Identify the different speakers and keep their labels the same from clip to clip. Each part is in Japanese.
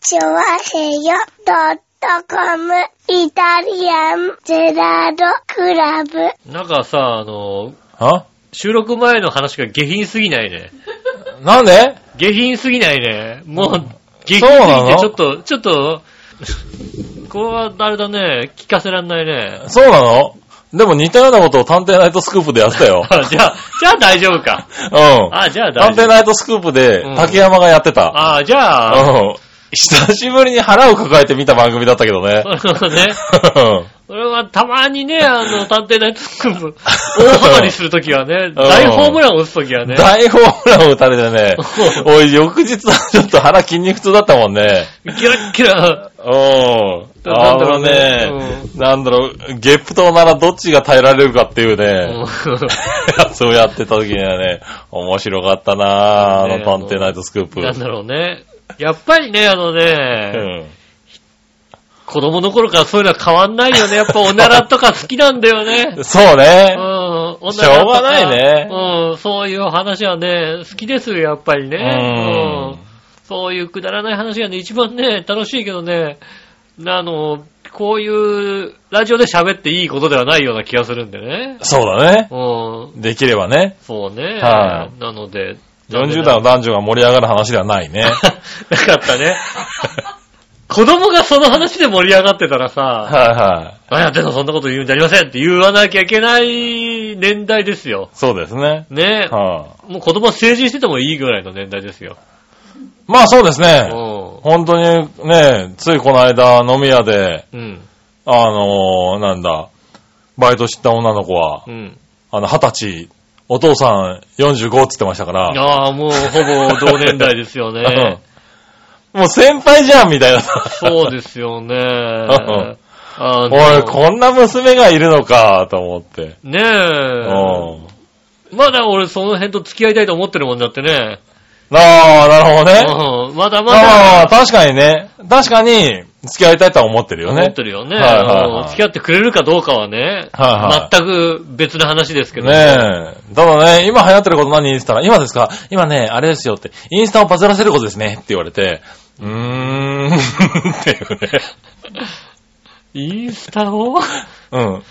Speaker 1: チョワヘヨドットコムイタリアンゼラードクラブ。
Speaker 2: なんかさ、あの、
Speaker 3: あ
Speaker 2: 収録前の話が下品すぎないね。
Speaker 3: なんで
Speaker 2: 下品すぎないね。もう、下品す
Speaker 3: そうな
Speaker 2: ぎて、
Speaker 3: の
Speaker 2: ちょっと、ちょっと、これはあれだね、聞かせらんないね。
Speaker 3: そうなのでも似たようなことを探偵ナイトスクープでやってたよ。
Speaker 2: あじゃあ、じゃあ大丈夫か。
Speaker 3: う
Speaker 2: あ、じゃあ
Speaker 3: ん。探
Speaker 2: 大丈
Speaker 3: 偵
Speaker 2: 夫。
Speaker 3: ナイトスクープで
Speaker 2: うん
Speaker 3: 竹山がやってた。
Speaker 2: あ、じ
Speaker 3: う
Speaker 2: ゃあ、
Speaker 3: ん。久しぶりに腹を抱えて見た番組だったけどね。
Speaker 2: そうね。俺はたまにね、あの、探偵ナイトスクープ、大ハマりするときはね、大ホームランを打つときは ね、
Speaker 3: 大ホームランを打たれて ね、おい、翌日はちょっと腹筋肉痛だったもんね。
Speaker 2: キラッキラ、
Speaker 3: うん。
Speaker 2: な
Speaker 3: あ
Speaker 2: んだろ
Speaker 3: の
Speaker 2: うね
Speaker 3: ね、なんだろう、ゲップとならどっちが耐えられるかっていうね、 やつをやってた時にはね、面白かったなぁ、あ
Speaker 2: ね
Speaker 3: の探偵ナイトスクープ。
Speaker 2: なんだろうね。やっぱりね、あの
Speaker 3: う
Speaker 2: ね、
Speaker 3: ん。
Speaker 2: 子供の頃からそういうのは変わんないよね。やっぱおならとか好きなんだよ ね。
Speaker 3: そう
Speaker 2: う
Speaker 3: ね
Speaker 2: ん。。おならとか
Speaker 3: しょうがないね
Speaker 2: うん、そういう話はね、好きですよ、やっぱりね。
Speaker 3: うん
Speaker 2: そういうくだらない話がね、一番ね、楽しいけどね、あの、こういうラジオで喋っていいことではないような気がするんでね。
Speaker 3: そうだね。
Speaker 2: うん、
Speaker 3: できればね。
Speaker 2: そうね。
Speaker 3: は
Speaker 2: なので。
Speaker 3: 40代の男女が盛り上がる話ではない ね。
Speaker 2: なかった ね。子供がその話で盛り上がってたらさ、
Speaker 3: はいはい。
Speaker 2: 何やってんのそんなこと言うんじゃありませんって言わなきゃいけない年代ですよ。
Speaker 3: そうですね。
Speaker 2: ねえ。
Speaker 3: は
Speaker 2: もう子供は成人しててもいいぐらいの年代ですよ。
Speaker 3: い。まあそうですね。
Speaker 2: う
Speaker 3: 本当にね、ついこの間飲み屋で、
Speaker 2: ん。うん。
Speaker 3: あのー、なんだ、バイト知った女の子は
Speaker 2: う、ん。
Speaker 3: あの、二十歳、お父さん45って言ってましたから、
Speaker 2: ああ、もうほぼ同年代です よね。
Speaker 3: うんもう先輩じゃんみたいな。
Speaker 2: そうですよね。
Speaker 3: ん
Speaker 2: あ
Speaker 3: おい、
Speaker 2: の
Speaker 3: こんな娘がいるのか、と思って。
Speaker 2: ね
Speaker 3: う
Speaker 2: え。
Speaker 3: ん。
Speaker 2: まだ俺その辺と付き合いたいと思ってるもんだってね。
Speaker 3: ああ、なるほどね。
Speaker 2: うん。まだま
Speaker 3: まあまあまあ
Speaker 2: だ。
Speaker 3: 確かにね。確かに、付き合いたいとは思ってるよ
Speaker 2: 思っ
Speaker 3: ね
Speaker 2: て。るよね。
Speaker 3: はいはいはい
Speaker 2: うん付き合ってくれるかどうかはね、
Speaker 3: はいはい
Speaker 2: 全く別の話ですけど
Speaker 3: ねえ。ただね、今流行ってること何って言ったら、今ですか今ね、あれですよって、インスタをバズらせることですねって言われて、うーん、 っていうね。
Speaker 2: インスタを
Speaker 3: うん。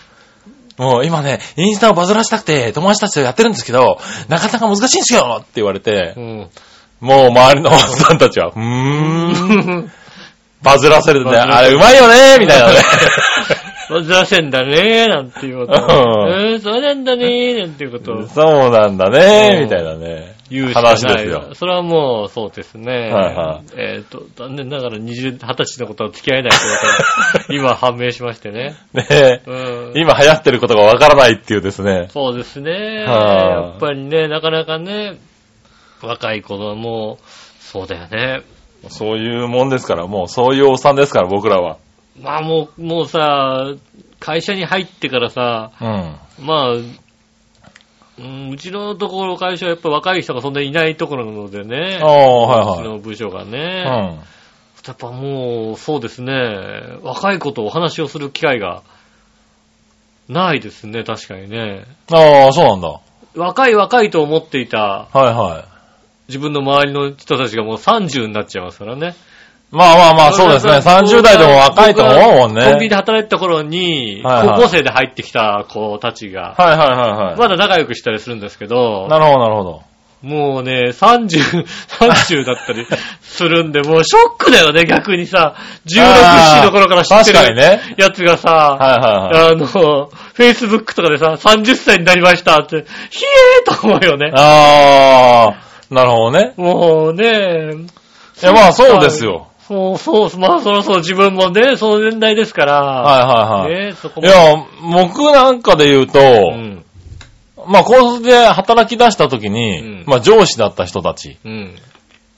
Speaker 3: もう今ね、インスタをバズらせたくて、友達たちとやってるんですけど、なかなか難しいんですよって言われて
Speaker 2: う、ん。
Speaker 3: もう周りのおっさんたちは、う ーん、バズらせるね。
Speaker 2: バズらせる
Speaker 3: あれうまいよねみたいなね。
Speaker 2: わざわせんだねーなんていうこと。
Speaker 3: うん
Speaker 2: うん、そうなんだねーなんていうことを
Speaker 3: そうなんだね
Speaker 2: うん
Speaker 3: みたいなね。
Speaker 2: 言うしかない。
Speaker 3: 話ですよ
Speaker 2: それはもう、そうですね。
Speaker 3: はいはい
Speaker 2: えっ、と、残念ながら20、20歳のことは付き合えないってことが今判明しましてね。
Speaker 3: ねえ。
Speaker 2: うん。
Speaker 3: 今流行ってることがわからないっていうですね。
Speaker 2: そうですね。
Speaker 3: はい
Speaker 2: やっぱりね、なかなかね、若い頃はもう、そうだよね。
Speaker 3: そういうもんですから、もうそういうおっさんですから、僕らは。
Speaker 2: まあもう、もうさ、会社に入ってからさ、
Speaker 3: うん。
Speaker 2: まあ、うんうちのところ会社はやっぱ若い人がそんなにいないところなのでね。
Speaker 3: ああ、
Speaker 2: うち
Speaker 3: はい
Speaker 2: の部署がね。
Speaker 3: はい。うん。
Speaker 2: やっぱもう、そうですね。若い子とお話をする機会がないですね、確かにね。
Speaker 3: ああ、そうなんだ。は
Speaker 2: 若い若いと思っていた
Speaker 3: いはい。
Speaker 2: 自分の周りの人たちがもう30になっちゃいますからね。
Speaker 3: まあまあまあ、そうですね。30代でも若いと思うもん
Speaker 2: 僕
Speaker 3: ね。
Speaker 2: がコンビニで
Speaker 3: はい
Speaker 2: 働いてた頃に、
Speaker 3: はいはい
Speaker 2: 高校生で入ってきた子たちが、
Speaker 3: はいはいは
Speaker 2: まだ仲良くしたりするんですけ
Speaker 3: い。
Speaker 2: ど、
Speaker 3: なるほどなるほど。
Speaker 2: もうね、30、30だったりするんで、もうショックだよね、逆にさ。16、歳の頃から知って
Speaker 3: あー確かにね
Speaker 2: るやつがさ、
Speaker 3: はいはいはい。
Speaker 2: あの、Facebook とかでさ、30歳になりましたって、ひえーと思うよね。
Speaker 3: ああ、なるほどね。
Speaker 2: もうね、
Speaker 3: いやまあそうですよ。
Speaker 2: そうそう、まあそろそろ自分もね、その年代ですから、
Speaker 3: はいはいはい。
Speaker 2: ね、そこ
Speaker 3: い
Speaker 2: も。
Speaker 3: や、僕なんかで言う
Speaker 2: う
Speaker 3: と、
Speaker 2: ん、
Speaker 3: まあ高卒で働き出した時
Speaker 2: うん
Speaker 3: に、まあ上司だった人たち、
Speaker 2: うん、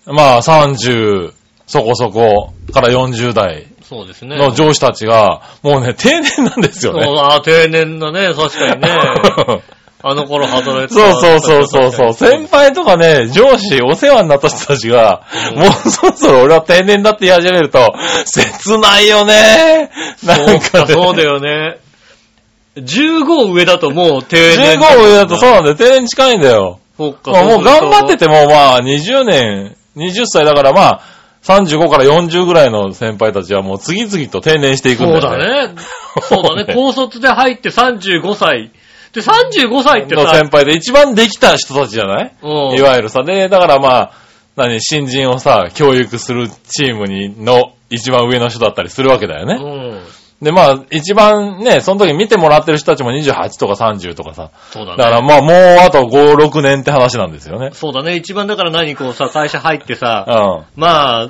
Speaker 3: まあ30そこそこから40代
Speaker 2: そうですね。
Speaker 3: の上司たちが、もうね、定年なんですよ
Speaker 2: そう
Speaker 3: ね。
Speaker 2: あー定年だね、確かに ね。あの頃働いてた。
Speaker 3: そうそうそうそうそう。先輩とかね、上司、お世話になった人たちが、
Speaker 2: うん
Speaker 3: もうそろそろ俺は定年だって言い始めると、切ないよね。なん
Speaker 2: そう
Speaker 3: か
Speaker 2: かそうだ
Speaker 3: ね。
Speaker 2: よね。15上だともう定年。
Speaker 3: 15上だとそうなんだよ。定年近いんだよ。
Speaker 2: そうか。
Speaker 3: まあもう
Speaker 2: そする
Speaker 3: 頑
Speaker 2: と
Speaker 3: 張ってても、まあ20年、20歳だからまあ、 35から40ぐらいの先輩たちはもう次々と定年していくんだ
Speaker 2: そう
Speaker 3: よね。
Speaker 2: だね。 そうだね。高卒で入って35歳。で、35歳って
Speaker 3: の
Speaker 2: さ
Speaker 3: 先、輩で一番できた人たちじゃない
Speaker 2: うん
Speaker 3: いわゆるさ、で、だからまあ、何、新人をさ、教育するチームに、の、一番上の人だったりするわけだ
Speaker 2: う
Speaker 3: よね。
Speaker 2: ん。
Speaker 3: で、まあ、一番ね、その時見てもらってる人たちも28とか30とかさ。
Speaker 2: そう
Speaker 3: だ
Speaker 2: だ
Speaker 3: か
Speaker 2: ね。
Speaker 3: らまあ、もうあと5、6年って話なんですよね。
Speaker 2: そうだね。一番だから何こうさ、会社入ってさ、
Speaker 3: う
Speaker 2: まあ、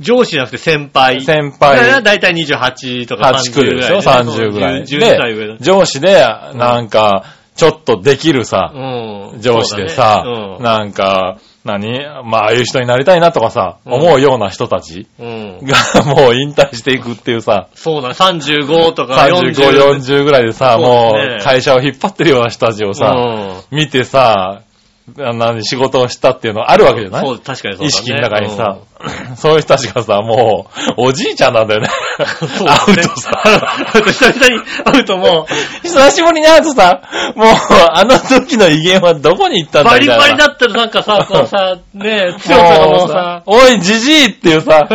Speaker 2: 上司じゃなくて先輩。
Speaker 3: ん。先輩、
Speaker 2: だいたい28とか
Speaker 3: 8
Speaker 2: 30
Speaker 3: 来
Speaker 2: ぐ
Speaker 3: るで
Speaker 2: ら
Speaker 3: し
Speaker 2: い
Speaker 3: ょ
Speaker 2: ね、
Speaker 3: ?30 ぐらい。
Speaker 2: そう10 10歳上だ
Speaker 3: で、。上司で、なんか、ちょっとできるさ、
Speaker 2: うん
Speaker 3: 上司でさ、
Speaker 2: そうだね
Speaker 3: なんか、何まあ、ああいう人になりたいなとかさ、
Speaker 2: うん
Speaker 3: 思うような人たち
Speaker 2: うん。うん。
Speaker 3: が もう引退していくっていうさ、
Speaker 2: そうだね、35とか
Speaker 3: 35、
Speaker 2: 40。
Speaker 3: 40ぐらいでさ、
Speaker 2: そう
Speaker 3: も
Speaker 2: ですね
Speaker 3: う会社を引っ張ってるような人たちをさ、
Speaker 2: う
Speaker 3: 見てさ、あ何、仕事をしたっていうのあるわけじゃ
Speaker 2: ん。
Speaker 3: ない
Speaker 2: そう、確かにそうだね。
Speaker 3: 意識の中にさ、 そういう人たちがさ、もう、おじいちゃんなんだよね。
Speaker 2: うん。 そうだ
Speaker 3: 会う
Speaker 2: ね
Speaker 3: とさ、
Speaker 2: 会うと久々に会うとも
Speaker 3: 久しぶりに会うとさ、もう、あの時の威厳はどこに行った
Speaker 2: う、
Speaker 3: んだ
Speaker 2: バ
Speaker 3: み
Speaker 2: リ
Speaker 3: たいな
Speaker 2: バリだったらなんか さ、こうさ、ねえ、強さがも
Speaker 3: も
Speaker 2: う
Speaker 3: う
Speaker 2: さ、
Speaker 3: おい、じじいっていうさ、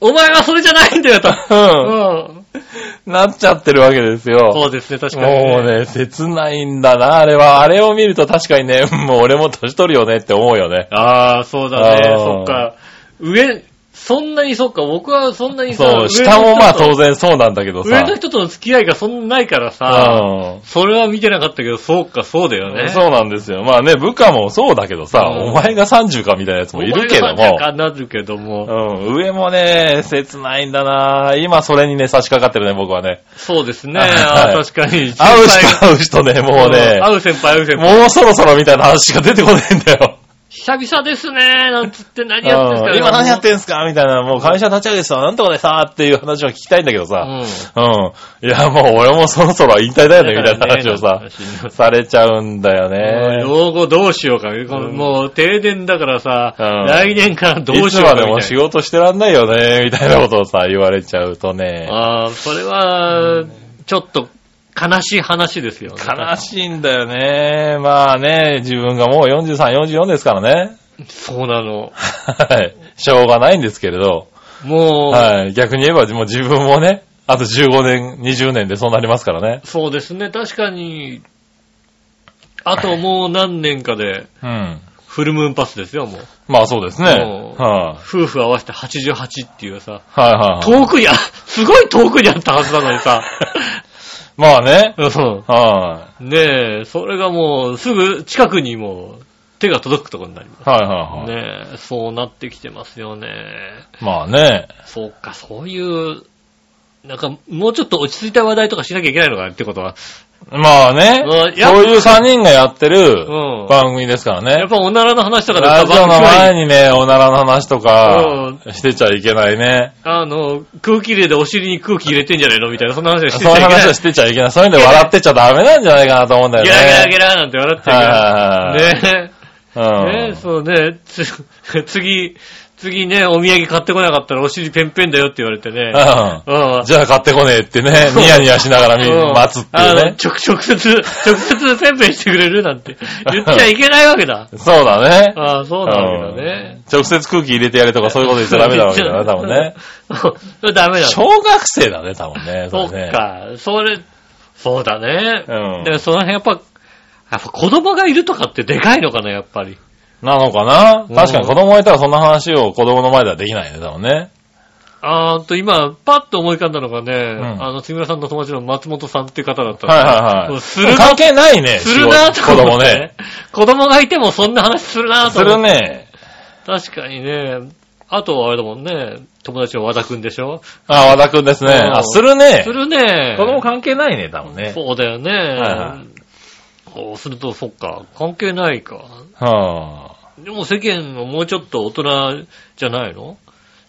Speaker 2: お前はそれじゃないんだよと。うん。
Speaker 3: なっちゃってるわけですよ。
Speaker 2: そうですね、確かに。
Speaker 3: もう。ね、切ないんだな、あれは。あれを見ると確かにね、もう俺も年取るよねって思うよね。
Speaker 2: ああ、そうだね
Speaker 3: あ、ー
Speaker 2: そっか。上、そんなにそっか、僕はそんなにさ、
Speaker 3: そう、
Speaker 2: 上の人と
Speaker 3: 下もまあ当然そうなんだけど
Speaker 2: 上
Speaker 3: さ。
Speaker 2: の人との付き合いがそんなないからさ、
Speaker 3: うん
Speaker 2: それは見てなかったけど、そうか、そうだよね。
Speaker 3: そうなんですよ。まあね、部下もそうだけど
Speaker 2: う
Speaker 3: さ、
Speaker 2: ん
Speaker 3: お前が30かみたいなやつもいるけど
Speaker 2: お前が
Speaker 3: も
Speaker 2: さ、なんかなるけども、
Speaker 3: うん、上もね、切ないんだな今それにね、差し掛かってるね、僕はね。
Speaker 2: そうですね。
Speaker 3: はい
Speaker 2: あー確かに。
Speaker 3: 会う
Speaker 2: 先
Speaker 3: 人
Speaker 2: 輩
Speaker 3: 会う人ね、もうね
Speaker 2: ん、会う先輩、会う先輩。
Speaker 3: もうそろそろみたいな話しか出てこないんだよ。
Speaker 2: 久々ですね、なんつって何やってんす
Speaker 3: う
Speaker 2: か
Speaker 3: ん今何やってんすかみたいな、もう会社立ち上げてさ、なんとかでさ、っていう話を聞きたいんだけど
Speaker 2: う
Speaker 3: さ。
Speaker 2: ん。
Speaker 3: うん。いや、もう俺もそろそろ引退だよね、みたいな話を
Speaker 2: だか
Speaker 3: さ
Speaker 2: らね、
Speaker 3: されちゃうんだよね。
Speaker 2: 老後どうしようか。この
Speaker 3: うん
Speaker 2: もう停電だからさ、
Speaker 3: うん
Speaker 2: 来年からどう
Speaker 3: い
Speaker 2: しよ
Speaker 3: つ
Speaker 2: う
Speaker 3: ま
Speaker 2: かみ
Speaker 3: で
Speaker 2: たいな。
Speaker 3: も仕事してらんないよね、みたいなことをさ、言われちゃうとね。
Speaker 2: ああ、それは、ちょっと悲しい話ですよね。
Speaker 3: 悲しいんだよね。まあね、自分がもう43、44ですからね。
Speaker 2: そうなの。
Speaker 3: はい。しょうがないんですけれど。
Speaker 2: もう、
Speaker 3: はい。逆に言えば、もう自分もね、あと15年、20年でそうなりますからね。
Speaker 2: そうですね、確かに、あともう何年かで、
Speaker 3: うん。
Speaker 2: フルムーンパスですよ、もう。
Speaker 3: まあそうですね。
Speaker 2: うん
Speaker 3: はい、
Speaker 2: 夫婦合わせて88っていうさ、
Speaker 3: はいはいはい。
Speaker 2: 遠くにあ、 すごい遠くにあったはずなのに さ、
Speaker 3: まあね。
Speaker 2: うん
Speaker 3: は
Speaker 2: ねえ、それがもう、すぐ近くにもう、手が届くところになりま
Speaker 3: い。はいはいは
Speaker 2: す。
Speaker 3: い。
Speaker 2: ねえ、そうなってきてますよね。
Speaker 3: まあね。
Speaker 2: そうか、そういう、なんか、もうちょっと落ち着いた話題とかしなきゃいけないのかなってことは。
Speaker 3: まあね。
Speaker 2: うんいや
Speaker 3: そういう3人がやってる
Speaker 2: うん
Speaker 3: 番組ですから
Speaker 2: やっ
Speaker 3: ね。
Speaker 2: ぱおならの話とかで
Speaker 3: ラジオの前にね、おならの話とかしてちゃいけないね。
Speaker 2: あの、空気入れでお尻に空気入れてんじゃないのみたいな、そんな話をしてち
Speaker 3: そう
Speaker 2: ゃ
Speaker 3: い
Speaker 2: いうけない
Speaker 3: 話。はしてちゃいけない。そういうんで笑ってちゃダメなんじゃないかなと思うんだよ
Speaker 2: ゲ
Speaker 3: ね。
Speaker 2: ラゲラゲラなんて笑っちゃいけない。ねえ、ねえ、
Speaker 3: う
Speaker 2: そうね、つ 次、次ね、お土産買ってこなかったらお尻ペンペンだよって言われてね。
Speaker 3: ん。う
Speaker 2: う
Speaker 3: ん。
Speaker 2: ん。
Speaker 3: じゃあ買ってこねえってね、 ニヤニヤしながら見
Speaker 2: うん
Speaker 3: 待つっていう
Speaker 2: あの
Speaker 3: ね。
Speaker 2: 直直接、 直接ペンペンしてくれるなんて言っちゃいけないわけだ。
Speaker 3: そうだね。
Speaker 2: ああ、そうなわけだね。
Speaker 3: 直接空気入れてやれとかそういうこと言っちゃダメだわけだな、多分ね。
Speaker 2: うん。 ダメだ。そ
Speaker 3: 小学生だね、多分ね。
Speaker 2: う
Speaker 3: れね。
Speaker 2: か。それ、そうだね。
Speaker 3: うん
Speaker 2: で、その辺やっぱ、やっぱ子供がいるとかってでかいのかな、やっぱり。
Speaker 3: なのかな
Speaker 2: うん
Speaker 3: 確かに子供がいたらそんな話を子供の前ではできないね、多分ね。
Speaker 2: あーんと、今、パッと思い浮かんだのがね、
Speaker 3: ん
Speaker 2: あの、杉村さんの友達の松本さんっていう方だったの
Speaker 3: はいはい
Speaker 2: も
Speaker 3: は
Speaker 2: う
Speaker 3: い。
Speaker 2: するな
Speaker 3: 関係ないね。
Speaker 2: するな
Speaker 3: 仕
Speaker 2: と
Speaker 3: 事子
Speaker 2: 思
Speaker 3: 供
Speaker 2: って
Speaker 3: ね。。
Speaker 2: 子供がいてもそんな話するなと
Speaker 3: す
Speaker 2: 思って。
Speaker 3: るね。
Speaker 2: 確かにね。あとはあれだもんね、友達の和田くんでしょ、
Speaker 3: あ、和田くんですね。
Speaker 2: うん
Speaker 3: あ、するね
Speaker 2: す。るね。
Speaker 3: 関係ないね、多分ね
Speaker 2: そうだよね。
Speaker 3: いは
Speaker 2: そうすると、そっか、関係ないか。
Speaker 3: はあ。
Speaker 2: でも世間はもうちょっと大人じゃないの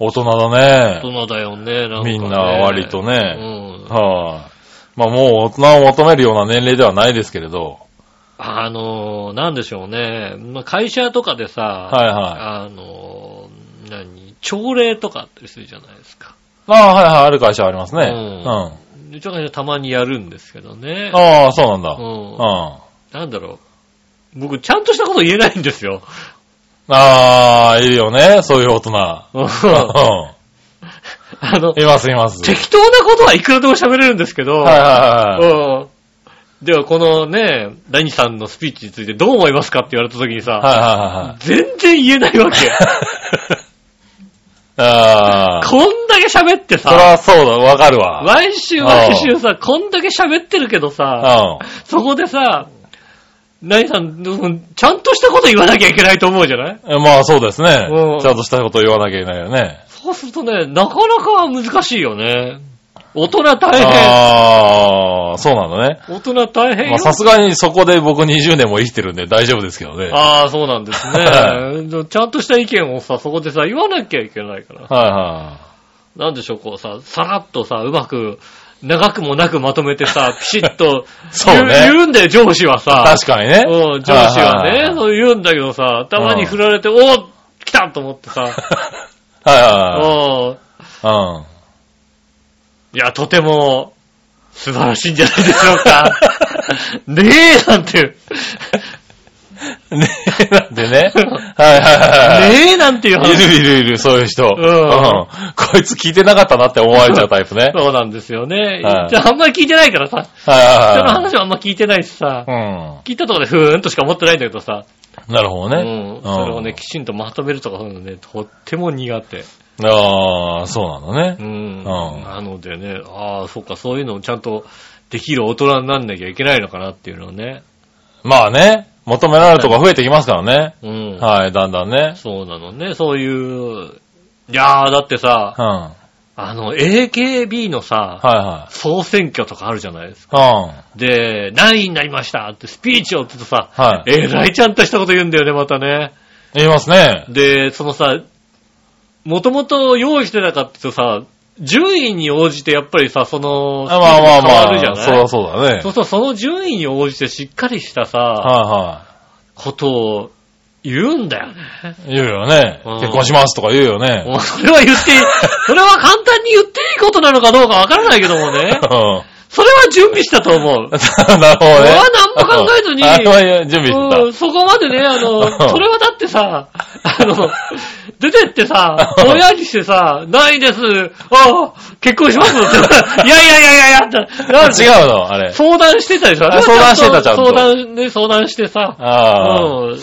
Speaker 3: 大人だ
Speaker 2: 大
Speaker 3: ね。
Speaker 2: 人だよね、なんか、ね。
Speaker 3: みんな割と
Speaker 2: う
Speaker 3: ね。
Speaker 2: ん。
Speaker 3: はい。まあもう大人を求めるような年齢ではないですけれど。
Speaker 2: あのー、なんでしょうね。まあ、会社とかでさ、
Speaker 3: はいはい。
Speaker 2: あのー、何、朝礼とかあったりするじゃないですか。
Speaker 3: ああ、はいはい、ある会社ありますね。
Speaker 2: う
Speaker 3: うんん。
Speaker 2: うちの会社たまにやるんですけどね。
Speaker 3: ああ、そうなんだ。
Speaker 2: うん
Speaker 3: うん。
Speaker 2: なんだろう。僕、ちゃんとしたこと言えないんですよ。
Speaker 3: あー、いるよね、そういう大 人。
Speaker 2: あ
Speaker 3: う
Speaker 2: の
Speaker 3: ん。、います、います。
Speaker 2: 適当なことはいくらでも喋れるんですけど、
Speaker 3: はいはいはい。
Speaker 2: うん。では、このね、何さんのスピーチについてどう思いますかって言われた時にさ、
Speaker 3: はいはいはいはい。
Speaker 2: 全然言えない わけ。
Speaker 3: あー。
Speaker 2: こんだけ喋ってさ、
Speaker 3: そりゃそうだ、わかるわ。
Speaker 2: 毎週毎週さ、こんだけ喋ってるけど
Speaker 3: う
Speaker 2: さ、
Speaker 3: ん。
Speaker 2: そこでさ、何さん、うんちゃんとしたこと言わなきゃいけないと思うじゃない
Speaker 3: えまあそうですね
Speaker 2: う。ん
Speaker 3: ちゃんとしたことを言わなきゃいけないよね。
Speaker 2: そうするとね、なかなか難しいよね。大人大
Speaker 3: ああ、そうなんだね。
Speaker 2: 変。大人大変
Speaker 3: ま
Speaker 2: よ
Speaker 3: あ。さすがにそこで僕20年も生きてるんで大丈夫ですけどね。はい
Speaker 2: ああ、そうなんです ね。ちゃんとした意見をさ、そこでさ、言わなきゃいけないから。
Speaker 3: は
Speaker 2: なんでしょう、こうさ、さらっとさ、うまく、長くもなくまとめてさ、ピシッと
Speaker 3: そうね
Speaker 2: 言う言うんだよ、上司はさ
Speaker 3: い。。確かにね。
Speaker 2: うん、上司は
Speaker 3: はい
Speaker 2: ね、
Speaker 3: はいはい
Speaker 2: そう言うんだけどさ、たまに振られて、おー来たと思って さ、お
Speaker 3: は
Speaker 2: ー
Speaker 3: いはいはい。
Speaker 2: いや、とても、素晴らしいんじゃないでしょうか。 ねえ、なんて、
Speaker 3: うん。ねえ、なんでね。はいはいはいはい。
Speaker 2: ねえ、なんていう話。
Speaker 3: いるいるいる、そういう人。
Speaker 2: う
Speaker 3: うんん。こいつ聞いてなかったなって思われちゃうタイプね。
Speaker 2: そうなんですよね。
Speaker 3: はい
Speaker 2: じゃあ、あんまり聞いてないからさ、人の
Speaker 3: はいはい
Speaker 2: 話はあんま聞いてないしさ、
Speaker 3: は
Speaker 2: 聞いたところでふーんとしか思ってないんだけどさ、
Speaker 3: い。うん。なるほど
Speaker 2: う
Speaker 3: ね
Speaker 2: ん。。それをね、きちんとまとめるとかそういうのね、とっても苦手。
Speaker 3: うん。ああ、そうなんだ
Speaker 2: う
Speaker 3: ね。
Speaker 2: ん。
Speaker 3: ん
Speaker 2: なのでね、ああ、そうか、そういうのをちゃんとできる大人になんなきゃいけないのかなっていうのをね。
Speaker 3: まあね、求められるとこ増えてきますからね。
Speaker 2: うん。
Speaker 3: はい、だんだんね。
Speaker 2: そうなのね、そういう、いやー、だってさ、
Speaker 3: うん。は
Speaker 2: あの、AKB のさ、
Speaker 3: いは
Speaker 2: 総選挙とかあるじゃないですか。
Speaker 3: い。うん。
Speaker 2: で、何位になりましたってスピーチをって言うとさ、
Speaker 3: は
Speaker 2: えらいちゃんとしたこと言うんだよね、またね。
Speaker 3: 言いますね。
Speaker 2: で、そのさ、もともと用意してなかったとさ、順位に応じてやっぱりさ、その、
Speaker 3: あまあまあま
Speaker 2: 変わるじゃ
Speaker 3: あ、
Speaker 2: ない
Speaker 3: そりゃそうだね。
Speaker 2: そうそう、その順位に応じてしっかりしたさ、
Speaker 3: は
Speaker 2: ことを言うんだよね。
Speaker 3: いはい。言うよね。
Speaker 2: うん
Speaker 3: 結婚しますとか言う よね。
Speaker 2: もうそれは言っていい、 それは簡単に言っていいことなのかどうかわからないけども
Speaker 3: うん
Speaker 2: ね。それは準備したと思う。
Speaker 3: なるほどね。
Speaker 2: 俺は何も考えずに
Speaker 3: あれは準備
Speaker 2: う
Speaker 3: し
Speaker 2: ん、そこまでね、あ の、
Speaker 3: うん
Speaker 2: それはだってさ、あの、出てって さ、親にしてさ、ないです、ああ、結婚しますって、 いやいやいやいやいや、ってなる
Speaker 3: てた。違うの、あれ。
Speaker 2: 相談してたでしょ
Speaker 3: あ相談してたちゃんと
Speaker 2: 相談ね、相談してさ、
Speaker 3: ああ。
Speaker 2: うん。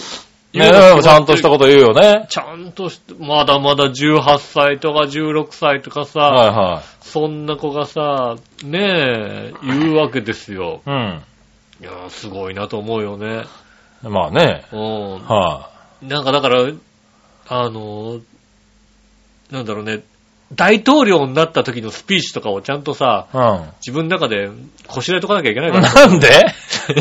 Speaker 3: ね、でもちゃんとしたこと言うよね。
Speaker 2: ちゃんとして、まだまだ18歳とか16歳とかさ、
Speaker 3: はいは
Speaker 2: そんな子がさ、ねえ、言うわけですよ。
Speaker 3: い。うん。
Speaker 2: いやー、すごいなと思うよね。
Speaker 3: まあね。
Speaker 2: うん。
Speaker 3: は
Speaker 2: なんかだから、あのー、なんだろうね、大統領になった時のスピーチとかをちゃんとさ、
Speaker 3: い。うん。
Speaker 2: 自分の中でこしらえとかなきゃいけないから。
Speaker 3: なんで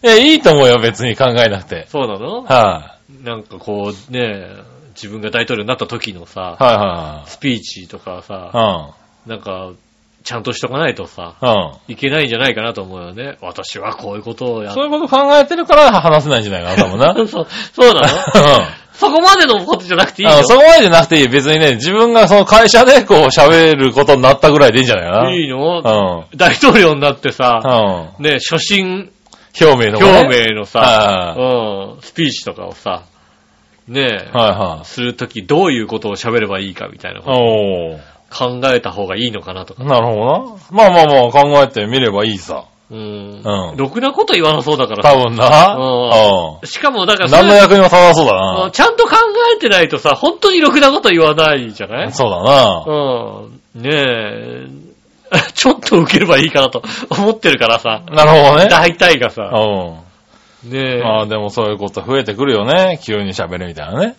Speaker 3: いや、いいと思うよ、別に考えなくて。
Speaker 2: そうなの
Speaker 3: は
Speaker 2: なんかこうね、自分が大統領になった時の
Speaker 3: い。
Speaker 2: さ、
Speaker 3: はいは
Speaker 2: スピーチとか
Speaker 3: い
Speaker 2: さ、
Speaker 3: は
Speaker 2: なんか、ちゃんとしとかないとさ、
Speaker 3: い。うん。うん。
Speaker 2: いけないんじゃないかなと思うよね。私はこういうことをやっ
Speaker 3: そういうこと考えてるから話せないんじゃないかな、多分 な。う
Speaker 2: そう、そうなの
Speaker 3: ん。
Speaker 2: そこまでのことじゃなくていい
Speaker 3: あそ
Speaker 2: の
Speaker 3: こまでじゃなくていい。別にね、自分がその会社でこう喋ることになったぐらいでいいんじゃないかな。
Speaker 2: いいの
Speaker 3: うん。
Speaker 2: 大統領になってさ、
Speaker 3: うん。
Speaker 2: ね、初心
Speaker 3: 表明の
Speaker 2: 表
Speaker 3: もね。
Speaker 2: 明のさ、
Speaker 3: は
Speaker 2: うん、スピーチとかをさ、ね
Speaker 3: いは
Speaker 2: するときどういうことを喋ればいいかみたいない
Speaker 3: はい。おー。
Speaker 2: 考えた方がいいのかなとか。
Speaker 3: なるほどな。まあまあまあ考えてみればいいさ。
Speaker 2: うん
Speaker 3: う。ん
Speaker 2: ろくなこと言わなそうだから
Speaker 3: 多
Speaker 2: さ。
Speaker 3: 分な。
Speaker 2: うんしかもだか
Speaker 3: うん。
Speaker 2: らそ
Speaker 3: 何の
Speaker 2: れ、
Speaker 3: 役にも立たなそうだ
Speaker 2: うん
Speaker 3: な。
Speaker 2: ちゃんと考えてないとさ、本当にろくなこと言わないじゃない
Speaker 3: そうだな。
Speaker 2: うん。ねえ、 ちょっと受ければいいかなと 思ってるからさ。
Speaker 3: なるほどね。
Speaker 2: 大体がさ、
Speaker 3: うん。
Speaker 2: ねえ、
Speaker 3: まあでもそういうこと増えてくるよね。急に喋るみたいなね。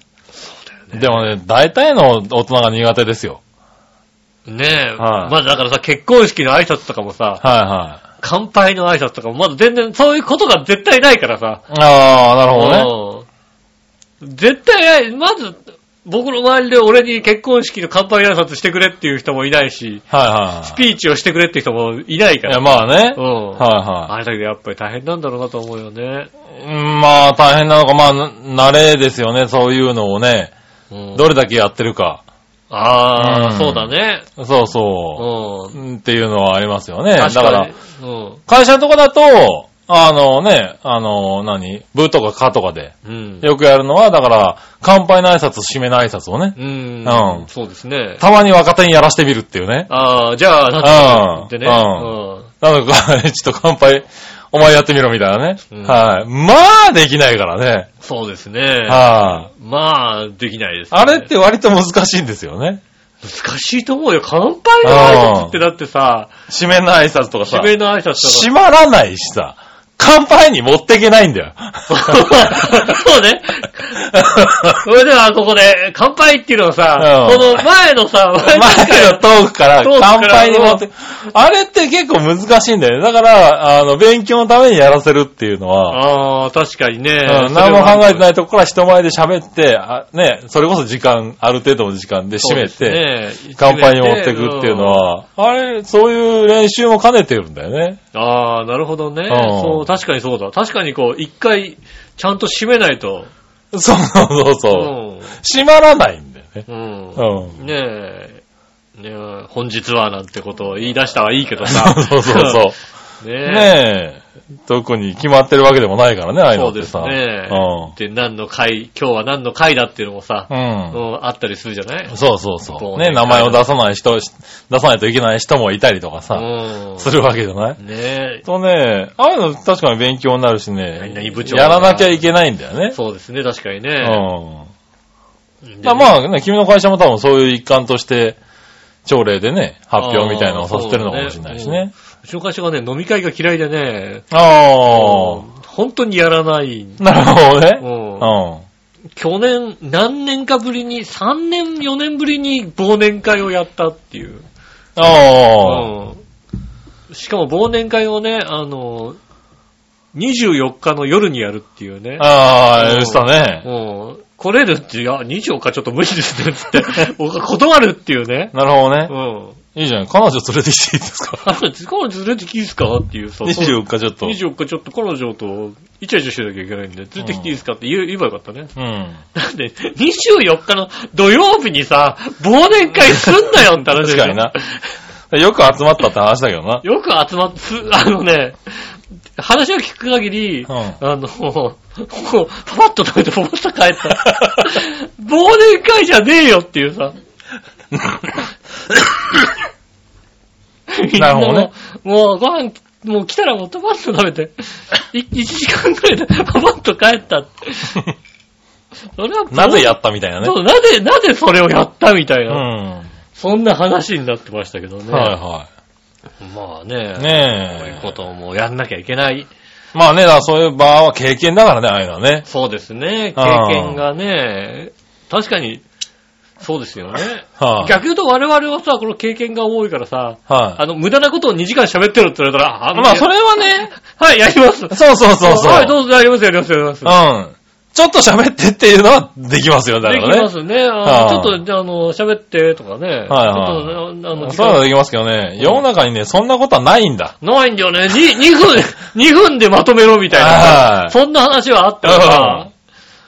Speaker 3: でもね、大体の大人が苦手ですよ。
Speaker 2: ねえ、
Speaker 3: はい
Speaker 2: まあだからさ、結婚式の挨拶とかもさ、
Speaker 3: はいはい。
Speaker 2: 乾杯の挨拶とかも、まだ全然そういうことが絶対ないからさ。
Speaker 3: ああ、なるほどね。
Speaker 2: うん絶対ない、まず、僕の周りで俺に結婚式の乾杯挨拶してくれっていう人もいないし、
Speaker 3: はいはい。
Speaker 2: スピーチをしてくれっていう人もいない
Speaker 3: い
Speaker 2: から。
Speaker 3: や、まあね。
Speaker 2: うん。
Speaker 3: はいは
Speaker 2: あれだけどやっぱり大変なんだろうなと思うよね。
Speaker 3: い。うんまあ大変なのか、まあ、な慣れですよね、そういうのをね。
Speaker 2: うん、
Speaker 3: どれだけやってるか。
Speaker 2: ああ、
Speaker 3: うん
Speaker 2: そうだね。
Speaker 3: そう
Speaker 2: う
Speaker 3: そ
Speaker 2: ん
Speaker 3: う。。うんっていうのはありますよね。だ
Speaker 2: 確
Speaker 3: か
Speaker 2: からに、。うん。
Speaker 3: 会社のとこだと、あのね、あの、何部とかかとかで、
Speaker 2: うん。
Speaker 3: よくやるのは、だから、乾杯の挨拶、締めの挨拶をね、
Speaker 2: うん。
Speaker 3: うん
Speaker 2: そうですね。
Speaker 3: たまに若手にやらしてみるっていうね。
Speaker 2: ああ、じゃあ、なんて言ってね。
Speaker 3: う
Speaker 2: うん。
Speaker 3: なんか、 ちょっと乾杯、お前やってみろみたいなね。
Speaker 2: うん
Speaker 3: はい。まあ、できないからね。
Speaker 2: そうですね。
Speaker 3: はい、
Speaker 2: まあ、できないです、ね。
Speaker 3: あ。れって割と難しいんですよね。
Speaker 2: 難しいと思うよ。乾杯の挨拶ってだってさ、
Speaker 3: 締めの挨拶とかさ
Speaker 2: 締、めの挨拶とか。
Speaker 3: 締まらないしさ、乾杯に持っていけないん だよ。
Speaker 2: そうね。それでは、ここで、乾杯っていうのはさ、
Speaker 3: うん
Speaker 2: この前のさ、
Speaker 3: 前
Speaker 2: の回
Speaker 3: のトークから
Speaker 2: トークから
Speaker 3: 乾杯に持って、あれって結構難しいんだよね。だから、あの、勉強のためにやらせるっていうの
Speaker 2: あ
Speaker 3: は、
Speaker 2: あ、確かにね。。
Speaker 3: うん何も考えてないいとこから人前で喋って、あね、それこそ時間、ある程度の時間で締めて、
Speaker 2: そうですね
Speaker 3: 乾杯に持っていくっていうの。は、あれ、そういう練習も兼ねてるんだよね。
Speaker 2: うんああ、なるほどね。
Speaker 3: ん
Speaker 2: そう、確かにそうだ。確かにこう、一回、ちゃんと締めないと。
Speaker 3: そうそうそう。
Speaker 2: う
Speaker 3: 閉まらないんだよね。
Speaker 2: ん。
Speaker 3: うん。
Speaker 2: ねえ。ねえ、本日はなんてことを言い出したはいいけどさ。。
Speaker 3: そうそうそう
Speaker 2: ねえ。
Speaker 3: う。ねえ。特に決まってるわけでもないからね、ああいう
Speaker 2: そ
Speaker 3: の
Speaker 2: う
Speaker 3: っ
Speaker 2: で
Speaker 3: て
Speaker 2: す
Speaker 3: さ。
Speaker 2: ね。で、何の回、今日は何の回だっていうのもさ、
Speaker 3: うん。うん。
Speaker 2: うんあったりするじゃない
Speaker 3: そうそうそ
Speaker 2: こ
Speaker 3: う。
Speaker 2: うね
Speaker 3: ね、名前を出さない人、し出さないといけない人もいたりとかさ、
Speaker 2: うん。
Speaker 3: するわけじゃない
Speaker 2: ね
Speaker 3: とね、ああいうの確かに勉強になるし
Speaker 2: 何
Speaker 3: ね
Speaker 2: 々部、長
Speaker 3: やらなきゃいけないんだよ
Speaker 2: え。
Speaker 3: ね。
Speaker 2: そうですね、確かに
Speaker 3: う
Speaker 2: ね。
Speaker 3: ん。
Speaker 2: うん
Speaker 3: まあまあね、君の会社も多分そういう一環として、朝礼でね、発表みたいなのをさせてるのかもしれないしね。
Speaker 2: うちの会社がね、飲み会が嫌いでね、
Speaker 3: あ
Speaker 2: うん本当にやらない。
Speaker 3: あ、なるほど
Speaker 2: うん
Speaker 3: ね。う
Speaker 2: 去年、何年かぶりに、3年、4年ぶりに忘年会をやったっていう。
Speaker 3: ん。ああ、
Speaker 2: うんしかも忘年会をね、あの、24日の夜にやるっていうね。
Speaker 3: ああ、でしたね。
Speaker 2: うん。来れるって、いや、24日ちょっと無理ですね、つって。 僕は断るっていうね。
Speaker 3: なるほど
Speaker 2: う
Speaker 3: ね。
Speaker 2: ん。
Speaker 3: いいじゃん。彼女連れてきていいですか
Speaker 2: あの、彼女連れてきていいですかっていう、そう。
Speaker 3: ?24 日ちょっと。う
Speaker 2: 24日ちょっと彼女とイチャイチャしてなきゃいけないんで、連れてきていいですかって言え言えばよかったね。
Speaker 3: ん。
Speaker 2: なんで、24日の土曜日にさ、忘年会すんなよって話でし
Speaker 3: 確
Speaker 2: ょ
Speaker 3: かにな。よく集まったって話だけ どな。
Speaker 2: よく集まって、すあのね、話を聞く限り、
Speaker 3: うん
Speaker 2: あの、もうパパッと食べてパパッと帰った。忘年会じゃねえよっていう さ。
Speaker 3: なるほどね
Speaker 2: みんなもう。もうご飯、もう来たらもうパパッと食べて、い1時間くらいでパパッと帰ったって。それは
Speaker 3: なぜやったみたいなね。
Speaker 2: そうなぜ、なぜそれをやったみたい
Speaker 3: うん。
Speaker 2: な、
Speaker 3: は
Speaker 2: そんな話になってましたけど
Speaker 3: い
Speaker 2: ね。
Speaker 3: は
Speaker 2: まあね。
Speaker 3: い。
Speaker 2: こうい
Speaker 3: ね
Speaker 2: う
Speaker 3: え
Speaker 2: こ。とをもうやんなきゃいけない。
Speaker 3: まあね、だからそういう場は経験だからね、ああいうのはね。
Speaker 2: そうですね。経
Speaker 3: あー
Speaker 2: 験がね、確かに、そうですよね。
Speaker 3: はい、
Speaker 2: 逆に言うと我々はさ、この経験が多いからさ、
Speaker 3: はい、
Speaker 2: あの、無駄なことを2時間喋ってるって言われたら、あ、
Speaker 3: まあそ
Speaker 2: れ、
Speaker 3: れはね、
Speaker 2: はい、やります。
Speaker 3: そうそうそうそう。
Speaker 2: はい、どうぞやります、やります、やります。
Speaker 3: うん。ちょっと喋ってっていうのはできますよ、だか
Speaker 2: でき
Speaker 3: らね。
Speaker 2: ますね。あ
Speaker 3: は
Speaker 2: の
Speaker 3: い
Speaker 2: ちょっと、じゃあ、あの、喋ってとかね。
Speaker 3: はいはい
Speaker 2: ちょっと、あの、時
Speaker 3: そういうの
Speaker 2: 間
Speaker 3: できますけどね、世の中にね、そんなことはないんだ。
Speaker 2: ないんだよね。に2分、2分でまとめろみたい
Speaker 3: は
Speaker 2: な。
Speaker 3: い
Speaker 2: そんな話はあったから。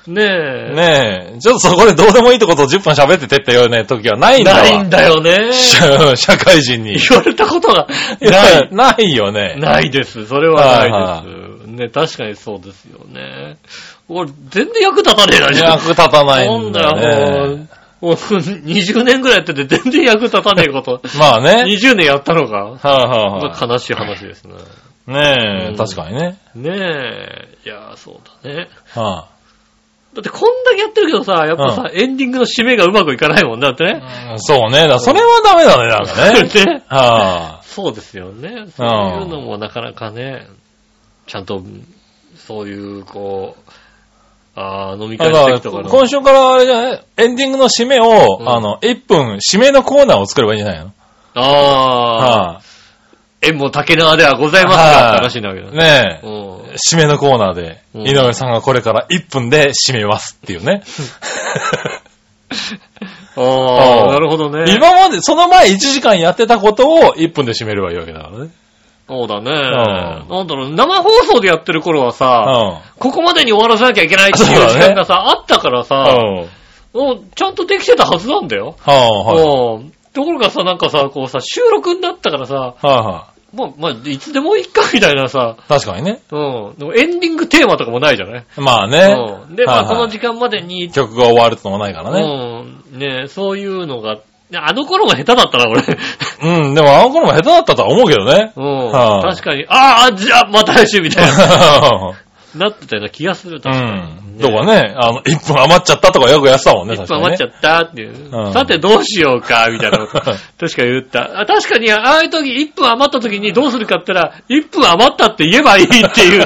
Speaker 2: ねえ。
Speaker 3: ねえ、ちょっとそこでどうでもいいってことを10分喋っててっていうね、時はないんだわ
Speaker 2: ないんだよね。
Speaker 3: 社社会人 に。
Speaker 2: 言われたことがな
Speaker 3: ない
Speaker 2: い。
Speaker 3: ないよね。
Speaker 2: ないです。それはないです。ね、確かにそうですよね。俺、全然役立たねえな、
Speaker 3: 役立たない
Speaker 2: そ
Speaker 3: ん
Speaker 2: ん
Speaker 3: だ
Speaker 2: な
Speaker 3: よ
Speaker 2: も
Speaker 3: ね
Speaker 2: う。、もう20年ぐ らいやってて全然役立たねえ こと。
Speaker 3: まあね。
Speaker 2: 20年やったのか。
Speaker 3: はいはいは
Speaker 2: 悲しい話ですね。
Speaker 3: い。ねえ、
Speaker 2: うん
Speaker 3: 確かにね。
Speaker 2: ねえ。いやー、そうだね。
Speaker 3: は
Speaker 2: だってこんだけやってるけどさ、やっぱさ、エンディングの締めがうまくいかないもんだってね。
Speaker 3: い。そうね。だからそれはダメだね、なんかね。
Speaker 2: ね
Speaker 3: は
Speaker 2: そうですよね。そういうのもなかなかね、ちゃんと、そういう、こう、あー飲み
Speaker 3: い。だ
Speaker 2: 会
Speaker 3: か
Speaker 2: の
Speaker 3: ら、
Speaker 2: 時とかの。
Speaker 3: 今週からあれじゃないエンディングの締めを、
Speaker 2: うん
Speaker 3: あの、1分、締めのコーナーを作ればいいんじゃないの
Speaker 2: ああ、
Speaker 3: は
Speaker 2: 縁も竹縄ではございます
Speaker 3: はい
Speaker 2: が、って話になるけ
Speaker 3: い。
Speaker 2: どね。
Speaker 3: ねえ。
Speaker 2: うん
Speaker 3: 締めのコーナーで、
Speaker 2: うん
Speaker 3: 井上さんがこれから1分で締めますってい うね。
Speaker 2: あ
Speaker 3: う
Speaker 2: あ、
Speaker 3: ん
Speaker 2: なるほどね。
Speaker 3: 今まで、その前1時間やってたことを1分で締めればいいわけだからね。
Speaker 2: そうだね。
Speaker 3: ん
Speaker 2: なんだろう、生放送でやってる頃はさ、
Speaker 3: う
Speaker 2: ここまでに終わらせなきゃいけないっていう
Speaker 3: そうだ
Speaker 2: 時
Speaker 3: ね
Speaker 2: 間がさ、あったからさ、
Speaker 3: ん。うん。
Speaker 2: もうちゃんとできてたはずなんだよ。
Speaker 3: はあ、はい。
Speaker 2: うんところがさ、なんかさ、こうさ、収録になったからさ、
Speaker 3: は
Speaker 2: まあ、まあ、いつでもいいかみたいなさ、
Speaker 3: 確かにね。
Speaker 2: うん。でもエンディングテーマとかもないじゃない
Speaker 3: まあね。
Speaker 2: うん。で、まあ、
Speaker 3: はい
Speaker 2: こ
Speaker 3: は
Speaker 2: の
Speaker 3: い
Speaker 2: 時間までに、
Speaker 3: 曲が終わるとのもないからね。
Speaker 2: うん。ねそういうのが、ねあの頃も下手だったな、俺。
Speaker 3: うん、でもあの頃も下手だったとは思うけどね。
Speaker 2: うん。
Speaker 3: はあ
Speaker 2: 確かに、ああ、じゃあ、また来週みたい な、なってたような気がする、
Speaker 3: う
Speaker 2: 確かに。
Speaker 3: ん。とかね、あの、1分余っちゃったとかよくやってたもんね、
Speaker 2: 一
Speaker 3: 確か
Speaker 2: 分
Speaker 3: に、
Speaker 2: 余
Speaker 3: ね。
Speaker 2: っちゃったっていう。
Speaker 3: うん
Speaker 2: さてどうしようか、みたいなこ と。確か言った。あ確かに、ああいう時、1分余った時にどうするかって言ったら、1分余ったって言えばいいって いう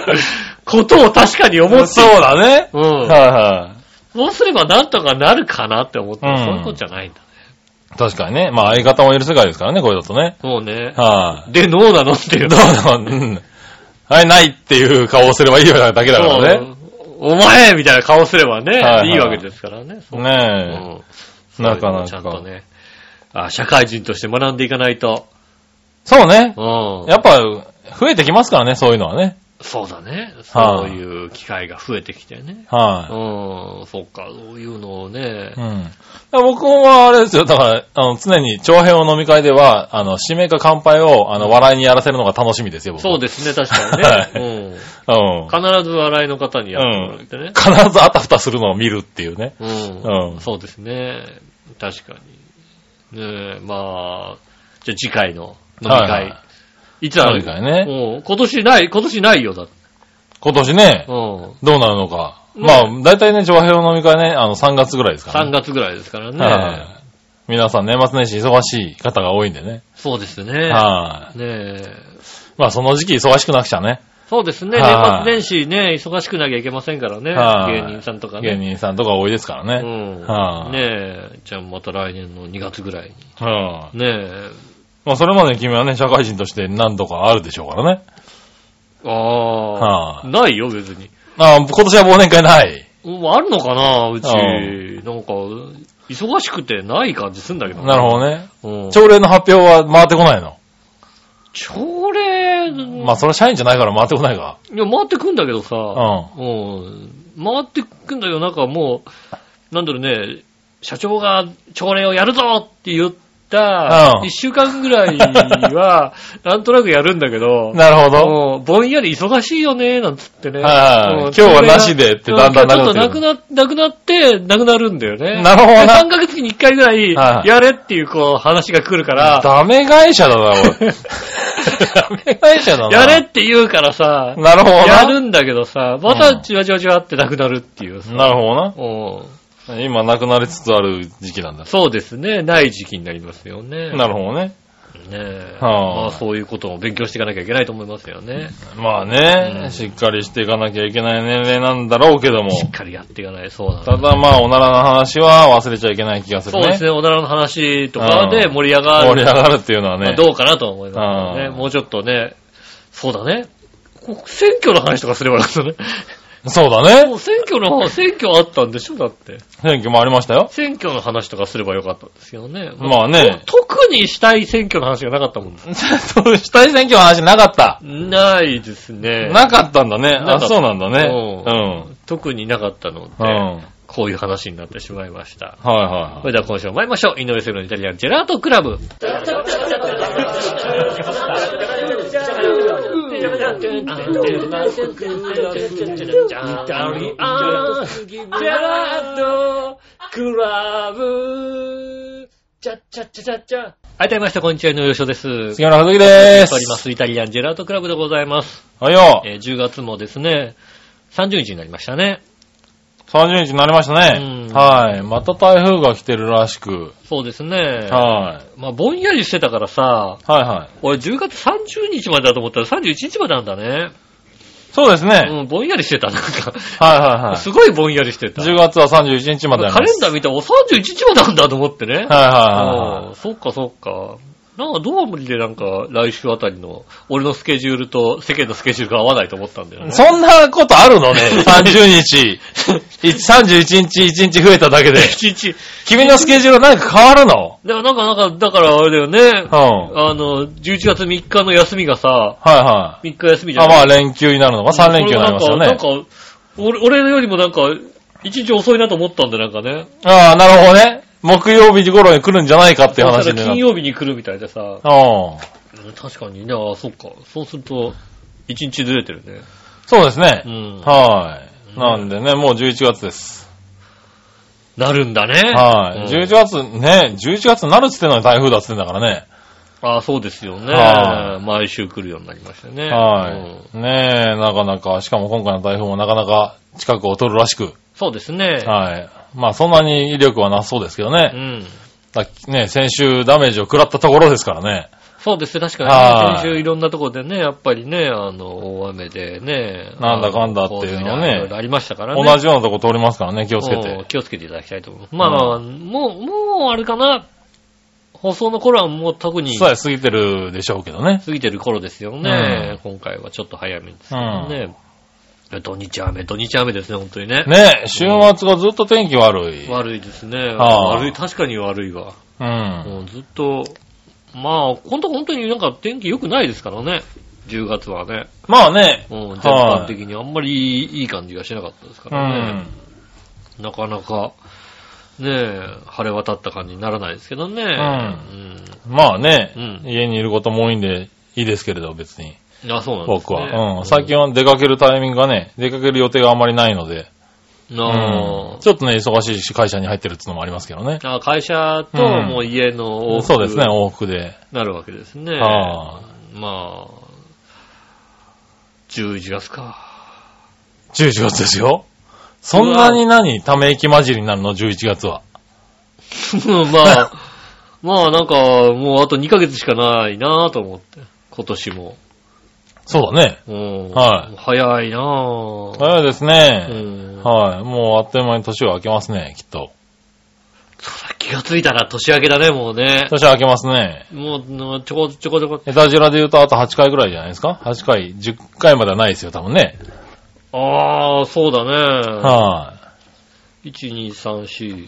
Speaker 2: ことを確かに思って。
Speaker 3: そうだね。
Speaker 2: う
Speaker 3: はい
Speaker 2: ん。
Speaker 3: は
Speaker 2: そうすればなんとかなるかなって思って、
Speaker 3: うん
Speaker 2: そういうことじゃないんだ。
Speaker 3: い。確かにね。まあ相方もいる世界ですからね、これだとね。
Speaker 2: そうね。
Speaker 3: はい、
Speaker 2: で、ノーなのっていう。
Speaker 3: どうだろう、うん。はい、ないっていう顔をすればいいようなだけだからね。
Speaker 2: そうお前みたいな顔すればね、い
Speaker 3: はいい
Speaker 2: わけですからね。そう
Speaker 3: ね
Speaker 2: うん
Speaker 3: え。なかなか。
Speaker 2: ちゃんとね。あ社会人として学んでいかないと。
Speaker 3: そうね。
Speaker 2: うん。
Speaker 3: やっぱ、増えてきますからね、そういうのはね。
Speaker 2: そうだね。
Speaker 3: はあ
Speaker 2: そういう機会が増えてきてね。
Speaker 3: はい、
Speaker 2: うん、そっか、そういうのをね
Speaker 3: う。ん。僕はあれですよ、だから、あの、常に長編を飲み会では、あの、指名か乾杯を、あの、笑いにやらせるのが楽しみですよ、僕。
Speaker 2: そう
Speaker 3: で
Speaker 2: ですね、確かにね。
Speaker 3: す。うん
Speaker 2: うん。。必ず笑いの方にやってもらってね。
Speaker 3: 必ずあたふたするのを見るっていうね。
Speaker 2: うん。
Speaker 3: うん
Speaker 2: そうですね。確かに。ねえ、まあ、じゃあ次回の飲み会。
Speaker 3: はい
Speaker 2: い
Speaker 3: は
Speaker 2: つある
Speaker 3: 飲み会ね
Speaker 2: うん。今年ない、今年ないよ、だって。
Speaker 3: 今年ね
Speaker 2: う、ん。
Speaker 3: どうなるのか。
Speaker 2: ね
Speaker 3: まあ、大体ね、長編を飲み会ね、あの、3月ぐらいですから
Speaker 2: 3
Speaker 3: ね。
Speaker 2: 月ぐらいですからね。
Speaker 3: はい。皆さん年末年始忙しい方が多いんでね。
Speaker 2: そうですね。
Speaker 3: は
Speaker 2: ねえ。
Speaker 3: い。まあ、その時期忙しくなくちゃね。
Speaker 2: そうですね。年
Speaker 3: は
Speaker 2: 末
Speaker 3: い
Speaker 2: 年始ね、忙しくなきゃいけませんからね。
Speaker 3: はい
Speaker 2: 芸人さんとかね。
Speaker 3: 芸人さんとか多いですから
Speaker 2: う
Speaker 3: ね。
Speaker 2: ん。
Speaker 3: はい
Speaker 2: ねえ。じゃあまた来年の2月ぐらいに。
Speaker 3: うん。
Speaker 2: ねえ。
Speaker 3: まあ、それまで君はね、社会人として何度かあるでしょうからね。
Speaker 2: ああ、
Speaker 3: はい
Speaker 2: ないよ、別に。
Speaker 3: あ今年は忘年会ない。
Speaker 2: うんあるのかな、うち。
Speaker 3: う
Speaker 2: なんか、忙しくてない感じすんだけど。
Speaker 3: なるほどね。
Speaker 2: ど。うん。
Speaker 3: 朝礼の発表は回ってこないの。
Speaker 2: 朝礼、
Speaker 3: まあ、それは社員じゃないから回ってこないか。
Speaker 2: いや、回ってくんだけどさ。
Speaker 3: うん。
Speaker 2: うん。回ってくんだけど、なんかもう、なんだろうね、社長が朝礼をやるぞって言った
Speaker 3: う、ん
Speaker 2: 一週間ぐらいは、なんとなくやるんだけ ど、
Speaker 3: なるほど。
Speaker 2: もうぼんやり忙しいよね、なんつってね。
Speaker 3: はいはい
Speaker 2: うん
Speaker 3: 今日はなしでってだんだん
Speaker 2: なくな
Speaker 3: な
Speaker 2: く
Speaker 3: く
Speaker 2: なって。なくなって、なくなるんだよね。
Speaker 3: なるほどな
Speaker 2: 3ヶ月に1回ぐらい
Speaker 3: は、い
Speaker 2: やれっていうこう話が来るから、
Speaker 3: ダメ会社だな、 おい。ダメ会社だな。
Speaker 2: やれって言うからさ、
Speaker 3: なるほどな。
Speaker 2: やるんだけどさ、またじわじわじわってなくなるっていうさ。
Speaker 3: なるほど
Speaker 2: うん
Speaker 3: な。今、なくなりつつある時期なんだ。
Speaker 2: そうですね。ない時期になりますよね。
Speaker 3: なるほどね。
Speaker 2: ねえ。
Speaker 3: はあ
Speaker 2: まあそういうことも勉強していかなきゃいけないと思いますよね。
Speaker 3: まあ
Speaker 2: うん
Speaker 3: ね、しっかりしていかなきゃいけない年齢なんだろうけども。
Speaker 2: しっかりやっていかない。そうなん
Speaker 3: た
Speaker 2: だ。
Speaker 3: だまあ、おならの話は忘れちゃいけない気がす
Speaker 2: そ
Speaker 3: る
Speaker 2: う
Speaker 3: ね。
Speaker 2: ですね。おならの話とかで
Speaker 3: うん
Speaker 2: 盛り上がる。
Speaker 3: 盛り上がるっていうのは
Speaker 2: まあ
Speaker 3: ね。
Speaker 2: どうかなとは思いますね。
Speaker 3: うん
Speaker 2: もうちょっとね。そうだね。こ選挙の話とかすればよかったね。
Speaker 3: そうだ
Speaker 2: も
Speaker 3: ね。
Speaker 2: う選挙の、選挙あったんでしょだって。
Speaker 3: 選挙もありました よ。
Speaker 2: 選挙の話とかすればよかったんですけどね。
Speaker 3: まあね
Speaker 2: と特にしたい選挙の話がなかったもんです。
Speaker 3: そう、主体選挙の話なかった。
Speaker 2: ないですね。
Speaker 3: なかったんだ
Speaker 2: な
Speaker 3: ね。
Speaker 2: かっ
Speaker 3: あ、
Speaker 2: た
Speaker 3: そうなんだね。
Speaker 2: う
Speaker 3: うんん。
Speaker 2: 特になかったので。
Speaker 3: うん。はい
Speaker 2: こういう話になってしまいました。
Speaker 3: はい
Speaker 2: そ
Speaker 3: はい。
Speaker 2: れでは今週も参りましょう。井上セブのイタリアンジェラートクラブ。はい、どうもみなさんこんにちは、井上洋です。
Speaker 3: 杉村和樹でー。
Speaker 2: おりますす。イタリアンジェラートクラブでございます。
Speaker 3: はいよ。
Speaker 2: えー10月もですね、30日になりましたね。
Speaker 3: 30日になりましたね
Speaker 2: うん。
Speaker 3: はい。また台風が来てるらしく。
Speaker 2: そうですね。
Speaker 3: はい。
Speaker 2: まあ、ぼんやりしてたからさ、
Speaker 3: はいはい。
Speaker 2: 俺10月30日までだと思ったら31日までなんだね。
Speaker 3: そうですね。
Speaker 2: うん、ぼんやりしてた、なんか。
Speaker 3: はいはいはい。
Speaker 2: すごいぼんやりしてた。
Speaker 3: 10月は31日まであり
Speaker 2: カ
Speaker 3: ま
Speaker 2: レン
Speaker 3: す。
Speaker 2: ダー見たら、お、31日までなんだと思ってね。
Speaker 3: はいはいはい
Speaker 2: うんそっかそっか。なんか、どうもりでなんか、来週あたりの、俺のスケジュールと世間のスケジュールが合わないと思ったんだよ
Speaker 3: はい。
Speaker 2: ね。
Speaker 3: そんなことあ るのね。30日。い31日1日増えただけで。
Speaker 2: 一日。
Speaker 3: 君のスケジュールなんか変わるの
Speaker 2: だから、なんか、なんか、だからあれだよね。
Speaker 3: うん。
Speaker 2: あの、11月3日の休みがさ、
Speaker 3: はいはい。
Speaker 2: 3日休みじゃな
Speaker 3: あ、
Speaker 2: い
Speaker 3: まあ連休になるのか ?3 連休になりました
Speaker 2: なん
Speaker 3: ね。
Speaker 2: か、なんか俺俺よりもなんか、一日遅いなと思ったんで、なんかね。
Speaker 3: ああ、なるほどね。木曜日頃に来るんじゃないかっていう話
Speaker 2: そした
Speaker 3: に
Speaker 2: ら
Speaker 3: な
Speaker 2: 金
Speaker 3: って。
Speaker 2: 曜日に来るみたいでさ、
Speaker 3: あ
Speaker 2: 確かにね、ああ、そっか。そうすると、一日ずれてるね。
Speaker 3: そうですね
Speaker 2: う。ん。
Speaker 3: はい。なんでね、もう11月です。
Speaker 2: なるんだね。
Speaker 3: はい。
Speaker 2: うん
Speaker 3: 11月、ね、11月になるっつってんのに台風だっつってんだからね。
Speaker 2: ああ、そうですよね
Speaker 3: は。
Speaker 2: 毎週来るようになりましたね。
Speaker 3: はい。ねえ、なかなか、しかも今回の台風もなかなか近くを取るらしく。
Speaker 2: そうですね。
Speaker 3: はい。まあそんなに威力はなさそうですけど
Speaker 2: う
Speaker 3: ね。
Speaker 2: ん。
Speaker 3: だね、先週ダメージを食らったところですからね。
Speaker 2: そうですね、確かに
Speaker 3: は
Speaker 2: ね。
Speaker 3: い
Speaker 2: 先週いろんなところでね、やっぱりね、あの、大雨でね。
Speaker 3: なんだかんだっていうの
Speaker 2: 洪水が
Speaker 3: をね
Speaker 2: いろいろありましたからね。
Speaker 3: 同じようなとこ通りますからね、気をつけ
Speaker 2: うん
Speaker 3: て。
Speaker 2: 気をつけていただきたいと思います。まあまあ、もう、もうあれかな。放送の頃はもう特に
Speaker 3: さえ過ぎてるでしょうけどね。
Speaker 2: 過ぎてる頃ですよね。今回はちょっと早めですけどね。土日雨、土日雨ですね、本当にね。
Speaker 3: ねえ、週末がずっと天気悪い。
Speaker 2: 悪いですね。
Speaker 3: あ
Speaker 2: 悪い、確かに悪いわ。
Speaker 3: うん。
Speaker 2: もうずっと、まあ、ほんと本当になんか天気良くないですからね。10月はね。
Speaker 3: まあね、
Speaker 2: うん、全
Speaker 3: は
Speaker 2: 般
Speaker 3: い
Speaker 2: 的にあんまりいいいい感じがしなかったですか
Speaker 3: う
Speaker 2: らね
Speaker 3: ん。。
Speaker 2: なかなか、ねえ、晴れ渡った感じにならないですけどね。う
Speaker 3: まあね、
Speaker 2: うん
Speaker 3: 家にいることも多いんで、いいですけれど、別に。
Speaker 2: ん。あ、そうなんですね。
Speaker 3: 僕は。うん。最近は出かけるタイミングがね、出かける予定があんまりないので、
Speaker 2: うん。
Speaker 3: う
Speaker 2: なん
Speaker 3: ちょっとね、忙しいし、会社に入ってるっていうのもありますけどね。
Speaker 2: ああ会社と
Speaker 3: うん
Speaker 2: もう家の往
Speaker 3: そうです
Speaker 2: 復
Speaker 3: ね、往復で。
Speaker 2: なるわけですね。
Speaker 3: は
Speaker 2: まあ、11月か。
Speaker 3: 11月ですよ。そんなに何ため息混じりになるの ?11 月は。
Speaker 2: うんまあ、まあなんか、もうあと2ヶ月しかないなぁと思って。今年も。
Speaker 3: そうだね。
Speaker 2: うん。
Speaker 3: は
Speaker 2: 早いなぁ。
Speaker 3: 早いです
Speaker 2: う
Speaker 3: ね。
Speaker 2: ん。
Speaker 3: はい。もうあっという間に年が明けますね、きっと。
Speaker 2: そうだ気がついたら年明けだね、もうね。
Speaker 3: 年は明けますね。
Speaker 2: もうな、ちょこちょこちょこ。
Speaker 3: エタジラで言うとあと8回ぐらいじゃないですか ?8 回、10回まではないですよ、多分ね。
Speaker 2: ああ、そうだね。
Speaker 3: は
Speaker 2: 1、2、3、4、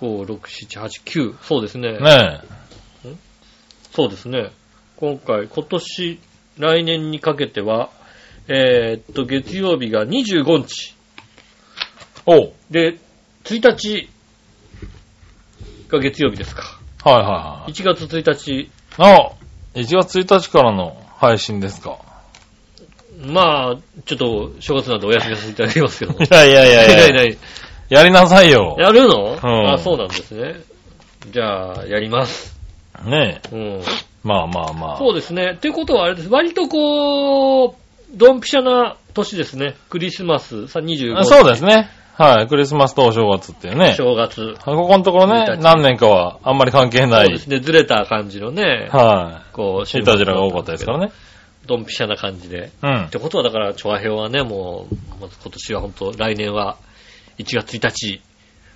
Speaker 2: 5、6、7、8、9。そうですね
Speaker 3: い。。ねえ。
Speaker 2: そうですね。今回、今年、来年にかけては、えーっと、月曜日が25日。
Speaker 3: おう。
Speaker 2: で、1日が月曜日ですか。
Speaker 3: はいはいはい。
Speaker 2: 1月1日、
Speaker 3: あ !1 月1日からの配信ですか。
Speaker 2: まあ、ちょっと正月なんでお休みさせていただきます けども。
Speaker 3: いやいやい
Speaker 2: いやいや
Speaker 3: や
Speaker 2: い
Speaker 3: やりなさいよ
Speaker 2: や。やるの、
Speaker 3: ん
Speaker 2: あ、そうなんですね。じゃあ、やります。
Speaker 3: ね
Speaker 2: う
Speaker 3: え。
Speaker 2: ん。
Speaker 3: まあまあまあ。
Speaker 2: そうですね。ということはあれです。割とこう、ドンピシャな年ですね。クリスマス、さ25
Speaker 3: あ
Speaker 2: 日。
Speaker 3: そうですね。はい。クリスマスとお正月っていうね。
Speaker 2: 正月。
Speaker 3: ここのところ
Speaker 2: 1
Speaker 3: ね、
Speaker 2: 日
Speaker 3: 何年かはあんまり関係な
Speaker 2: そうで
Speaker 3: い。
Speaker 2: すね。ずれた感じのね、
Speaker 3: は
Speaker 2: こう、
Speaker 3: い。いたじらが多かったですからね。
Speaker 2: ドンピシャな感じで。
Speaker 3: うん
Speaker 2: っ。てことはだから、調和表はね、もう、もう今年は本当、来年は1月1日、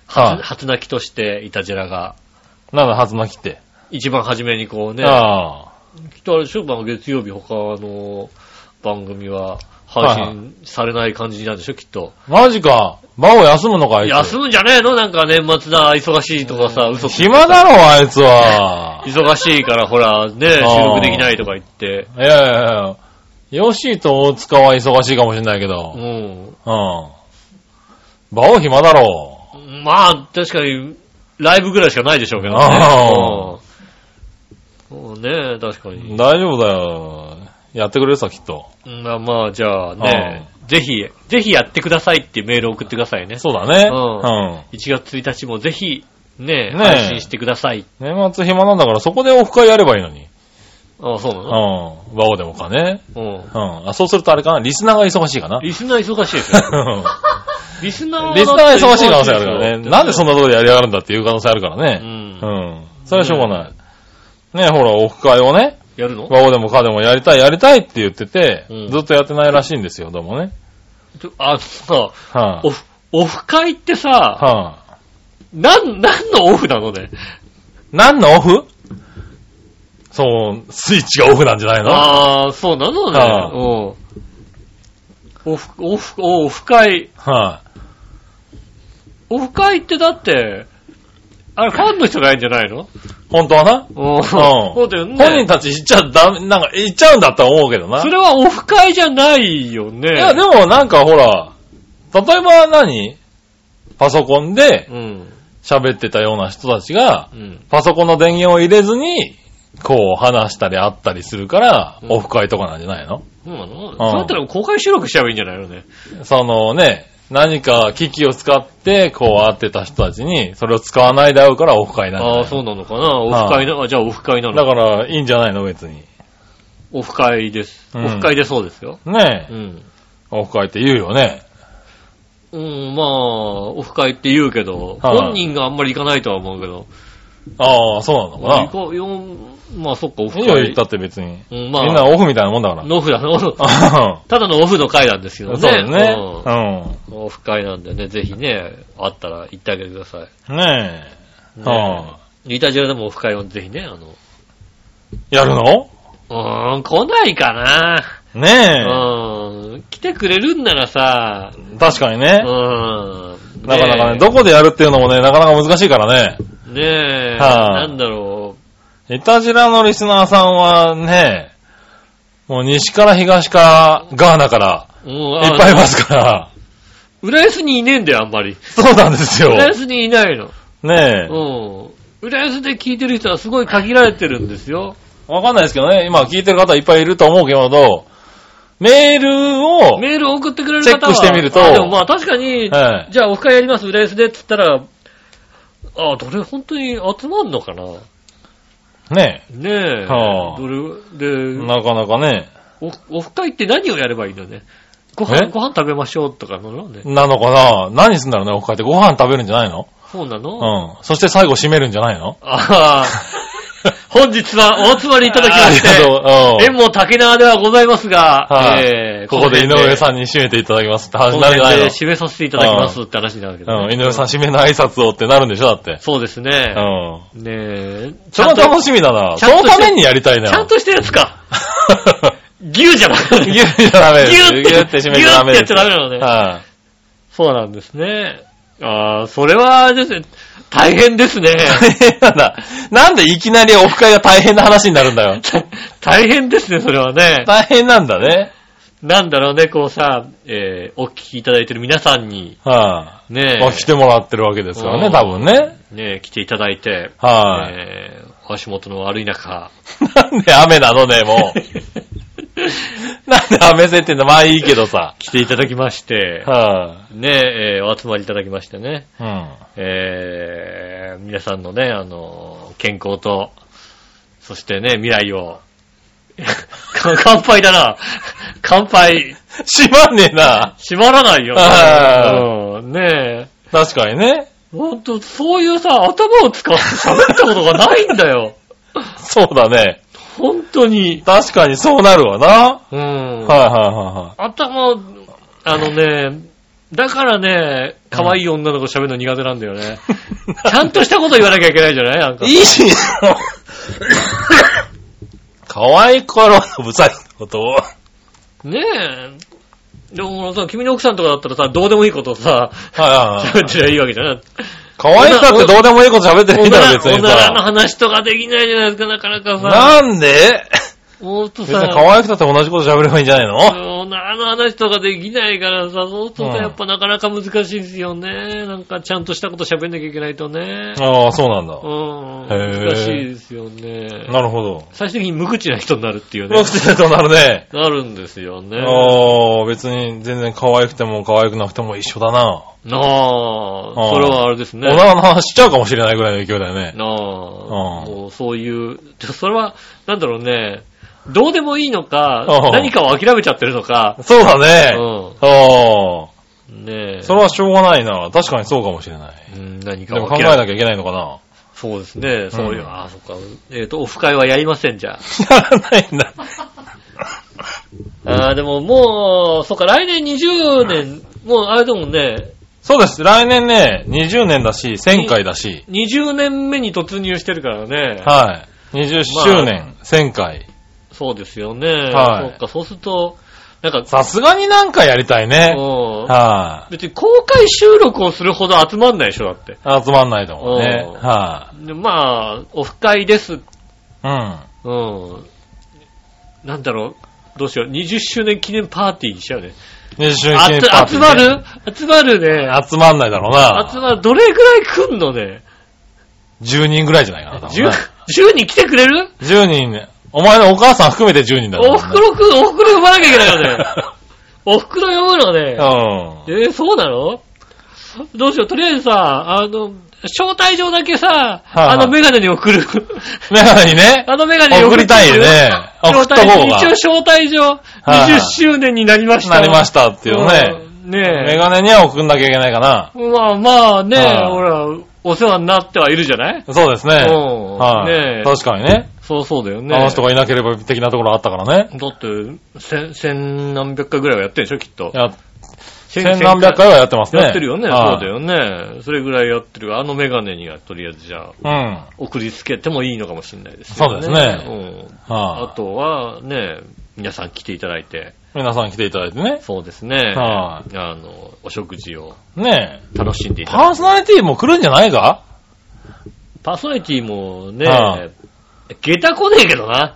Speaker 2: 初
Speaker 3: は
Speaker 2: 初泣きとして、イタジェラが、
Speaker 3: い。なんだ、初巻きって。
Speaker 2: 一番初めにこうね、
Speaker 3: ああ。
Speaker 2: きっとあれ、ショーマンは月曜日他の番組は配信されない感じなんでしょ、きっと。
Speaker 3: マジか。場を休むのか、あいつ。
Speaker 2: 休むんじゃねえのなんか年末だ、忙しいとかさ、嘘ついて
Speaker 3: 暇だろ、あいつは。
Speaker 2: 忙しいから、ほら、ね、収
Speaker 3: あー
Speaker 2: 録できないとか言って。
Speaker 3: いやいやいや。ヨシーと大塚は忙しいかもしれないけど。
Speaker 2: う
Speaker 3: うん。
Speaker 2: ん。
Speaker 3: 場を暇だろ。
Speaker 2: まあ、確かに、ライブぐらいしかないでしょうけどね。
Speaker 3: あ
Speaker 2: うんそうね、確かに。
Speaker 3: 大丈夫だよ。やってくれるさ、きっと。
Speaker 2: まあまあ、じゃあね、ぜひ、ぜひやってくださいっていうメールを送ってくださいね。
Speaker 3: そうだね。
Speaker 2: う
Speaker 3: うん。
Speaker 2: 1月1日もぜひ、ね、
Speaker 3: ねえ
Speaker 2: 配信してください。
Speaker 3: 年末暇なんだから、そこでオフ会やればいいのに。
Speaker 2: あそう
Speaker 3: う。
Speaker 2: なんの
Speaker 3: ワオでもかね。
Speaker 2: うん。
Speaker 3: うん。あ、そうするとあれかなリスナーが忙しいかな。
Speaker 2: リスナー忙しいですよ。リスナーは
Speaker 3: リスナーが忙しい可能性あるから
Speaker 2: 忙しいです
Speaker 3: ね。
Speaker 2: よ
Speaker 3: なんでそんなとこでやりやがるんだっていう可能性あるから
Speaker 2: う。
Speaker 3: ね。うんん。それはしょうがない。ねほら、オフ会をね、
Speaker 2: やるの
Speaker 3: ワオでもカでもやりたい、やりたいって言ってて
Speaker 2: うん、
Speaker 3: ずっとやってないらしいんですよ、どうもね。
Speaker 2: あ、さ、
Speaker 3: は
Speaker 2: オ
Speaker 3: い
Speaker 2: フ、オフ会ってさ、
Speaker 3: は
Speaker 2: なん、なんのオフなのね。
Speaker 3: い何のオフそう、スイッチがオフなんじゃないの
Speaker 2: ああ、そうなの
Speaker 3: ああ
Speaker 2: ね。うん。オフ、オフ、オフ会。
Speaker 3: は
Speaker 2: オフ会ってだって、あれファンの人がやるんじゃないの
Speaker 3: い。本当はな
Speaker 2: うん。そうだよね。
Speaker 3: 本人たち行っちゃダメ、なんか行っちゃうんだったら思うけどな。
Speaker 2: それはオフ会じゃないよね。
Speaker 3: いや、でもなんかほら、例えば何パソコンで
Speaker 2: うん。
Speaker 3: 喋ってたような人たちが、
Speaker 2: うん。
Speaker 3: パソコンの電源を入れずに、こう話したり会ったりするから、
Speaker 2: うん
Speaker 3: オフ会とかなんじゃないの
Speaker 2: そうなのそうだったら公開収録しちゃえばいいんじゃないのね。
Speaker 3: そのね、何か機器を使って、こう会ってた人たちに、それを使わないで会うからオフ会なんじゃない
Speaker 2: ああ、そうなのかな。オフ会な、あじゃあオフ会な
Speaker 3: だ
Speaker 2: の
Speaker 3: から、いいんじゃないの別に。
Speaker 2: オフ会です。
Speaker 3: うん
Speaker 2: オフ会でそうですよ。
Speaker 3: ね
Speaker 2: う
Speaker 3: え、
Speaker 2: ん。
Speaker 3: オフ会って言うよね。
Speaker 2: うん、まあ、オフ会って言うけど、
Speaker 3: はい
Speaker 2: 本人があんまり行かないとは思うけど、
Speaker 3: ああ、そうなのか
Speaker 2: まあ、
Speaker 3: な
Speaker 2: 行。こうよまあそっか、オフ会。
Speaker 3: いいよ、言ったって別に。
Speaker 2: うん、まあ、
Speaker 3: みんなオフみたいなもんだから。
Speaker 2: オフだ、オフ。 ただのオフの会なんですけど
Speaker 3: そう
Speaker 2: ね。
Speaker 3: だね。う
Speaker 2: うんオフ会なんでね、ぜひね、あったら行ってあげてください。
Speaker 3: ん。ねえ。
Speaker 2: ね
Speaker 3: はあ
Speaker 2: イタジェラでもオフ会をぜひね、あの、
Speaker 3: やるの
Speaker 2: うーん、来ないかな。う
Speaker 3: ね
Speaker 2: ーん、来てくれるんならさ、
Speaker 3: え。確かに
Speaker 2: う
Speaker 3: ね。
Speaker 2: ーん。
Speaker 3: なかなかね、どこでやるっていうのもね、なかなか難しいからね。
Speaker 2: ねえ、
Speaker 3: は
Speaker 2: な
Speaker 3: あ
Speaker 2: んだろ
Speaker 3: いたじらのリスナーさんはね、もう西から東からガーナから
Speaker 2: う。うん
Speaker 3: いっぱいいま。す から。
Speaker 2: あ浦安にいねえんだよ、あんまり。
Speaker 3: そうなんですよ。
Speaker 2: 浦安にいないの。
Speaker 3: ねえ。
Speaker 2: うん。浦安で聞いてる人はすごい限られてるんですよ。
Speaker 3: わかんないですけどね、今聞いてる方いっぱいいると思うけど、メールを、
Speaker 2: メールを送ってくれる方は。
Speaker 3: チェックしてみると
Speaker 2: あでもまあ確かに、
Speaker 3: はい
Speaker 2: じゃあオフ会やります、浦安でって言ったら、あ、どれ本当に集まんのかな
Speaker 3: ね
Speaker 2: ねえ。
Speaker 3: はあ
Speaker 2: どれ、
Speaker 3: え、
Speaker 2: で、
Speaker 3: なかなかね、
Speaker 2: オフオフ会って何をやればいいのね。ご
Speaker 3: え
Speaker 2: 飯、ご飯食べましょうとかなのね。
Speaker 3: なのかな何すんだろうね、おかってご飯食べるんじゃないの
Speaker 2: そうなの、あ
Speaker 3: うん。そして最後締めるんじゃないの
Speaker 2: あ。本日はお集まりいただきま
Speaker 3: あり
Speaker 2: し
Speaker 3: が
Speaker 2: て、
Speaker 3: とう。う
Speaker 2: 縁
Speaker 3: ん。
Speaker 2: も竹縄ではございますが、
Speaker 3: はい
Speaker 2: えー
Speaker 3: ここで井上
Speaker 2: ん、
Speaker 3: さんに締めていただきますって話に
Speaker 2: こ
Speaker 3: な
Speaker 2: の
Speaker 3: るんじゃな
Speaker 2: 辺
Speaker 3: い
Speaker 2: で締めさせていただきますって話になるけど、
Speaker 3: のうん。
Speaker 2: ね
Speaker 3: 井上さん締めの挨拶をってなるんでしょだって。
Speaker 2: そうです
Speaker 3: う
Speaker 2: ね。
Speaker 3: ん。
Speaker 2: ねえ。
Speaker 3: それは楽しみだな。
Speaker 2: ち
Speaker 3: そ
Speaker 2: ゃん
Speaker 3: の
Speaker 2: と
Speaker 3: ためにやりたいな。
Speaker 2: ちゃん としたやつか。牛じゃなくて。
Speaker 3: ギュッじゃダメです。
Speaker 2: 牛って、
Speaker 3: ギュッて締めちゃダメ
Speaker 2: 牛ってやっ
Speaker 3: です。
Speaker 2: ちゃダメなのね。
Speaker 3: はい。
Speaker 2: そうなんですね。ああ、それはですね、大変です ね。
Speaker 3: 大変なんだ。なんでいきなりオフ会が大変な話になるんだよ。
Speaker 2: 大変ですね、それはね。
Speaker 3: 大変なんだね。
Speaker 2: なんだろうね、こうさ、えー、お聞きいただいてる皆さんに、
Speaker 3: は
Speaker 2: ね
Speaker 3: い。まあ来てもらってるわけですから
Speaker 2: う
Speaker 3: ね、
Speaker 2: ん
Speaker 3: 多分ね。
Speaker 2: ね来ていただいて、
Speaker 3: はい。
Speaker 2: えー、足元の悪い中、
Speaker 3: なんで雨なのね、も う。なんで雨設定なのまあいいけどさ。
Speaker 2: 来ていただきまして、
Speaker 3: は
Speaker 2: ねえ、えーお集まりいただきましてね。
Speaker 3: い。うん。
Speaker 2: えー皆さんのね、あの、健康と、そしてね、未来を、 か乾杯だな。 乾杯、
Speaker 3: 閉まんねえな。
Speaker 2: 閉まらないよ
Speaker 3: は。
Speaker 2: うん、ねえ。
Speaker 3: 確かにね。
Speaker 2: ほんと、そういうさ、頭を使って喋ったことがないんだよ。
Speaker 3: そうだね。
Speaker 2: 本当に。
Speaker 3: 確かにそうなるわな。は
Speaker 2: うん
Speaker 3: い。はいはいはい。
Speaker 2: 頭を、あのね、だからね、可愛い女の子喋るの苦手なんだよね。 ちゃんとしたこと言わなきゃいけないじゃないなんか。
Speaker 3: いいし、 かわいい頃のブサイクのことを。
Speaker 2: ねえ。でもさ、君の奥さんとかだったらさ、どうでもいいことをさ、
Speaker 3: はいはいはい
Speaker 2: 喋ってりゃいいわけじゃない。
Speaker 3: かわいさってどうでもいいこと喋って
Speaker 2: お
Speaker 3: るい
Speaker 2: な
Speaker 3: だ
Speaker 2: ら
Speaker 3: ろ、別に
Speaker 2: おならの
Speaker 3: さ。
Speaker 2: 話とかできないじゃないですか、なかなかさ。
Speaker 3: なんで
Speaker 2: もっと
Speaker 3: 別に
Speaker 2: さ、
Speaker 3: かわいくたって同じこと喋ればいいんじゃないの
Speaker 2: おならの話とかできないからさ、そうする
Speaker 3: うん
Speaker 2: とやっぱなかなか難しいですよね。なんかちゃんとしたこと喋んなきゃいけないとね。
Speaker 3: ああ、そうなんだ
Speaker 2: う。ん。
Speaker 3: へえ
Speaker 2: 難しいですよね。
Speaker 3: なるほど。
Speaker 2: 最終的に無口な人になるっていうね
Speaker 3: ロ。クテとなるね。
Speaker 2: なるんですよね。
Speaker 3: ああ、別に全然可愛くても可愛くなくても一緒だな。
Speaker 2: なあ、
Speaker 3: あー
Speaker 2: それはあれですね。
Speaker 3: おならの話しちゃうかもしれないぐらいの勢いだよね。
Speaker 2: なあ、
Speaker 3: うん
Speaker 2: もうそういう、ちょそれは、なんだろうね、どうでもいいのか
Speaker 3: うん、
Speaker 2: 何かを諦めちゃってるのか、
Speaker 3: そうだ
Speaker 2: う
Speaker 3: ね。
Speaker 2: ん
Speaker 3: ああ、。
Speaker 2: ねえ。
Speaker 3: それはしょうがないな。確かにそうかもしれない。
Speaker 2: うん、何
Speaker 3: で
Speaker 2: か
Speaker 3: も
Speaker 2: を
Speaker 3: 考え
Speaker 2: 諦
Speaker 3: な
Speaker 2: め
Speaker 3: きゃいけないのかな。
Speaker 2: そうですね、そういう、ああ、そっか。えっ、と、オフ会はやりません、じゃ
Speaker 3: やらないんだ。
Speaker 2: あ。ああ、でももう、そっか、来年20年、もうあれでもね、
Speaker 3: そうです。来年ね、20年だし、1000回だし、
Speaker 2: 20年目に突入してるからね。
Speaker 3: はい。20周年、1000回。
Speaker 2: そうですよね。
Speaker 3: はい
Speaker 2: そっか、そうすると、なんか、
Speaker 3: さすがになんかやりたいね。
Speaker 2: うん
Speaker 3: は
Speaker 2: 別に公開収録をするほど集まんないでしょ、だって。
Speaker 3: い。集まんないと思うね。
Speaker 2: うん
Speaker 3: は
Speaker 2: でまあ、オフ会です。うん。
Speaker 3: い。うん。
Speaker 2: なんだろう。どうしよう。20周年記念パーティーにしちゃうね。
Speaker 3: 20周
Speaker 2: あ
Speaker 3: 年記念
Speaker 2: つ
Speaker 3: パーテ
Speaker 2: 集
Speaker 3: ィ
Speaker 2: ま
Speaker 3: ーね
Speaker 2: る集まるね。
Speaker 3: 集まんないだろうな。
Speaker 2: 集まる。どれぐらい来んのね。
Speaker 3: 10人ぐらいじゃないかな。多分
Speaker 2: 10
Speaker 3: ね、
Speaker 2: 10人来てくれる
Speaker 3: ?10 人ね。お前のお母さん含めて10人だ
Speaker 2: お
Speaker 3: ろ。
Speaker 2: ふくろくん、おふくろ呼ばなきゃいけないからね。おふくろ呼ぶのね。
Speaker 3: うん。
Speaker 2: えー、そうなのどうしよう、とりあえずさ、あの、招待状だけさ、
Speaker 3: いはい
Speaker 2: あのメガネに送る。
Speaker 3: メガネにね。
Speaker 2: あのメガネに
Speaker 3: 送りたいね。送
Speaker 2: 招
Speaker 3: った
Speaker 2: 待
Speaker 3: 方が。
Speaker 2: 一応招待状、
Speaker 3: はい
Speaker 2: 20周年になりました。
Speaker 3: なりましたっていうね。
Speaker 2: うん。ねえ。
Speaker 3: メガネには送んなきゃいけないかな。
Speaker 2: まあまあね、
Speaker 3: はい
Speaker 2: ほら、お世話になってはいるじゃない
Speaker 3: そうですね。
Speaker 2: うんね
Speaker 3: は
Speaker 2: え
Speaker 3: い。確かにね。
Speaker 2: そうそうだよね。
Speaker 3: あの人がいなければ的なところあったからね。
Speaker 2: だって、千、千何百回ぐらいはやってるでしょ、きっと。
Speaker 3: や千何百回はやってますね。
Speaker 2: やってるよね、そう
Speaker 3: はい
Speaker 2: だよね。それぐらいやってる。あのメガネにはとりあえずじゃあ、
Speaker 3: うん。
Speaker 2: 送りつけてもいいのかもしれないですよね。
Speaker 3: そうですね
Speaker 2: うん。あ
Speaker 3: はい。
Speaker 2: とはね、皆さん来ていただいて、
Speaker 3: 皆さん来ていただいてね。
Speaker 2: そうですね。
Speaker 3: は
Speaker 2: あの、お食事を
Speaker 3: ねえ。
Speaker 2: 楽しんでいただいて。
Speaker 3: パーソナリティも来るんじゃないか
Speaker 2: パーソナリティも
Speaker 3: は
Speaker 2: ね、下駄来ねえけど な。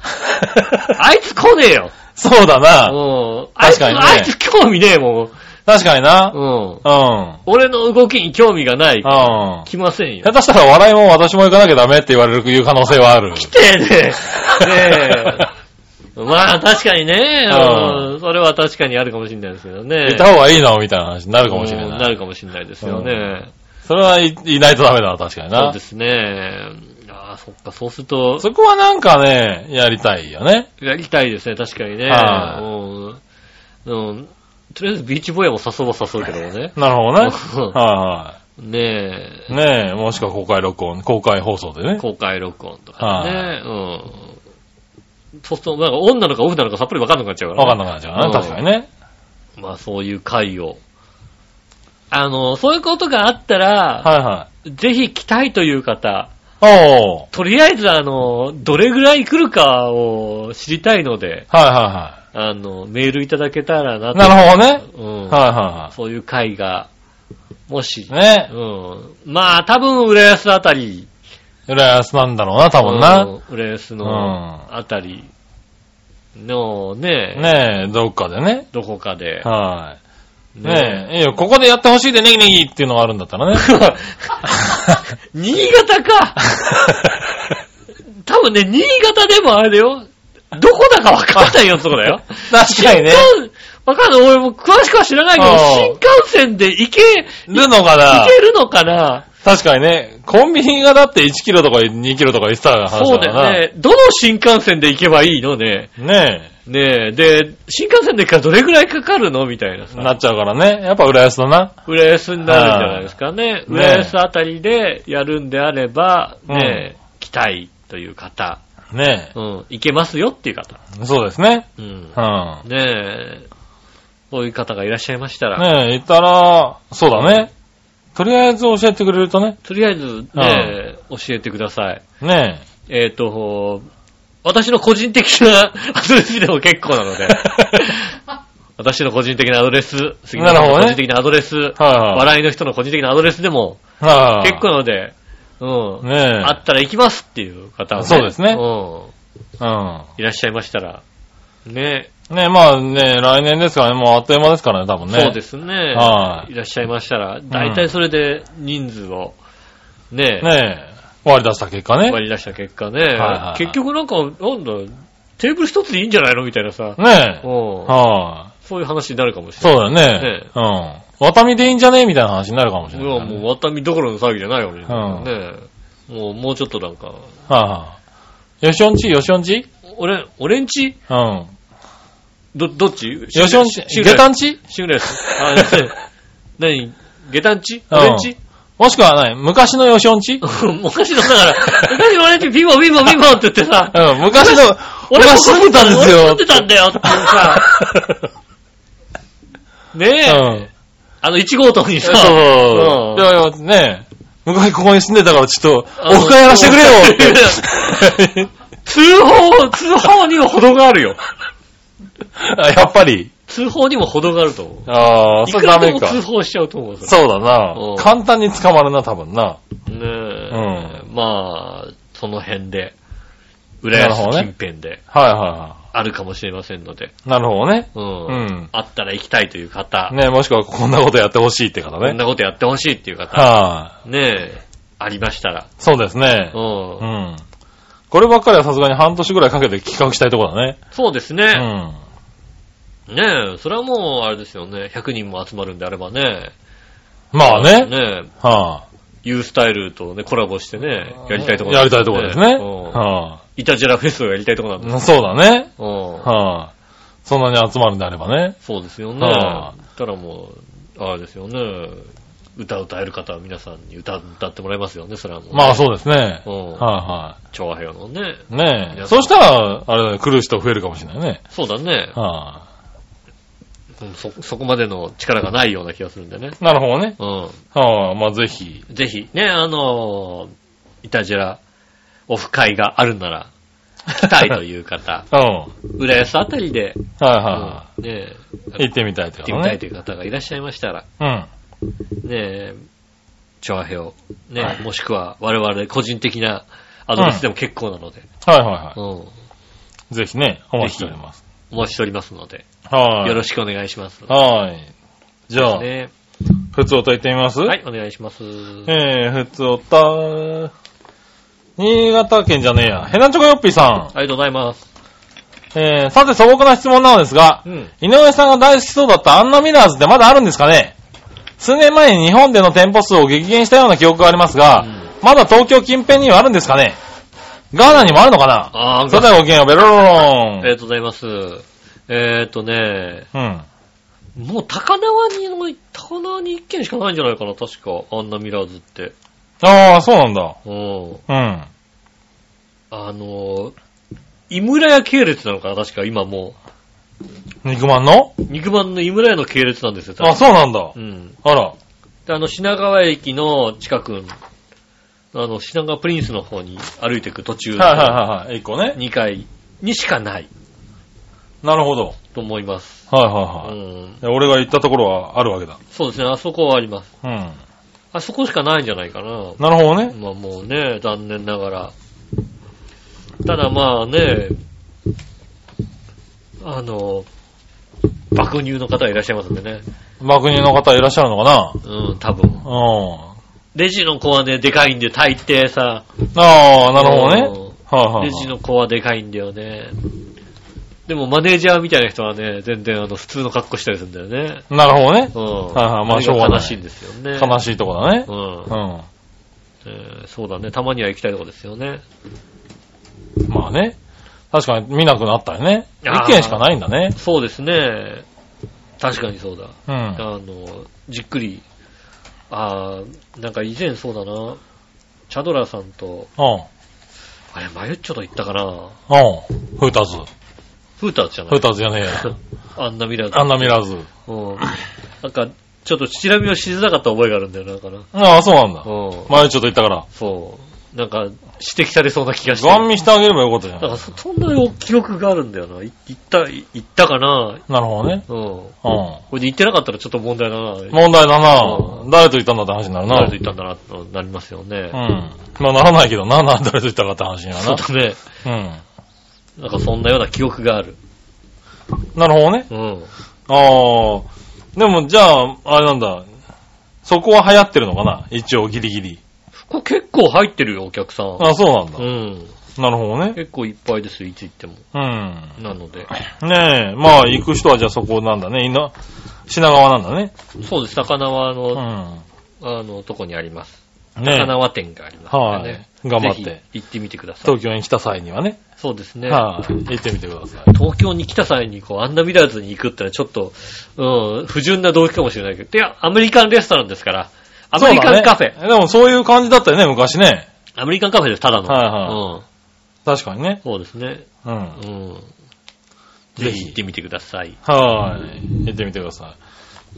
Speaker 2: あいつ来ねえよ。
Speaker 3: そうだな。
Speaker 2: うん。あいつ、
Speaker 3: 確かにね
Speaker 2: あいつ興味ねえもん。
Speaker 3: 確かにな。
Speaker 2: うん。
Speaker 3: うん。
Speaker 2: 俺の動きに興味がない。
Speaker 3: うん。
Speaker 2: 来ませんよ
Speaker 3: 下。手したら笑いも私も行かなきゃダメって言われるいう可能性はある。
Speaker 2: 来て ねえ。ねえ。まあ確かにね、
Speaker 3: うん
Speaker 2: うん。それは確かにあるかもしれないですけどね。
Speaker 3: 行った方がいいのみたいな話になるかもしれ
Speaker 2: うん
Speaker 3: な。
Speaker 2: ないるかもしれないですよね。
Speaker 3: それはい、いないとダメだな、確かに
Speaker 2: そう
Speaker 3: な
Speaker 2: で。すね。ああ、そっか、そうすると、
Speaker 3: そこはなんかね、やりたいよね。
Speaker 2: やりたいですね、確かにね。
Speaker 3: は。
Speaker 2: うんうん。とりあえずビーチボーイも誘うは誘うけどもね
Speaker 3: なるほどね。は
Speaker 2: ねえ
Speaker 3: い。はい。ねえ、もしくは公開録音、公開放送でね。
Speaker 2: 公開録音とかね。うん。そうすると、なんかオンなのかオフなのかさっぱりわかんなくなっちゃうから、
Speaker 3: わかん
Speaker 2: な
Speaker 3: なくなっちゃうからね、確かにね。
Speaker 2: い。まあそういう回を。あの、そういうことがあったら、
Speaker 3: は
Speaker 2: ぜひ来たいという方、
Speaker 3: いはい。おー。
Speaker 2: とりあえずあの、どれぐらい来るかを知りたいので、
Speaker 3: はいは
Speaker 2: あの、メールいただけたらない
Speaker 3: はい。なるほどね。
Speaker 2: ほど。うん。
Speaker 3: はいは
Speaker 2: そういう回が、もし、
Speaker 3: いはい。
Speaker 2: う
Speaker 3: ね。
Speaker 2: ん。まあ、多分、浦安あたり。
Speaker 3: 浦安なんだろうな、多分な。
Speaker 2: うん。浦安
Speaker 3: うん
Speaker 2: のあたりのね、
Speaker 3: ねえ、どっかでね。
Speaker 2: どこかで。
Speaker 3: はい。ね
Speaker 2: ね
Speaker 3: え、いいよ、ここでやってほしいでネギネギっていうのがあるんだったら ね。
Speaker 2: 新潟 か多分ね、新潟でもあれだよ。どこだかわかんないよ、そこだよ。
Speaker 3: 確かにね。
Speaker 2: 新幹わかんない。俺も詳しくは知らないけど
Speaker 3: うん、
Speaker 2: 新幹線で行け、
Speaker 3: るのか
Speaker 2: 行
Speaker 3: な
Speaker 2: けるのかな
Speaker 3: 確かにね。コンビニがだって1キロとか2キロとか言ってた話
Speaker 2: そう
Speaker 3: だ
Speaker 2: だ
Speaker 3: か
Speaker 2: よ
Speaker 3: らな。
Speaker 2: ね。どの新幹線で行けばいいのね。
Speaker 3: ね
Speaker 2: ねえ、で、新幹線でからどれぐらいかかるのみたいな
Speaker 3: え。な
Speaker 2: さ。
Speaker 3: っちゃうからね。やっぱ浦安だな。
Speaker 2: 浦安になるんじゃないですかね。
Speaker 3: い
Speaker 2: 浦安あたりでやるんであれば、
Speaker 3: うん
Speaker 2: ねえ、来たいという方、
Speaker 3: ね
Speaker 2: うん、行けますよっていう方、
Speaker 3: え。そうですね。
Speaker 2: うん
Speaker 3: う、ん。
Speaker 2: ねえ、そういう方がいらっしゃいましたら、
Speaker 3: ねえ、行ったら、そうだね。とりあえず教えてくれるとね。
Speaker 2: とりあえずねえ、教えてください。
Speaker 3: ね
Speaker 2: えっ、と、私の個人的な アドレスでも結構なの で、私の個人的なアドレス、杉村さんの
Speaker 3: なるほどね
Speaker 2: 個人的なアドレス、
Speaker 3: はい
Speaker 2: 笑いの人の個人的なアドレスでも、
Speaker 3: え。はい。
Speaker 2: 結構なので、うん。
Speaker 3: ねえ。
Speaker 2: あったら行きますっていう方は、
Speaker 3: そうですね
Speaker 2: う。
Speaker 3: うん
Speaker 2: いらっしゃいましたら。ね。
Speaker 3: ん。ねえ、まあね、来年ですからね。もうあっという間ですからね、多分ね。
Speaker 2: そうですね。
Speaker 3: はい
Speaker 2: らっしゃいましたら、大体それで人数を、ね、
Speaker 3: ねえ。終わり出した結果ね。
Speaker 2: 割り出した結果ね、
Speaker 3: はい
Speaker 2: 結局なんか、なんだ、テーブル一つでいいんじゃないのみたいなさ、
Speaker 3: ねえ。
Speaker 2: うん
Speaker 3: はい。
Speaker 2: そういう話になるかもしれ
Speaker 3: そ
Speaker 2: な
Speaker 3: う
Speaker 2: い。
Speaker 3: だよね
Speaker 2: え。
Speaker 3: うん。ワタミでいいんじゃねみたいな話になるかもしれ
Speaker 2: う
Speaker 3: ない
Speaker 2: わ、
Speaker 3: ね。
Speaker 2: もう、ワタミどころの騒ぎじゃないよね。ねもう、もうちょっとなんか、
Speaker 3: はい。よしおんち、よしおんち
Speaker 2: 俺、俺んち
Speaker 3: うん。
Speaker 2: ど、どっちよ
Speaker 3: よしおんち、下段ち
Speaker 2: シングレス。あ、何下段地
Speaker 3: うん
Speaker 2: 俺んち
Speaker 3: もしくはない、昔のよしおん ち
Speaker 2: もうおかしいのだから、昔の俺んちピンポンピンポ ンピンポンって言ってさ
Speaker 3: う、ん、昔の、
Speaker 2: 俺も
Speaker 3: 昔住んでたんです
Speaker 2: 俺住
Speaker 3: よ
Speaker 2: ん。でたんだよってさ、 ねえ、
Speaker 3: うん。
Speaker 2: あの1号棟に
Speaker 3: そ
Speaker 2: さ、
Speaker 3: うそ
Speaker 2: う
Speaker 3: う。い
Speaker 2: ん
Speaker 3: やいや、ねえ。昔ここに住んでたからちょっと、
Speaker 2: あ
Speaker 3: オ
Speaker 2: の
Speaker 3: フ会やらせてくれよって。
Speaker 2: 通報、通報にも程があるよ。
Speaker 3: あ やっぱり。
Speaker 2: 通報にも程があると思う。
Speaker 3: ああ、
Speaker 2: い
Speaker 3: そ
Speaker 2: く
Speaker 3: れ
Speaker 2: ら
Speaker 3: ダ
Speaker 2: で
Speaker 3: メ
Speaker 2: も
Speaker 3: か。
Speaker 2: 通報しちゃうと思う。それ
Speaker 3: そうだな
Speaker 2: うん。
Speaker 3: 簡単に捕まるな、多分な。
Speaker 2: ねえ、
Speaker 3: う
Speaker 2: まあ、その辺で、浦安
Speaker 3: なるほど
Speaker 2: 近
Speaker 3: ね
Speaker 2: 辺で
Speaker 3: はいはいは
Speaker 2: あるかもしれませんので、
Speaker 3: い。なるほどね。
Speaker 2: うん。
Speaker 3: うん
Speaker 2: あったら行きたいという方、
Speaker 3: ねもしくはこんなことやってほしいって方
Speaker 2: こん
Speaker 3: ね。
Speaker 2: なことやってほしいっていう方、
Speaker 3: は
Speaker 2: ねえ、ありましたら。
Speaker 3: そうですね
Speaker 2: う。。
Speaker 3: うんん。こればっかりはさすがに半年ぐらいかけて企画したいところだね。
Speaker 2: そうです
Speaker 3: う
Speaker 2: ね。
Speaker 3: ん。
Speaker 2: ねえ、それはもう、あれですよね。100人も集まるんであればね。
Speaker 3: まあね。
Speaker 2: ねえ、
Speaker 3: は
Speaker 2: U スタイルとね、コラボしてね、やりたいとこ
Speaker 3: あ、やりたいところですね。
Speaker 2: うん
Speaker 3: は
Speaker 2: イタジェラフェスをやりたいとこなんです。
Speaker 3: あ、そうだね。
Speaker 2: うん
Speaker 3: はあ、そんなに集まるんであればね。
Speaker 2: そうですよね。
Speaker 3: はあ
Speaker 2: たらもう、あれですよね。歌歌える方は皆さんに歌歌ってもらいますよね、それはもう、
Speaker 3: まあ
Speaker 2: う。
Speaker 3: そうですね。
Speaker 2: うん
Speaker 3: は
Speaker 2: 調和平和のね。
Speaker 3: いはい。ね
Speaker 2: 皆
Speaker 3: え。
Speaker 2: さん
Speaker 3: そうしたら、あれだね、来る人増えるかもしれないね。
Speaker 2: そうだね。
Speaker 3: は
Speaker 2: うんそ、そこまでの力がないような気がするんでね。
Speaker 3: あ、なるほどね。
Speaker 2: うん。
Speaker 3: はあ、まあぜひ。
Speaker 2: ぜひ、ね、あのー、イタジェラ、オフ会があるなら、来たいという 方、
Speaker 3: うん。はい
Speaker 2: 浦安あたりで、
Speaker 3: は
Speaker 2: うんね、
Speaker 3: い。行ってみたいという
Speaker 2: 行ってみ
Speaker 3: こと
Speaker 2: たい
Speaker 3: ね。
Speaker 2: という方がいらっしゃいましたら、
Speaker 3: うん。
Speaker 2: ね、調和票、
Speaker 3: は
Speaker 2: ね、
Speaker 3: い
Speaker 2: もしくは我々個人的なアドレスでも結構なので、
Speaker 3: はいはいは
Speaker 2: うん、
Speaker 3: い。ぜひね、お待ちしております。
Speaker 2: お待ちしておりますので、
Speaker 3: はい。
Speaker 2: よろ
Speaker 3: し
Speaker 2: しくお願いします。
Speaker 3: くはい。じゃあ、
Speaker 2: ね、
Speaker 3: 普通歌行ってみます
Speaker 2: はい、お願いします。
Speaker 3: えー、普通歌、新潟県じゃねえや。ヘナチョコヨッピーさ
Speaker 2: ありがとうございます。
Speaker 3: ん。えー、さて素朴な質問なのですが、
Speaker 2: うん。
Speaker 3: 井上さんが大好きそうだったアンナミラーズってまだあるんですかね数年前に日本での店舗数を激減したような記憶がありますが、
Speaker 2: うん
Speaker 3: まだ東京近辺にはあるんですかねガーナにもあるのかな
Speaker 2: あー
Speaker 3: それではごきげんよう、ベロロ
Speaker 2: あ
Speaker 3: ロ
Speaker 2: り
Speaker 3: ン。
Speaker 2: がとうございます。えーっとね、
Speaker 3: うん。
Speaker 2: もう高輪にも、高輪に一軒しかないんじゃないかな、確か。あんなミラーズって。
Speaker 3: ああ、そうなんだ。
Speaker 2: うん。
Speaker 3: うん。
Speaker 2: あのー、井村屋系列なのかな、確か、今も
Speaker 3: 肉まんの
Speaker 2: う。肉まんの井村屋の系列なんですよ、多分
Speaker 3: あ、そうなんだ
Speaker 2: う。ん。
Speaker 3: あら。
Speaker 2: であの、品川駅の近く、あの、品川プリンスの方に歩いていく途中、
Speaker 3: はいはいはいはい。一個ね。
Speaker 2: 2階にしかない
Speaker 3: なるほど。
Speaker 2: と思います。
Speaker 3: はいうはいはい。
Speaker 2: ん。
Speaker 3: で俺が行ったところはあるわけだ。
Speaker 2: そうですね、あそこはあります。
Speaker 3: うん。
Speaker 2: あそこしかないんじゃないかな。
Speaker 3: なるほどね。
Speaker 2: まあもうね、残念ながら。ただまあね、あの、爆乳の方いらっしゃいますんでね。
Speaker 3: 爆乳の方いらっしゃるのかな
Speaker 2: うん、多分。
Speaker 3: うん。
Speaker 2: レジの子はね、でかいんで、大抵さ。
Speaker 3: ああ、なるほどね。はいはいはい。
Speaker 2: レジの子はでかいんだよね。でもマネージャーみたいな人はね、全然あの、普通の格好したりするんだよね。
Speaker 3: なるほどね。
Speaker 2: うん。
Speaker 3: はいはいまあしょうがな
Speaker 2: 悲
Speaker 3: い
Speaker 2: しいんですよね。
Speaker 3: 悲
Speaker 2: しい。
Speaker 3: しいとこだね
Speaker 2: う。ん
Speaker 3: う。ん。
Speaker 2: えーそうだね。たまには行きたいとこですよね。
Speaker 3: まあね。確かに見なくなったよね。
Speaker 2: あー
Speaker 3: 一件しかないんだね。
Speaker 2: そうですね。確かにそうだ。
Speaker 3: うん。
Speaker 2: あの、じっくり、あーなんか以前そうだな、チャドラさんと、
Speaker 3: うん。
Speaker 2: あれ、マユッチョと行ったかな、
Speaker 3: うん。フータズ。
Speaker 2: フーターじゃな
Speaker 3: フー
Speaker 2: い
Speaker 3: タズじゃねえや。
Speaker 2: アンナミラーズ。
Speaker 3: あんな見らず。
Speaker 2: うん。なんか、ちょっと調べをしづらかった覚えがあるんだよな、なんかな。
Speaker 3: ああ、そうなんだ。
Speaker 2: うん。
Speaker 3: 前ちょっと言ったから。
Speaker 2: そう。なんか、指摘されそうな気がして。
Speaker 3: ガン見してあげればよかったじゃ
Speaker 2: なん
Speaker 3: ん。
Speaker 2: かそ、そんな記憶があるんだよな。い行った、い行ったかな
Speaker 3: なるほどね。
Speaker 2: うん。
Speaker 3: う
Speaker 2: これで行ってなかったらちょっと問題だな。
Speaker 3: ん。問題だ
Speaker 2: う
Speaker 3: な。誰と言ったんだって話になるな。
Speaker 2: 誰と行ったんだな、となりますよね。
Speaker 3: うん。まあならないけどな、な誰と言ったかって話に
Speaker 2: そう
Speaker 3: は
Speaker 2: だね。
Speaker 3: な。
Speaker 2: なんかそんなような記憶がある。
Speaker 3: うん。なるほどね。
Speaker 2: うん。
Speaker 3: ああ。でもじゃあ、あれなんだ。そこは流行ってるのかな一応ギリギリ。
Speaker 2: これ結構入ってるよ、お客さん。
Speaker 3: あそうなんだ
Speaker 2: う。ん。
Speaker 3: なるほどね。
Speaker 2: 結構いっぱいですよ、いつ行っても。
Speaker 3: うん。
Speaker 2: なので。
Speaker 3: ねえ、まあ行く人はじゃあそこなんだね。いな、品川なんだね。
Speaker 2: そうです、高輪
Speaker 3: う
Speaker 2: の、
Speaker 3: ん。
Speaker 2: あの、とこにあります。
Speaker 3: ね
Speaker 2: 高
Speaker 3: え、
Speaker 2: 輪店がありますのでね。
Speaker 3: はい頑張って
Speaker 2: ぜひ行ってみてください。
Speaker 3: 東京に来た際にはね。
Speaker 2: そうですね。
Speaker 3: はい、行ってみてください。
Speaker 2: 東京に来た際に、こう、アンダミラーズに行くってのはちょっと、うん、不純な動機かもしれないけど。いや、アメリカンレストランですから。アメリカンカフェ。
Speaker 3: そうだねでもそういう感じだったよね、昔ね。
Speaker 2: アメリカンカフェです、ただの。
Speaker 3: はいは
Speaker 2: うん。
Speaker 3: 確かにね。
Speaker 2: そうですね。
Speaker 3: うん。
Speaker 2: うん。
Speaker 3: ぜ
Speaker 2: ぜ
Speaker 3: ひ
Speaker 2: ひ行ってみてください。
Speaker 3: はい。行ってみてくださ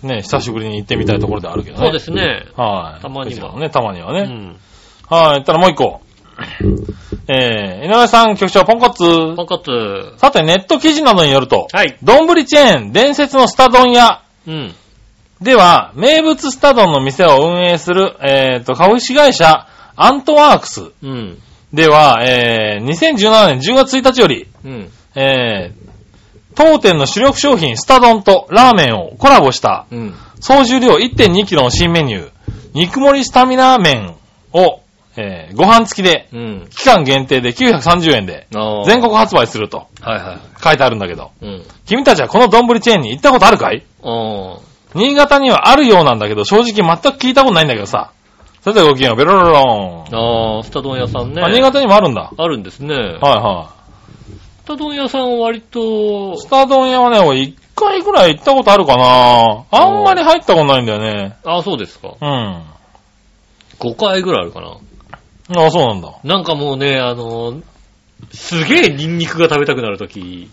Speaker 3: い。ねえ、久しぶりに行ってみたいところではあるけどね。
Speaker 2: そうですね。
Speaker 3: はい。
Speaker 2: たまには
Speaker 3: ですよね、たまにはね。
Speaker 2: うん。
Speaker 3: はい。たらもう一個。えー、井上さん、局長、ポンコツ。
Speaker 2: ポンコツ。
Speaker 3: さて、ネット記事などによると、
Speaker 2: はい。
Speaker 3: 丼チェーン、伝説のスタ丼屋、
Speaker 2: うん。
Speaker 3: では、名物スタ丼の店を運営する、えっ、と、株式会社、アントワークス
Speaker 2: うん。
Speaker 3: では、えー、2017年10月1日より、
Speaker 2: うん。
Speaker 3: えー、当店の主力商品、スタ丼とラーメンをコラボした、
Speaker 2: うん。
Speaker 3: 総重量 1.2kg の新メニュー、肉盛りスタミナ麺を、えーご飯付きで、
Speaker 2: うん。
Speaker 3: 期間限定で930円で、
Speaker 2: あー
Speaker 3: 全国発売すると
Speaker 2: はいは
Speaker 3: 書いてあるんだけど、
Speaker 2: い。うん。
Speaker 3: 君たちはこの丼チェーンに行ったことあるかい
Speaker 2: あ
Speaker 3: 新潟にはあるようなんだけど、正直全く聞いたことないんだけどさ。それではごきげんよう、ベロロロ
Speaker 2: ーあー、スタ丼屋さん
Speaker 3: ー
Speaker 2: ね。
Speaker 3: ン。あ、新潟にもあるんだ。
Speaker 2: あるんですね。
Speaker 3: はいは
Speaker 2: スタ丼屋さんは割と
Speaker 3: い。、スター丼屋はね、俺一回ぐらい行ったことあるかなあんまり入ったことないんだよね。
Speaker 2: あ、そうですか。
Speaker 3: うん。あ、
Speaker 2: 5回ぐらいあるかな。
Speaker 3: そうなんだ。
Speaker 2: なんかもうね、あの、すげえニンニクが食べたくなるとき。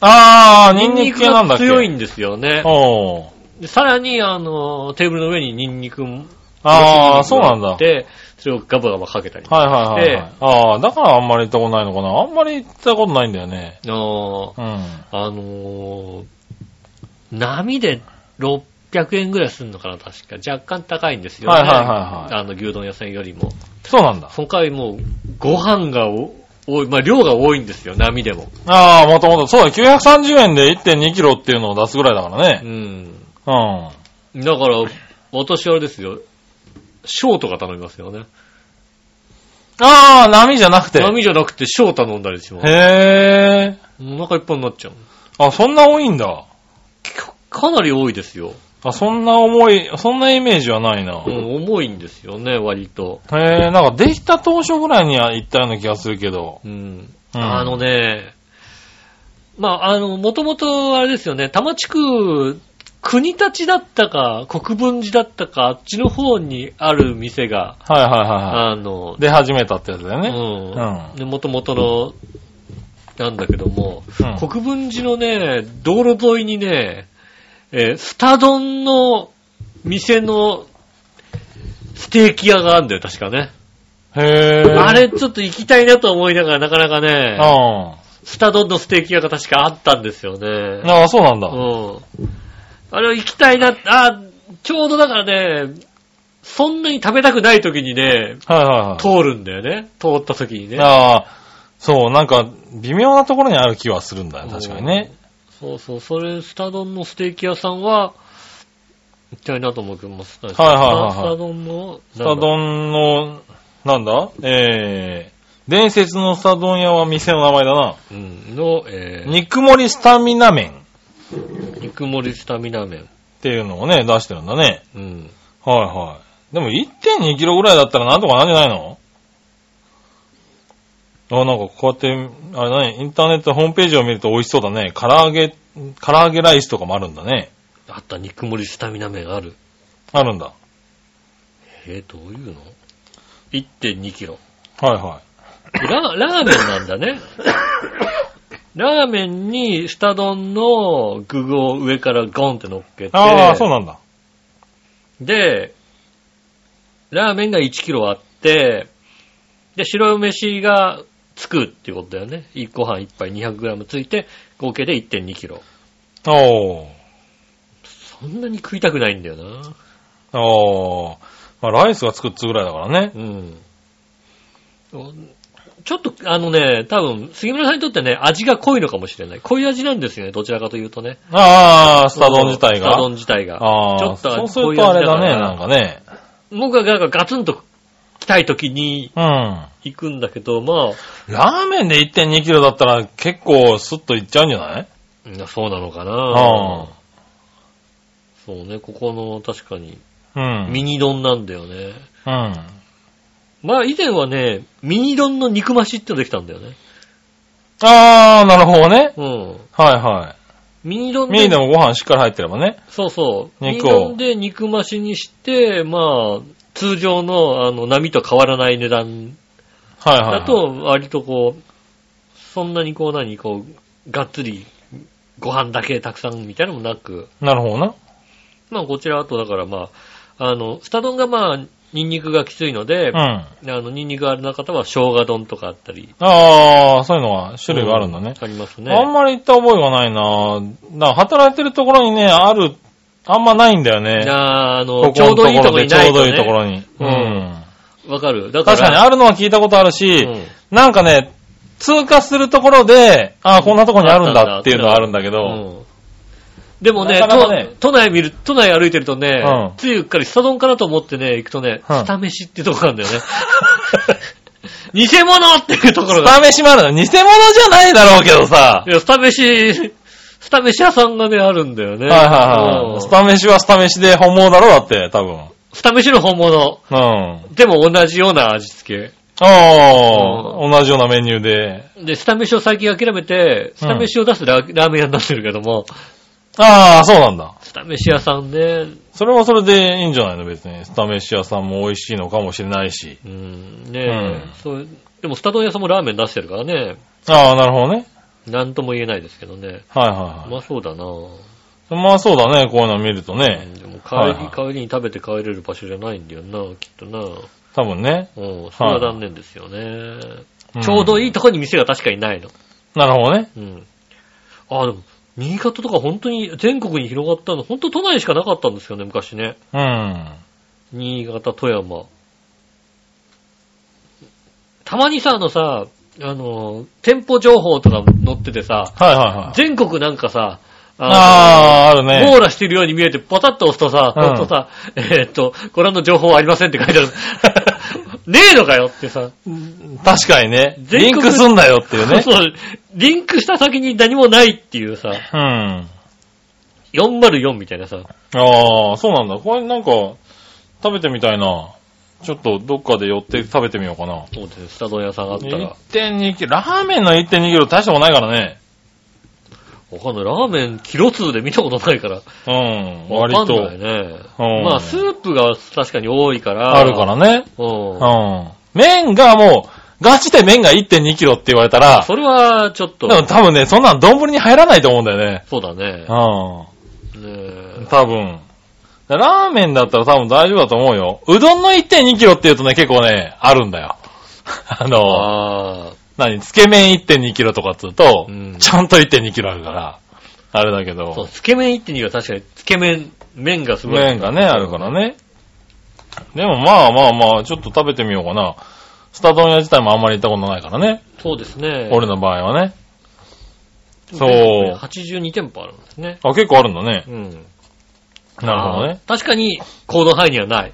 Speaker 3: あー、ニンニク系なんだっけ
Speaker 2: ニンニクが強いんですよね。
Speaker 3: おー。
Speaker 2: でさらに、あの、テーブルの上にニンニクも。
Speaker 3: あー、そうなんだ。
Speaker 2: で、それをガバガバかけたり。
Speaker 3: はいはいはい、はい
Speaker 2: で
Speaker 3: ああ、だからあんまり行ったことないのかな。あんまり行ったことないんだよね。
Speaker 2: あのー
Speaker 3: うん。
Speaker 2: あのー波で600円ぐらいするのかな、確か。若干高いんですよね。
Speaker 3: はいはいはいは
Speaker 2: あの、牛丼屋さんよりも。
Speaker 3: そうなんだ。
Speaker 2: 今回もう、ご飯がお多い、まあ、量が多いんですよ、波でも。
Speaker 3: ああ、もともと、そうだ、930円で1.2キロっていうのを出すぐらいだから
Speaker 2: う
Speaker 3: ね。
Speaker 2: ん。
Speaker 3: うん。
Speaker 2: だから、私あれですよ、ショートが頼みますよね。
Speaker 3: ああ、波じゃなくて。へ
Speaker 2: 波じゃなくてショート頼んだりします。
Speaker 3: え。
Speaker 2: お腹いっぱいになっちゃう。
Speaker 3: あ、そんな多いんだ。
Speaker 2: かかなり多いですよ。
Speaker 3: あ、そんな重い、そんなイメージはないな。
Speaker 2: う
Speaker 3: へ
Speaker 2: ん、重いんですよね、割と。
Speaker 3: え、なんかできた当初ぐらいには行ったような気がするけど。
Speaker 2: うん。
Speaker 3: うん
Speaker 2: あのね、まあ、あの、もともとあれですよね、多摩地区、国立だったか、国分寺だったか、あっちの方にある店が、
Speaker 3: はいはいはいは
Speaker 2: あの
Speaker 3: い。、出始めたってやつだよね。
Speaker 2: うん。
Speaker 3: うん
Speaker 2: で、もともとの、なんだけども、
Speaker 3: うん
Speaker 2: 国分寺のね、道路沿いにね、えースタ丼の店のステーキ屋があるんだよ、確かね。
Speaker 3: へえ。
Speaker 2: あれちょっと行きたいなと思いながら、なかなか
Speaker 3: う
Speaker 2: ね
Speaker 3: ん。、あ
Speaker 2: スタ丼のステーキ屋が確かあったんですよね。
Speaker 3: あ、そうなんだ。
Speaker 2: うん。あれは行きたいな、あ、ちょうどだからね、そんなに食べたくない時にね、
Speaker 3: はいはいはい。
Speaker 2: 通るんだよね。通った時にね。
Speaker 3: ああ、そう、なんか、微妙なところにある気はするんだよ、確かにね。
Speaker 2: そうそう、それ、スタ丼のステーキ屋さんは、行きたいなと思ってます。はい
Speaker 3: はいはいはい
Speaker 2: スタ丼の、ス
Speaker 3: スタ丼の、なんだえー、伝説のスタ丼屋は店の名前だな。
Speaker 2: うん、の、えー、
Speaker 3: 肉盛りスタミナ麺っ
Speaker 2: 肉盛りスタミナ麺。
Speaker 3: ていうのをね、出してるんだね。
Speaker 2: うん。
Speaker 3: はいはい。でも1.2キロぐらいだったらなんとかなんじゃないのあ、なんかこうやって、あれ何インターネットホームページを見ると美味しそうだね。唐揚げ、唐揚げライスとかもあるんだね。
Speaker 2: あった、肉盛りスタミナ麺ある。
Speaker 3: あるんだ。
Speaker 2: えー、どういうの ?1.2 キロ。
Speaker 3: はいは
Speaker 2: ラ、ラーメンなんだね。ラーメンに、スタ丼の具を上からゴンって乗っけて
Speaker 3: い。、ああ、そうなんだ。
Speaker 2: で、ラーメンが1キロあって、で、白飯がつくっていうことだよね。いご飯1杯 200g ついて、合計で1 2キロ
Speaker 3: おー。
Speaker 2: そんなに食いたくないんだよな。
Speaker 3: ああ。まあ、ライスがつくっつうぐらいだからね。
Speaker 2: うん。ちょっと、あのね、多分、杉村さんにとってね、味が濃いのかもしれない。濃い味なんですよね、どちらかというとね。
Speaker 3: ああ、スタ丼自体
Speaker 2: スタ丼
Speaker 3: が。
Speaker 2: 自体が。
Speaker 3: ああ、
Speaker 2: ちょっと
Speaker 3: そうするとあれだね、なんかね。
Speaker 2: 僕がなんかガツンと来たい時に
Speaker 3: うん。
Speaker 2: 行くんだけど、まあ、
Speaker 3: ラーメンで1.2キロだったら結構スッといっちゃうんじゃない
Speaker 2: うんそうなのかな
Speaker 3: ああ
Speaker 2: そうね、ここの確かに、
Speaker 3: うん。
Speaker 2: ミニ丼なんだよね。
Speaker 3: うん。
Speaker 2: まあ以前はね、ミニ丼の肉増しってのできたんだよね。
Speaker 3: ああ、なるほどね。
Speaker 2: うん。
Speaker 3: はいは
Speaker 2: ミニ丼
Speaker 3: い。ミニ
Speaker 2: で、
Speaker 3: でもご飯しっかり入ってればね。
Speaker 2: そうそう。ミニ
Speaker 3: 肉を
Speaker 2: 丼で肉増しにして、まあ、通常の、あの、波と変わらない値段
Speaker 3: はいはいはい。
Speaker 2: だと、割とこう、そんなにこう何、こう、がっつり、ご飯だけたくさんみたいなのもなく、
Speaker 3: なるほどな。
Speaker 2: まあこちらあとだからまあ、あの、スタ丼がまあ、ニンニクがきついので、
Speaker 3: うん。あ
Speaker 2: あの、ニンニクがあるな方は生姜丼とかあったり。
Speaker 3: あ、そういうのは種類があるんだね。
Speaker 2: ありますね。
Speaker 3: あんまり行った覚えがないなだから働いてるところにね、ある、あんまないんだよね。
Speaker 2: あーあの、
Speaker 3: こ
Speaker 2: ち
Speaker 3: こ
Speaker 2: ょ
Speaker 3: の
Speaker 2: うどいいと
Speaker 3: と
Speaker 2: ころ
Speaker 3: こ
Speaker 2: に
Speaker 3: ろでち
Speaker 2: ない
Speaker 3: ょう
Speaker 2: と、
Speaker 3: ど
Speaker 2: ね。
Speaker 3: いいところに。
Speaker 2: う
Speaker 3: うんん。
Speaker 2: わかる。だから、
Speaker 3: 確かにあるのは聞いたことあるし、
Speaker 2: うん
Speaker 3: なんかね、通過するところで、ああ、こんなとこにあるんだっていうのはあるんだけど、
Speaker 2: うんでもね
Speaker 3: なかなかね
Speaker 2: 都、都内見る、都内歩いてるとね、
Speaker 3: うん
Speaker 2: ついうっかりスタ丼かなと思ってね、行くとね、
Speaker 3: うん
Speaker 2: スタ飯ってとこなんだよね。 偽物っていうところ
Speaker 3: ス
Speaker 2: が。
Speaker 3: タ飯もあるの。偽物じゃないだろうけどさ
Speaker 2: い。や、スタ飯、スタ飯屋さんがね、あるんだよね。
Speaker 3: はいはいは
Speaker 2: うん
Speaker 3: い。スタ飯はスタ飯で本物だろだって、多分。
Speaker 2: スタ飯の本物。
Speaker 3: うん。
Speaker 2: でも同じような味付
Speaker 3: ああ、同じようなメニューで。
Speaker 2: け。で、スタ飯を最近諦めて、スタ飯を出すラ,、ラーメン屋になってるけども、
Speaker 3: ああ、そうなんだ。
Speaker 2: スタ飯屋さんね、
Speaker 3: それはそれでいいんじゃないの別に。スタ飯屋さんも美味しいのかもしれないし。
Speaker 2: うん、ねえ、
Speaker 3: うん
Speaker 2: そう、でもスタ丼屋さんもラーメン出してるからね、
Speaker 3: ああ、なるほどね。
Speaker 2: なんとも言えないですけどね。
Speaker 3: はい
Speaker 2: う
Speaker 3: はいは
Speaker 2: まそうだなぁ。
Speaker 3: い。まあそうだね、こういうの見ると
Speaker 2: う
Speaker 3: ね。
Speaker 2: んでも帰り、
Speaker 3: はいは
Speaker 2: 帰りに食べて帰れる場所じゃないんだよなきっとな
Speaker 3: 多分ね。
Speaker 2: うん、それは残念ですよね、
Speaker 3: うん
Speaker 2: ちょうどいいとこに店が確かにないの。
Speaker 3: なるほどね。
Speaker 2: うん。あ、でも、新潟とか本当に全国に広がったの、本当都内しかなかったんですよね、昔ね。
Speaker 3: うん。
Speaker 2: 新潟、富山。たまにさ、あのさ、あの、店舗情報とか載っててさ、
Speaker 3: はいはいはい。
Speaker 2: 全国なんかさ、
Speaker 3: ああ、ある
Speaker 2: の
Speaker 3: ね。
Speaker 2: 網羅してるように見えて、パタッと押すとさ、
Speaker 3: うん
Speaker 2: ほんとさ、えーっと、ご覧の情報はありませんって書いてあ る。ねえのかよってさ、
Speaker 3: 確かにね。リ
Speaker 2: 全
Speaker 3: ン
Speaker 2: 国
Speaker 3: クすんだよっていう ね。
Speaker 2: そう、リンクした先に何もないっていうさ、
Speaker 3: うん。
Speaker 2: 404みたいなさ、
Speaker 3: ああ、そうなんだ。これなんか、食べてみたいな。ちょっとどっかで寄って食べてみようかな。
Speaker 2: そうですね、スタ丼屋さんがあったら。わ
Speaker 3: 1.2キロ、ラーメンの1.2キロ大したことないからね。
Speaker 2: かんない。ラーメン、キロ通で見たことないから。
Speaker 3: うん、
Speaker 2: わ
Speaker 3: 割
Speaker 2: かん
Speaker 3: と。
Speaker 2: ないね。
Speaker 3: うん
Speaker 2: まあ、スープが確かに多いから。
Speaker 3: あるからね。
Speaker 2: うん。
Speaker 3: うん。麺がもう、ガチで麺が1.2キロって言われたら、
Speaker 2: それは、ちょっ
Speaker 3: で
Speaker 2: と、
Speaker 3: も多分ね、そんなん丼に入らないと思うんだよね。
Speaker 2: そうだね。
Speaker 3: う
Speaker 2: ね
Speaker 3: ん。
Speaker 2: え
Speaker 3: 多分。ラーメンだったら多分大丈夫だと思うよ。うどんの1.2キロって言うとね、結構ね、あるんだよ。 あの、
Speaker 2: ああ、
Speaker 3: 何つけ麺1.2キロとかっつうと、
Speaker 2: うん
Speaker 3: ちゃんと1.2キロあるから、あれだけ
Speaker 2: そう、
Speaker 3: ど、
Speaker 2: つけ麺1.2は確かに、つけ麺、麺がすごい。
Speaker 3: 麺がね、あるからね。でもまあまあまあ、ちょっと食べてみようかな。スタ丼屋自体もあんまり行ったことないからね。
Speaker 2: そうですね。
Speaker 3: 俺の場合はね。そう
Speaker 2: 82店舗あるんですね。
Speaker 3: あ、結構あるんだね。
Speaker 2: うん。
Speaker 3: なるほど
Speaker 2: あ
Speaker 3: ね。
Speaker 2: ー。確かに、行動範囲にはない。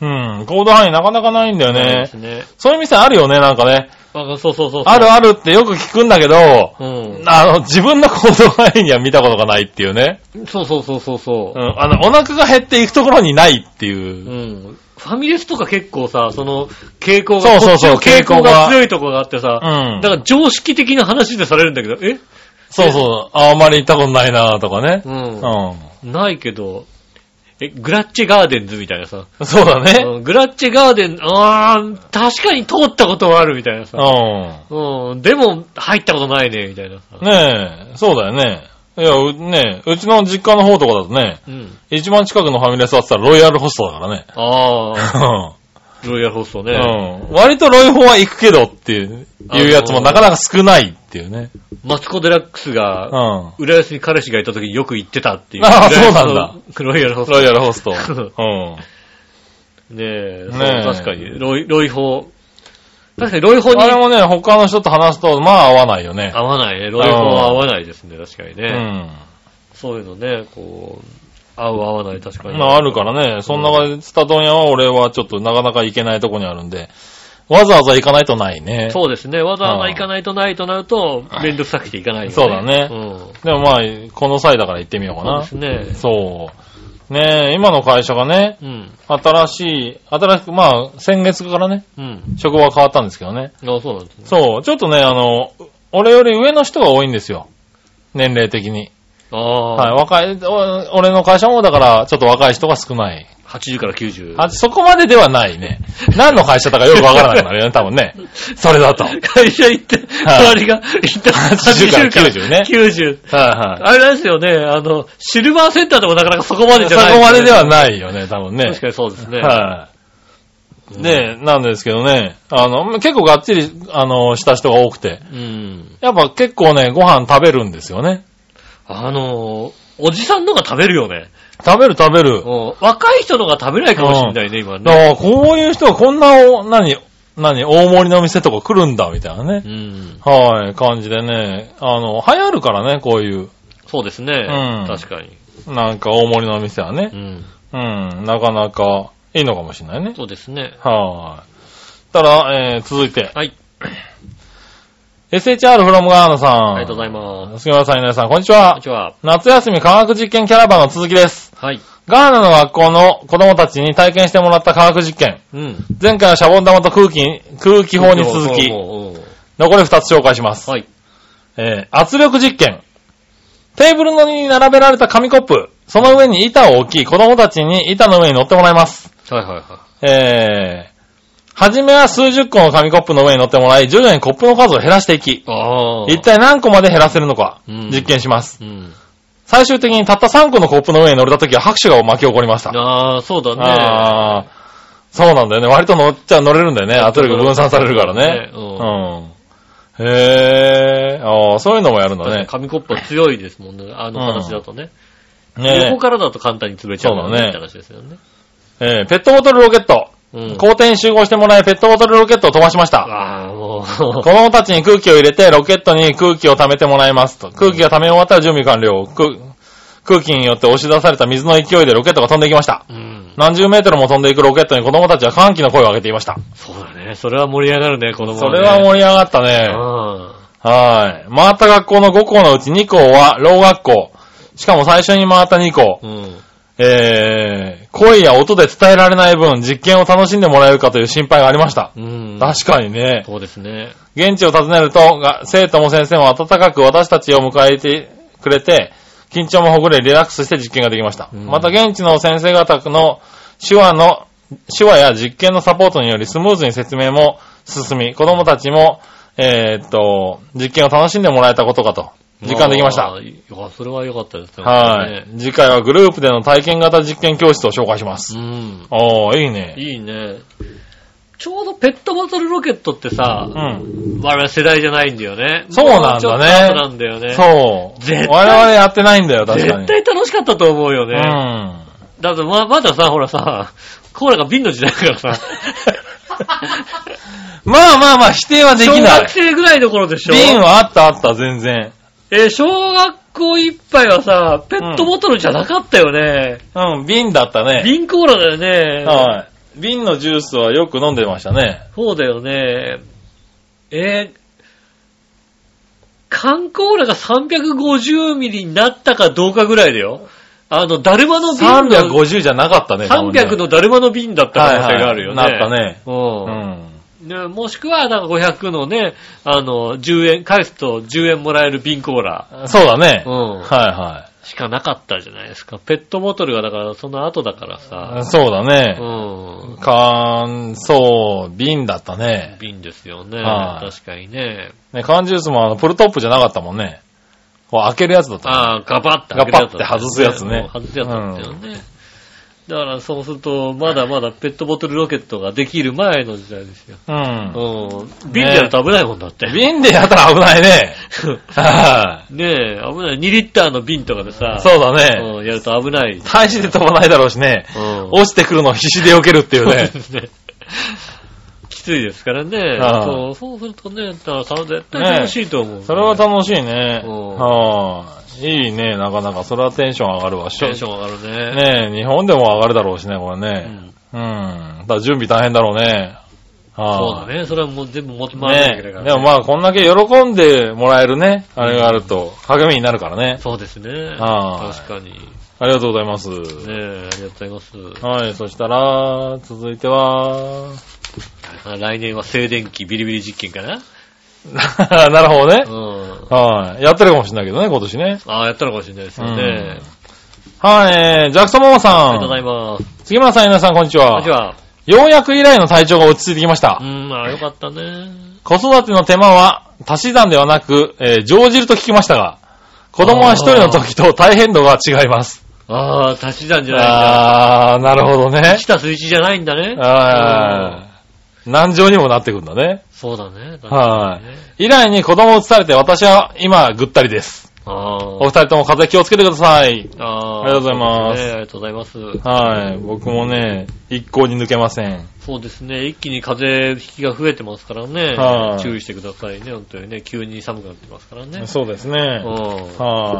Speaker 3: うん。行動範囲なかなかないんだよ
Speaker 2: ないで
Speaker 3: ね
Speaker 2: す。ね。
Speaker 3: そういう店あるよね、なんかね。
Speaker 2: あそうそうそうそう。
Speaker 3: あるあるってよく聞くんだけど、
Speaker 2: うん。
Speaker 3: あの、自分の行動範囲には見たことがないっていうね。
Speaker 2: そうそうそうそうそう
Speaker 3: う。ん。あの、お腹が減っていくところにないっていうう。
Speaker 2: ん。ファミレスとか結構さ、その、傾向
Speaker 3: そ
Speaker 2: が、
Speaker 3: うそうそう
Speaker 2: こっちの傾向
Speaker 3: 傾向が
Speaker 2: が強いとこがあってさ、
Speaker 3: うん
Speaker 2: だから常識的な話でされるんだけど、え
Speaker 3: そうそう。ああんまり行ったことないなとかね。
Speaker 2: うん
Speaker 3: う
Speaker 2: ないけど、え、グラッチェガーデンズみたいなさ、
Speaker 3: ん。そうだね。
Speaker 2: うんグラッチェガーデン、あー、確かに通ったことはあるみたいなさ、
Speaker 3: う
Speaker 2: うん、でも入ったことないね、みたいなさ、
Speaker 3: ん。ねえ、そうだよね。いや、うねえ、うちの実家の方とかだとね、
Speaker 2: うん。
Speaker 3: 一番近くのファミレスだって言ったらロイヤルホストだからね。
Speaker 2: あー、
Speaker 3: う
Speaker 2: ロイヤルホストね。
Speaker 3: ん。割とロイホは行くけどっていういうやつもなかなか少ないっていうね。
Speaker 2: マツコ・デラックス
Speaker 3: うん。
Speaker 2: が、
Speaker 3: ロ
Speaker 2: 浦安に彼氏がいた時によく行ってたっていう。
Speaker 3: あー
Speaker 2: 浦安の
Speaker 3: そうなん
Speaker 2: ロイヤルホスト。
Speaker 3: イヤルホスト。う
Speaker 2: うん
Speaker 3: ん。
Speaker 2: ねえ、そう
Speaker 3: ねえ
Speaker 2: 確かに、ロイ、ロイ法。確かにロイ法に
Speaker 3: あれもね、他の人と話すと、まあ合わないよね。
Speaker 2: 合わないね。ロイ法は合わないですね、確かに
Speaker 3: う
Speaker 2: ね。
Speaker 3: ん。
Speaker 2: そういうのね、こう、合う合わない確かに。
Speaker 3: まああるからね、そんな感じで、スタドン屋は俺はちょっとなかなか行けないとこにあるんで、わざわざ行かないとないね。
Speaker 2: そうですね。わざわざ行かないとないとなると、めんどくさくて行かないよね。
Speaker 3: そうだね
Speaker 2: うん。
Speaker 3: でもまあ、この際だから行ってみようか
Speaker 2: そう
Speaker 3: な。
Speaker 2: ですね。
Speaker 3: そう。ねえ、今の会社がね、
Speaker 2: うん。
Speaker 3: 新しい、新しく、まあ、先月からね、
Speaker 2: うん。
Speaker 3: 職場が変わったんですけどね。
Speaker 2: あそうなんですね。
Speaker 3: そう、ちょっとね、あの、俺より上の人が多いんですよ。年齢的に。
Speaker 2: あ
Speaker 3: はい、
Speaker 2: あ、
Speaker 3: 若い、お俺の会社もだから、ちょっと若い人が少ない。
Speaker 2: 80から90。
Speaker 3: あ、そこまでではないね。何の会社だかよくわからなくなるよね、多分ね。それだと。はい
Speaker 2: 会社行って、
Speaker 3: はい
Speaker 2: 周りが行った
Speaker 3: 80から90ね
Speaker 2: 90。
Speaker 3: は
Speaker 2: あれなんですよね、あの、シルバーセンターでもなかなかそこまで
Speaker 3: い。
Speaker 2: じ
Speaker 3: そ
Speaker 2: ゃない。
Speaker 3: こまでではないよね、多分ね
Speaker 2: 確。かにそうですね。
Speaker 3: はい。で、なんですけどね、あの、結構がっちり、あの、した人が多くて、
Speaker 2: うん。
Speaker 3: やっぱ結構ね、ご飯食べるんですよね。
Speaker 2: あのー、おじさんのが食べるよね。
Speaker 3: 食べる食べる。
Speaker 2: うん若い人のが食べないかもしれないね、今
Speaker 3: だ
Speaker 2: ね。
Speaker 3: からこういう人がこんなお、何、何、大盛りの店とか来るんだ、みたいな
Speaker 2: う
Speaker 3: ね。
Speaker 2: ん。
Speaker 3: はい、感じでね、あの、流行るからね、こういう。
Speaker 2: そうですね。
Speaker 3: うん
Speaker 2: 確かに。
Speaker 3: なんか大盛りのお店は
Speaker 2: う
Speaker 3: ね。
Speaker 2: ん。
Speaker 3: うん、なかなかいいのかもしれないね。
Speaker 2: そうですね。
Speaker 3: はーい。たら、えー、続いて、
Speaker 2: はい。
Speaker 3: SHR フロムガーナさん。
Speaker 2: ありがとうございます。
Speaker 3: 杉村さん、皆さん、こんにち
Speaker 2: こん
Speaker 3: は
Speaker 2: に。ちは。
Speaker 3: 夏休み科学実験キャラバンの続きです。
Speaker 2: はい。
Speaker 3: ガーナの学校の子供たちに体験してもらった科学実験。
Speaker 2: うん。
Speaker 3: 前回のシャボン玉と空気、空気砲に続き、
Speaker 2: おうおうおう
Speaker 3: 残り2つ紹介します。
Speaker 2: はい。
Speaker 3: えー、圧力実験。テーブルのに並べられた紙コップ。その上に板を置き、子供たちに板の上に乗ってもらいます。
Speaker 2: はいはいは
Speaker 3: えー、はじめは数十個の紙コップの上に乗ってもらい、徐々にコップの数を減らしていき、
Speaker 2: い。ああ。
Speaker 3: 一体何個まで減らせるのか、
Speaker 2: うん
Speaker 3: 実験します。
Speaker 2: うん。
Speaker 3: 最終的にたった3個のコップの上に乗れた時は拍手が巻き起こりました。
Speaker 2: ああ、そうだね。
Speaker 3: あーそうなんだよね。割と乗っちゃ乗れるんだよね。圧力分散されるからね。うん。へぇー。ああ、そういうのもやるんだね。
Speaker 2: 紙コップは強いですもんね。あの形だとね。
Speaker 3: ね
Speaker 2: 横からだと簡単に潰れちゃうからね。
Speaker 3: そうだ
Speaker 2: って話ですよね。
Speaker 3: ええーペットボトルロケット。
Speaker 2: うん。
Speaker 3: 校庭に集合してもらい、ペットボトルロケットを飛ばしました。
Speaker 2: ああ、も
Speaker 3: 子
Speaker 2: う。
Speaker 3: 供たちに空気を入れて、ロケットに空気を溜めてもらいますと。空気が溜め終わったら準備完了。空空気によって押し出された水の勢いでロケットが飛んでいきました。
Speaker 2: うん。
Speaker 3: 何十メートルも飛んでいくロケットに子供たちは歓喜の声を上げていました。
Speaker 2: そうだね。それは盛り上がるね、子供
Speaker 3: それは盛り上がった
Speaker 2: り
Speaker 3: ね。
Speaker 2: 上
Speaker 3: はい。回った学校の5校のうち2校は、老学校。しかも最初に回った2校。
Speaker 2: うん。うん。
Speaker 3: えー、声や音で伝えられない分、実験を楽しんでもらえるかという心配がありました。
Speaker 2: うん。
Speaker 3: 確かにね。
Speaker 2: そうですね。
Speaker 3: 現地を訪ねると、が生徒も先生も温かく私たちを迎えてくれて、緊張もほぐれリラックスして実験ができました。
Speaker 2: うん
Speaker 3: また現地の先生方の手話の、手話や実験のサポートによりスムーズに説明も進み、子供たちも、えーっと、実験を楽しんでもらえたことかと、実感できました。
Speaker 2: あー。いやそれは良かったですね。
Speaker 3: はい。次回はグループでの体験型実験教室を紹介します。
Speaker 2: うん。
Speaker 3: おー、いいね。
Speaker 2: いいね。ちょうどペットボトルロケットってさ、
Speaker 3: うん。
Speaker 2: 我々世代じゃないんだよね。
Speaker 3: そうな
Speaker 2: も
Speaker 3: んだね
Speaker 2: ちょっと後なんだよね。
Speaker 3: そう。
Speaker 2: 絶対
Speaker 3: 我々やってないんだよ、確かに。
Speaker 2: 絶対楽しかったと思うよ
Speaker 3: う
Speaker 2: ね。
Speaker 3: ん。
Speaker 2: だってま、まださ、ほらさ、コーラが瓶の時代だからさ。
Speaker 3: まあまあまあ、否定はでき
Speaker 2: 小
Speaker 3: ない
Speaker 2: 学。生ぐらいの頃でしょ
Speaker 3: 瓶はあったあった、全然。
Speaker 2: えー、小学校いっぱいはさ、ペットボトルじゃなかったよね。
Speaker 3: うん、瓶だったね。
Speaker 2: 瓶コーラだよね。
Speaker 3: はい。瓶のジュースはよく飲んでましたね。
Speaker 2: そうだよね。えー、缶コーラが350ミリになったかどうかぐらいだよ。あの、だるまの瓶の
Speaker 3: 350じゃなかったね。多分ね
Speaker 2: 300のだるまの瓶だった可能性があるよね。
Speaker 3: はいはいなったねう。
Speaker 2: うんん。ねもしくは、なんか500のね、あの、10円、返すと10円もらえる瓶コーラ。
Speaker 3: そうだね。
Speaker 2: う
Speaker 3: は
Speaker 2: ん
Speaker 3: い。は
Speaker 2: しかなかったじゃないですか。ペットボトルがだから、その後だから
Speaker 3: い。
Speaker 2: さ。
Speaker 3: そうだ
Speaker 2: う
Speaker 3: ね。
Speaker 2: ん。
Speaker 3: 缶、そう、瓶だったね。
Speaker 2: 瓶ですよね。
Speaker 3: はい
Speaker 2: 確かにね。
Speaker 3: ね缶ジュースもあの、プルトップじゃなかったもんね。こう開けるやつだった。
Speaker 2: ああ、ガバッて開けるやつだ
Speaker 3: ガバッて外すやつね
Speaker 2: うん外すやつだったよね。だからそうすると、まだまだペットボトルロケットができる前の時代ですよ。
Speaker 3: うん。
Speaker 2: うん。瓶でやると危ないもんだって。
Speaker 3: 瓶でやったら危ないね。は
Speaker 2: ねえ、危ない。2リッターの瓶とかでさ
Speaker 3: い。、そうだね。
Speaker 2: うん、やると危ない。
Speaker 3: 大して飛ばないだろうしね。
Speaker 2: うん
Speaker 3: 落ちてくるのを必死で避けるっていうね。
Speaker 2: ね きついですからね。
Speaker 3: はい
Speaker 2: そうそうするとね、だからさ絶対楽しいと思う、
Speaker 3: それは楽しいね。
Speaker 2: うん
Speaker 3: はい。いいね、なかなか。それはテンション上がるわ。しょ
Speaker 2: テンション上がるね。
Speaker 3: ねえ、日本でも上がるだろうしね、これ
Speaker 2: う
Speaker 3: ね。
Speaker 2: ん
Speaker 3: うん。ただ準備大変だろうね。
Speaker 2: そうだ
Speaker 3: は
Speaker 2: ね。それはもう全部持って
Speaker 3: い。
Speaker 2: 回らなきゃいけないから、
Speaker 3: ねえ。でもまあ、こんだけ喜んでもらえるね、あれがあると、励みになるからね。
Speaker 2: そうですね。
Speaker 3: はい
Speaker 2: 確かに。ね
Speaker 3: ありがとうございます。
Speaker 2: え、ありがとうございます。
Speaker 3: はい、そしたら、続いては、
Speaker 2: あ来年は静電気ビリビリ実験かな
Speaker 3: なるほどね
Speaker 2: う。ん。
Speaker 3: はい。やってるかもしれないけどね、今年ね。
Speaker 2: ああ、やったのかもしれないですよね。
Speaker 3: はい、えージャクソンママ
Speaker 2: ありがとうござ
Speaker 3: さ
Speaker 2: います。
Speaker 3: ん。杉村さん、皆さん、こんにち
Speaker 2: こん
Speaker 3: は
Speaker 2: にち。は。
Speaker 3: ようやく以来の体調が落ち着いてきました
Speaker 2: う。ん、ああ、よかったね。
Speaker 3: 子育ての手間は足し算ではなく、えー乗じると聞きましたが、子供は一人の時と大変度が違います。
Speaker 2: ああ、足し算じゃないんだ。
Speaker 3: あー、なるほどね
Speaker 2: 1。たす1じゃないんだね。うん
Speaker 3: はい。難情にもなってくんだね。
Speaker 2: そうだね。
Speaker 3: はい
Speaker 2: 確かにね。
Speaker 3: 以来に子供を移されて私は今ぐったりです。
Speaker 2: あー
Speaker 3: お二人とも風邪気をつけてください。
Speaker 2: あー
Speaker 3: ありがとうございます
Speaker 2: そうでねありがとうございます。
Speaker 3: はい。僕もね、一向に抜けません。
Speaker 2: そうですね。一気に風邪ひきが増えてますからね。
Speaker 3: はい
Speaker 2: 注意してくださいね、本当にね。急に寒くなってますからね。
Speaker 3: そうですね。
Speaker 2: うん。な
Speaker 3: は。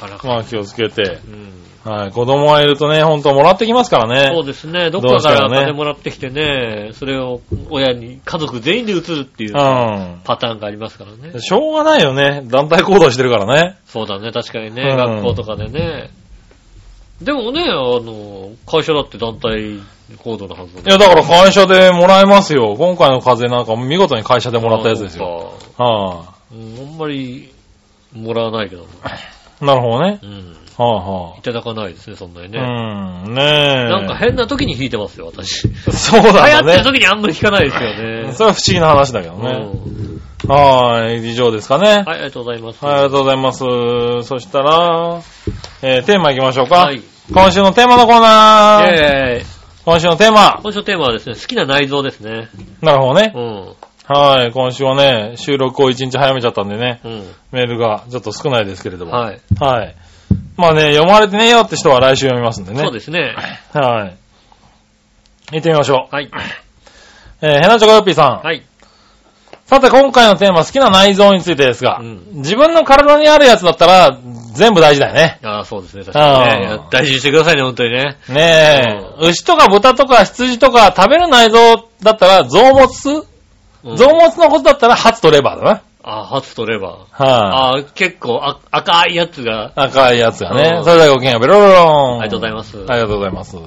Speaker 2: かないか。
Speaker 3: まあ気をつけて。
Speaker 2: うん。
Speaker 3: はい。子供がいるとね、ほんともらってきますから
Speaker 2: そう
Speaker 3: ね。
Speaker 2: ですね。どっかか
Speaker 3: ど
Speaker 2: ら
Speaker 3: うしてもね
Speaker 2: 金もらってきてね、それを親に、家族全員で移るっていう
Speaker 3: う
Speaker 2: パターンがありますからね
Speaker 3: ん。。 しょうがないよね。団体行動してるからね。
Speaker 2: そうだね、確かにね、
Speaker 3: うん
Speaker 2: 学校とかでね。でもね、あの、会社だって団体行動のはず
Speaker 3: いや、だから会社でもらえますよ。今回の風邪なんか見事に会社でもらったやつですよ。
Speaker 2: よ。
Speaker 3: は
Speaker 2: うんあんまり、もらわないけ ども。
Speaker 3: い。なるほどね。
Speaker 2: うん。
Speaker 3: はい
Speaker 2: ただかないですね、そんなに
Speaker 3: い
Speaker 2: ね。
Speaker 3: はい。うん、ねえ。
Speaker 2: なんか変な時に弾いてますよ、 私。流
Speaker 3: そうだ
Speaker 2: 行ってる
Speaker 3: ね。
Speaker 2: 時にあんまり弾かないですよね。
Speaker 3: それは不思議な話だけどね。
Speaker 2: うん
Speaker 3: はい。以上ですかね。
Speaker 2: はい、ありがとうございます。
Speaker 3: はい、ありがとうございます。そしたら、えー、テーマいきましょうか。
Speaker 2: はい。
Speaker 3: 今週のテーマのコーナー、
Speaker 2: えー
Speaker 3: 今週のテーマ
Speaker 2: 今週のテーマはですね、好きな内臓ですね。
Speaker 3: なるほどね。
Speaker 2: うん。
Speaker 3: はい、今週はね、収録を一日早めちゃったんでね、
Speaker 2: うん。
Speaker 3: メールがちょっと少ないですけれども。
Speaker 2: はい。
Speaker 3: はい。まあね、読まれてねえよって人は来週読みますんでね。
Speaker 2: そうですね。
Speaker 3: す。はい。行ってみましょう。
Speaker 2: はい。
Speaker 3: えー、ヘナチョコヨッピーさん。
Speaker 2: はい。
Speaker 3: さて、今回のテーマ、好きな内臓についてですが、
Speaker 2: うん
Speaker 3: 自分の体にあるやつだったら、全部大事だよね。
Speaker 2: ああ、そうですね、確かにね
Speaker 3: あ。ー
Speaker 2: 大事にしてくださいね、本当にね。
Speaker 3: ねえ、牛とか豚とか羊とか食べる内臓だったら臓物、
Speaker 2: うん
Speaker 3: 臓物のことだったらハツとレバーだな。
Speaker 2: ああ、ハツとレバー。
Speaker 3: はい、
Speaker 2: ああ、結構あ赤いやつが。
Speaker 3: 赤いやつが
Speaker 2: う
Speaker 3: ね。
Speaker 2: ん
Speaker 3: それだけごきげんようベロベロン。
Speaker 2: ありがとうございます
Speaker 3: ありがとうございます。
Speaker 2: うん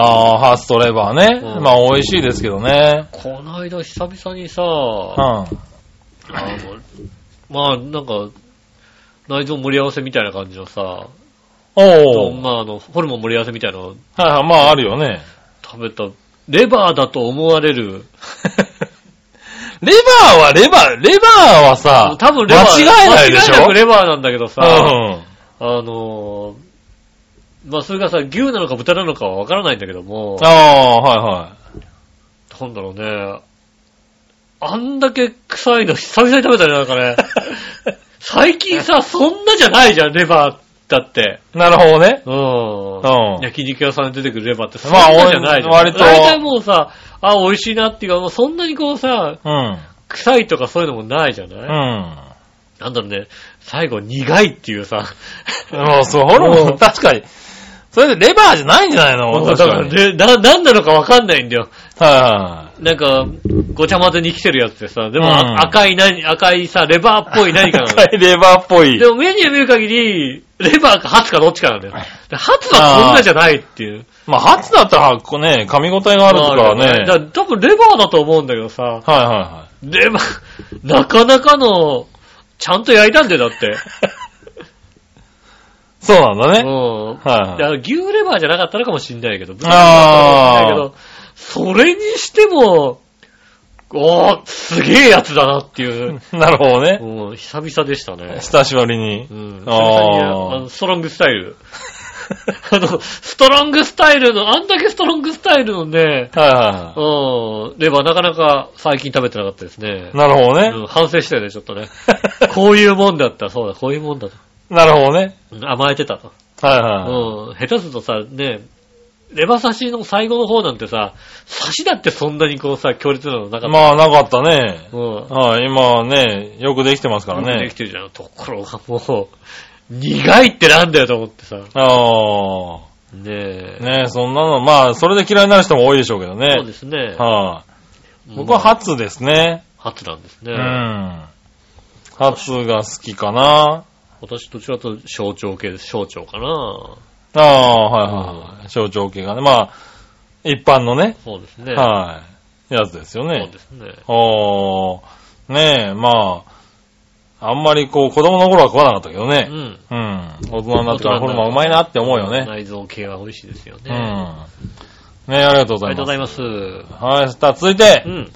Speaker 3: ああ、ハツとレバーね。
Speaker 2: うん
Speaker 3: まあ美味しいですけどね。
Speaker 2: この間久々にさ、
Speaker 3: うん。
Speaker 2: あ
Speaker 3: は
Speaker 2: のまあなんか、内臓盛り合わせみたいな感じのさ、
Speaker 3: お
Speaker 2: と
Speaker 3: ー。
Speaker 2: まああの、ホルモン盛り合わせみたいなのを
Speaker 3: はいはい、まああるよね。
Speaker 2: 食べた、レバーだと思われる。
Speaker 3: レバーはレバー、レバーはさ、
Speaker 2: 多分レバー。
Speaker 3: 間違えないでしょ
Speaker 2: 間違なくレバーなんだけどさ、
Speaker 3: うん。
Speaker 2: あの、まあそれがさ、牛なのか豚なのかはわからないんだけども
Speaker 3: あ、あ、はいはい。
Speaker 2: なんだろうね。あんだけ臭いの久々に食べたね、なんか ね。最近さ、そんなじゃないじゃん、レバーだって。
Speaker 3: なるほどね。
Speaker 2: う
Speaker 3: うん
Speaker 2: ん。焼肉屋さんに出てくるレバーってそん
Speaker 3: まあ
Speaker 2: なじゃないじゃん。
Speaker 3: お割と
Speaker 2: 大体もうさ、あ、美味しいなっていうか、もうそんなにこうさ、
Speaker 3: うん。
Speaker 2: 臭いとかそういうのもないじゃない、
Speaker 3: うん。
Speaker 2: なんだろうね、最後苦いっていうさ、
Speaker 3: もうそう、ホルモ
Speaker 2: うん
Speaker 3: ン、 確かに。それでレバーじゃないんじゃない の
Speaker 2: だ
Speaker 3: 確
Speaker 2: から
Speaker 3: かに。
Speaker 2: ね、な、なんなのかわかんないんだよ。
Speaker 3: は
Speaker 2: なんか、ごちゃ混ぜに来てるやつでさ、でも、
Speaker 3: うん
Speaker 2: 赤い何、赤いさ、レバーっぽい
Speaker 3: いは
Speaker 2: 何
Speaker 3: い。
Speaker 2: かなの
Speaker 3: 赤いレバーっぽい
Speaker 2: で。もメニュー見る限り、レバーかハツかどっちかなんだよ。でハツはこんなじゃないっていう。
Speaker 3: まあ、ハツだったら、こうね、噛み応えがあるとかね。
Speaker 2: だから多分レバーだと思うんだけどさ、
Speaker 3: はいは
Speaker 2: レバー、なかなかの、ちゃんと焼いたんだよ、だ って。
Speaker 3: い。そうなんだ
Speaker 2: う
Speaker 3: ね。
Speaker 2: ん。だ
Speaker 3: はい
Speaker 2: か
Speaker 3: はい。
Speaker 2: ら牛レバーじゃなかったのかもしんないけど、豚レバー
Speaker 3: あー
Speaker 2: だけど、それにしても、おー、すげえやつだなっていう、
Speaker 3: なるほどね。
Speaker 2: うん、久々でしたね。
Speaker 3: 久しぶりに
Speaker 2: う。ん。久々
Speaker 3: あー
Speaker 2: にあのストロングスタイル。 あの、ストロングスタイルの、あんだけストロングスタイルのね、
Speaker 3: はいは
Speaker 2: うん、レバーなかなか最近食べてなかったですね
Speaker 3: い。。なるほど
Speaker 2: う
Speaker 3: ね。
Speaker 2: ん、反省したよね、ちょっとね。 こういうもんだった、そうだ、こういうもんだと。
Speaker 3: なるほどね。
Speaker 2: うん甘えてたと。
Speaker 3: はいは
Speaker 2: うん、下手するとさ、ね、レバ刺しの最後の方なんてさ、刺しだってそんなにこうさ、強烈なのなか
Speaker 3: い。
Speaker 2: った。
Speaker 3: まあ、なかったね。
Speaker 2: うん。
Speaker 3: はい、今ね、よくできてますから
Speaker 2: よくで
Speaker 3: ね
Speaker 2: き。てるじゃん。ところがもう、苦いってなんだよと思ってさ。
Speaker 3: あ
Speaker 2: ねえ
Speaker 3: あ。。ねそんなの、まあ、それで嫌いになる人も多いでしょうけどね。
Speaker 2: そうですね。
Speaker 3: はい。僕は
Speaker 2: まあ
Speaker 3: 初ですね。
Speaker 2: 初なんですね。
Speaker 3: うん。初が好きかな。
Speaker 2: 私どちらかというと象徴系です。象徴かな。
Speaker 3: ああ、はいはいはい。象徴系がね。まあ、一般のね、
Speaker 2: そうですね。
Speaker 3: はい。やつですよ
Speaker 2: そう
Speaker 3: ね。
Speaker 2: ですね。
Speaker 3: おー。ねえ、まあ、あんまりこう、子供の頃は食わなかったけど
Speaker 2: う
Speaker 3: ね。
Speaker 2: ん。
Speaker 3: うん。大人になってからホルモンうまいなって思うよね。
Speaker 2: 内臓系は美味しいですよ
Speaker 3: う
Speaker 2: ね。
Speaker 3: ん。ねえ、ありがとうご
Speaker 2: あ
Speaker 3: ざ
Speaker 2: りが
Speaker 3: い
Speaker 2: とうご
Speaker 3: ます。
Speaker 2: ざいます。う
Speaker 3: はい、さあ続いて、
Speaker 2: ん。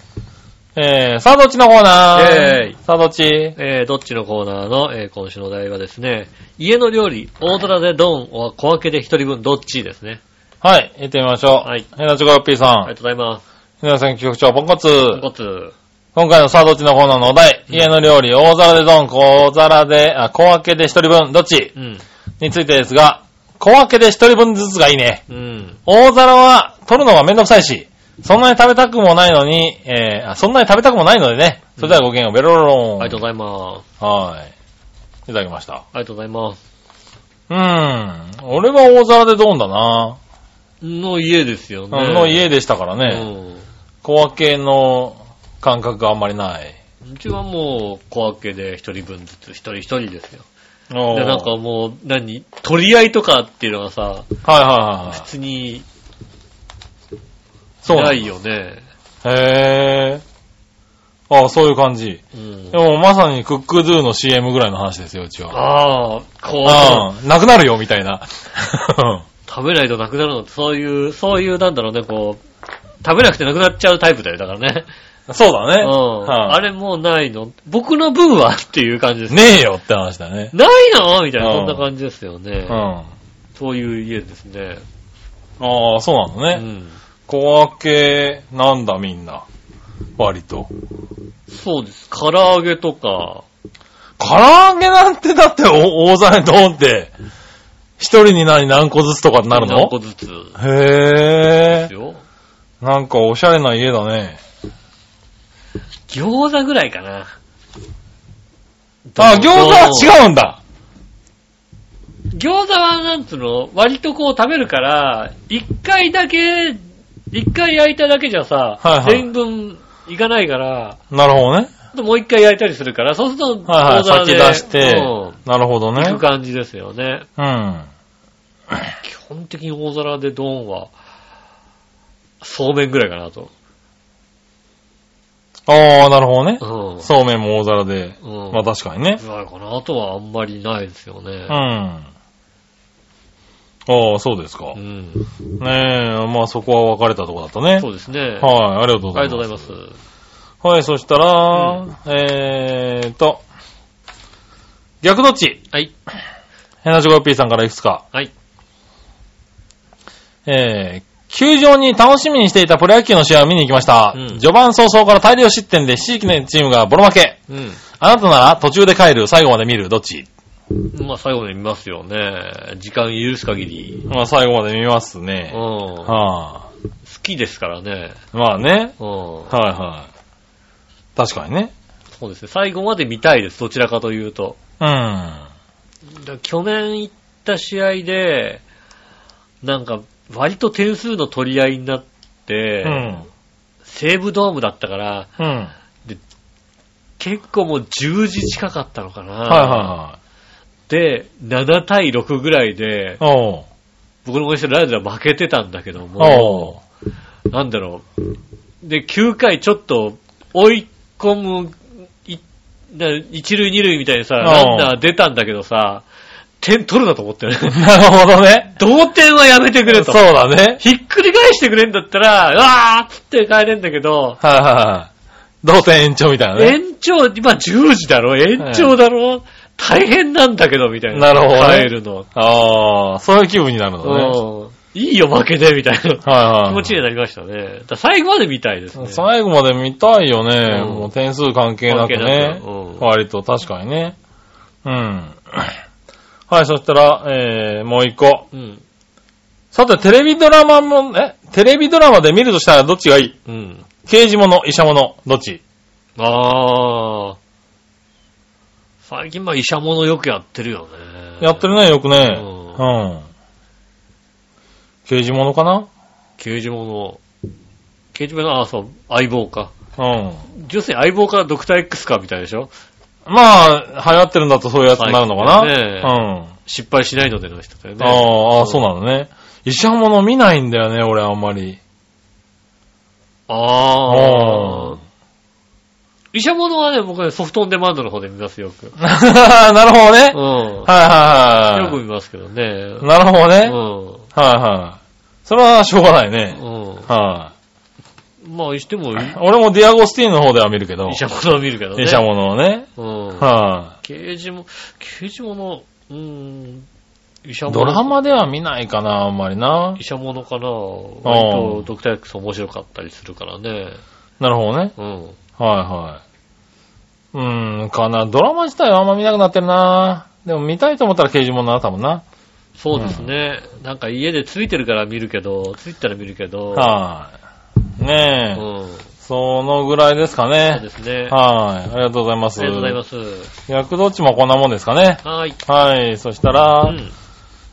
Speaker 3: えー、さあどっちのコーナ
Speaker 2: イェーイ
Speaker 3: ーさあどっち
Speaker 2: えー、どっちのコーナーの、えー今週のお題はですね、家の料理、大皿でドン、は小分けで一人分、どっちですね。
Speaker 3: はい、行ってみましょう。
Speaker 2: はい
Speaker 3: ヘナチョコヨッピーさん
Speaker 2: あ。りがとうございます。
Speaker 3: 皆さん、局長、ポンコツ。
Speaker 2: ごつ。
Speaker 3: 今回のさあどっちのコーナーのお題、
Speaker 2: うん
Speaker 3: 家の料理、大皿でドン、小皿で、あ、小分けで一人分、どっち
Speaker 2: うん。
Speaker 3: についてですが、小分けで一人分ずつがいいね。
Speaker 2: うん。
Speaker 3: 大皿は取るのがめんどくさいし、そんなに食べたくもないのに、えーあそんなに食べたくもないのでね。それではごきげんよう、ベロロロン。
Speaker 2: ありがとうございます。
Speaker 3: はい。いただきました。
Speaker 2: ありがとうございます。
Speaker 3: うーん。俺は大皿でドンだな。
Speaker 2: の家ですよね。
Speaker 3: うんの家でしたから
Speaker 2: う
Speaker 3: ね。
Speaker 2: ん。
Speaker 3: 小分けの感覚があんまりない。
Speaker 2: うちはもう小分けで一人分ずつ、一人一人ですよ。
Speaker 3: で、
Speaker 2: で、なんかもう、何取り合いとかっていうのはさ、
Speaker 3: はいはいはいは
Speaker 2: 普
Speaker 3: い。
Speaker 2: 通に
Speaker 3: そう
Speaker 2: な
Speaker 3: なんだ。
Speaker 2: いよね。
Speaker 3: へー。ああ、そういう感じ。
Speaker 2: うん
Speaker 3: で。もまさにクックドゥの CM ぐらいの話ですよ、うちは。
Speaker 2: ああ、こう、
Speaker 3: うん。なくなるよ、みたいな。
Speaker 2: 食べないとなくなるのって、そういう、そういう、なんだろうね、こう、食べなくてなくなっちゃうタイプだよ、だからね。
Speaker 3: そうだね。
Speaker 2: うん。
Speaker 3: はい
Speaker 2: あれもうないの僕の分はっていう感じです。
Speaker 3: ねえよって話だね。
Speaker 2: ないのみたいな、
Speaker 3: うん
Speaker 2: そんな感じですよね。
Speaker 3: うん。
Speaker 2: そういう家ですね。
Speaker 3: ああ、そうなの
Speaker 2: う
Speaker 3: ね。
Speaker 2: ん。
Speaker 3: 小分けなんだみんな。割と。
Speaker 2: そうです。唐揚げとか、
Speaker 3: 唐揚げなんてだってお大皿にドンって、一人に何何個ずつとかになる
Speaker 2: 何
Speaker 3: の
Speaker 2: 個ずつで
Speaker 3: へ
Speaker 2: す
Speaker 3: え。
Speaker 2: よ。
Speaker 3: なんかおしゃれな家だね。
Speaker 2: 餃子ぐらいかな。
Speaker 3: あ、餃
Speaker 2: う
Speaker 3: 子は違うんだ。
Speaker 2: 餃子はなんつうの割とこう食べるから、一回だけ、一回焼いただけじゃさ、
Speaker 3: はいはい
Speaker 2: 全分いかないから、
Speaker 3: なるほどね。
Speaker 2: もう一回焼いたりするから、そうすると、
Speaker 3: はいはい。
Speaker 2: 餃子
Speaker 3: 先
Speaker 2: で
Speaker 3: 出して
Speaker 2: うん、
Speaker 3: なるほど
Speaker 2: 行
Speaker 3: ね
Speaker 2: く。感じですよね。
Speaker 3: うん。
Speaker 2: 基本的に大皿でドーンは、そうめんぐらいかなと。
Speaker 3: ああ、なるほどね。
Speaker 2: うん。
Speaker 3: そうめんも大皿で。
Speaker 2: うん。
Speaker 3: まあ確かにね。
Speaker 2: ぐらいかな。あとはあんまりないですよ
Speaker 3: う
Speaker 2: ね
Speaker 3: ん。。ああ、そうですか。
Speaker 2: う
Speaker 3: ね
Speaker 2: ん。
Speaker 3: え、まあそこは分かれたとこだったね
Speaker 2: そ。うですね。あ
Speaker 3: はい、ありがとうござ
Speaker 2: りが
Speaker 3: います。
Speaker 2: とうございます。
Speaker 3: はい、そしたら、えーと、逆どっち
Speaker 2: はい。
Speaker 3: ヘナチョコヨッピーさんからいくつか。
Speaker 2: はい。
Speaker 3: えー、球場に楽しみにしていたプロ野球の試合を見に行きました。
Speaker 2: うん
Speaker 3: 序盤早々から大量失点で地域のチームがボロ負け。
Speaker 2: うん。
Speaker 3: あなたなら途中で帰る、最後まで見る、どっち
Speaker 2: まあ最後に見ますよね。時間許す限り。
Speaker 3: まあ最後まで見ます
Speaker 2: うん。
Speaker 3: ね。
Speaker 2: 好
Speaker 3: はあ、
Speaker 2: きですからね。
Speaker 3: まあね。
Speaker 2: うん。
Speaker 3: はいはい。確かにね。
Speaker 2: そうですね。最後まで見たいです。どちらかというと。
Speaker 3: うん。は
Speaker 2: だ去年行った試合で、なんか、割と点数の取り合いになって、
Speaker 3: うん
Speaker 2: 西武ドームだったから、
Speaker 3: いはい
Speaker 2: 結構もう10時近かったのかな。
Speaker 3: は
Speaker 2: で、7対6ぐらいで
Speaker 3: い。、おう。
Speaker 2: 僕の応援してるライズは負けてたんだけども、
Speaker 3: おう。
Speaker 2: なんだろう。で、9回ちょっと追い込む、いな一塁二塁みたいにさ、
Speaker 3: うん
Speaker 2: ランナー出たんだけどさ、点取るなと思ったよね。
Speaker 3: なるほどね。
Speaker 2: 同点はやめてくれ
Speaker 3: そ
Speaker 2: と
Speaker 3: う。だね。
Speaker 2: ひっくり返してくれんだったら、うわーっつって帰れんだけど、
Speaker 3: はいはいはい。同点延長みたいなね。
Speaker 2: 延長、今10時だろ延長だろ、大変なんだけど、みたいな。
Speaker 3: なるほどね
Speaker 2: 帰るの。
Speaker 3: ああ、そういう気分になるのね。
Speaker 2: うん。いいよ、負けて、みたいな。
Speaker 3: はいはい。
Speaker 2: 気持ちになりましたね。だから最後まで見たいですね。
Speaker 3: 最後まで見たいよね。
Speaker 2: うん
Speaker 3: もう点数関係な
Speaker 2: 関
Speaker 3: く
Speaker 2: 係な
Speaker 3: ね
Speaker 2: くうん。
Speaker 3: 割と確かにね。うん。はい、そしたら、えー、もう一個。
Speaker 2: うん。
Speaker 3: さて、テレビドラマも、えテレビドラマで見るとしたらどっちがいい
Speaker 2: うん。
Speaker 3: 刑事もの、医者もの、どっち
Speaker 2: あー。最近、まあ、医者ものよくやってるよね。
Speaker 3: やってるね、よくね。
Speaker 2: う
Speaker 3: うん。刑事ものかな
Speaker 2: 刑事もの。刑事もの、あー、そう、相棒か。
Speaker 3: うん。
Speaker 2: 女性相棒からドクター X か、みたいでしょ
Speaker 3: まあ、流行ってるんだとそういうやつになるのかな、
Speaker 2: 最近ね
Speaker 3: うん。
Speaker 2: 失敗しないのでの人だよね。
Speaker 3: ああ、そうなのね。医者もの見ないんだよね、俺あんま り。
Speaker 2: あ
Speaker 3: う
Speaker 2: あ
Speaker 3: ん。
Speaker 2: 医者ものはね、僕はねソフトオンデマンドの方で見ますよ、よく。
Speaker 3: なるほどね
Speaker 2: う。ん。
Speaker 3: はいはい
Speaker 2: よく
Speaker 3: は
Speaker 2: 見ますけどね。
Speaker 3: い。なるほど
Speaker 2: う
Speaker 3: ね。
Speaker 2: ん。
Speaker 3: はいはい。それはしょうがないね。
Speaker 2: う
Speaker 3: は
Speaker 2: ん。まあ、しても、
Speaker 3: い。俺もディアゴスティーヌの方では見るけど。
Speaker 2: 医者ものを見るけどね。
Speaker 3: 医者ものをね。
Speaker 2: うん。
Speaker 3: は
Speaker 2: 刑事も、刑事もの、うーん。医者
Speaker 3: い。
Speaker 2: も
Speaker 3: ド
Speaker 2: の。
Speaker 3: ラマでは見ないかな、あんまりな
Speaker 2: 医。者ものかな割とドクター X 面白かったりするからね。
Speaker 3: なるほどね。
Speaker 2: うん。
Speaker 3: はいはい。うーん、かな。ドラマ自体はあんま見なくなってるな。でも見たいと思ったら刑事ものだったもんな。
Speaker 2: そうですね。なんか家でついてるから見るけど、ついてたら見るけど、
Speaker 3: は
Speaker 2: う
Speaker 3: ねえ、
Speaker 2: ん。
Speaker 3: そのぐらいですか
Speaker 2: そうで
Speaker 3: ね。
Speaker 2: すね。あ
Speaker 3: はい。ありがとうございます。。
Speaker 2: りがとうございますす。
Speaker 3: 役どっちもこんなもんですかね。
Speaker 2: はい。
Speaker 3: はい。そしたら、
Speaker 2: うん。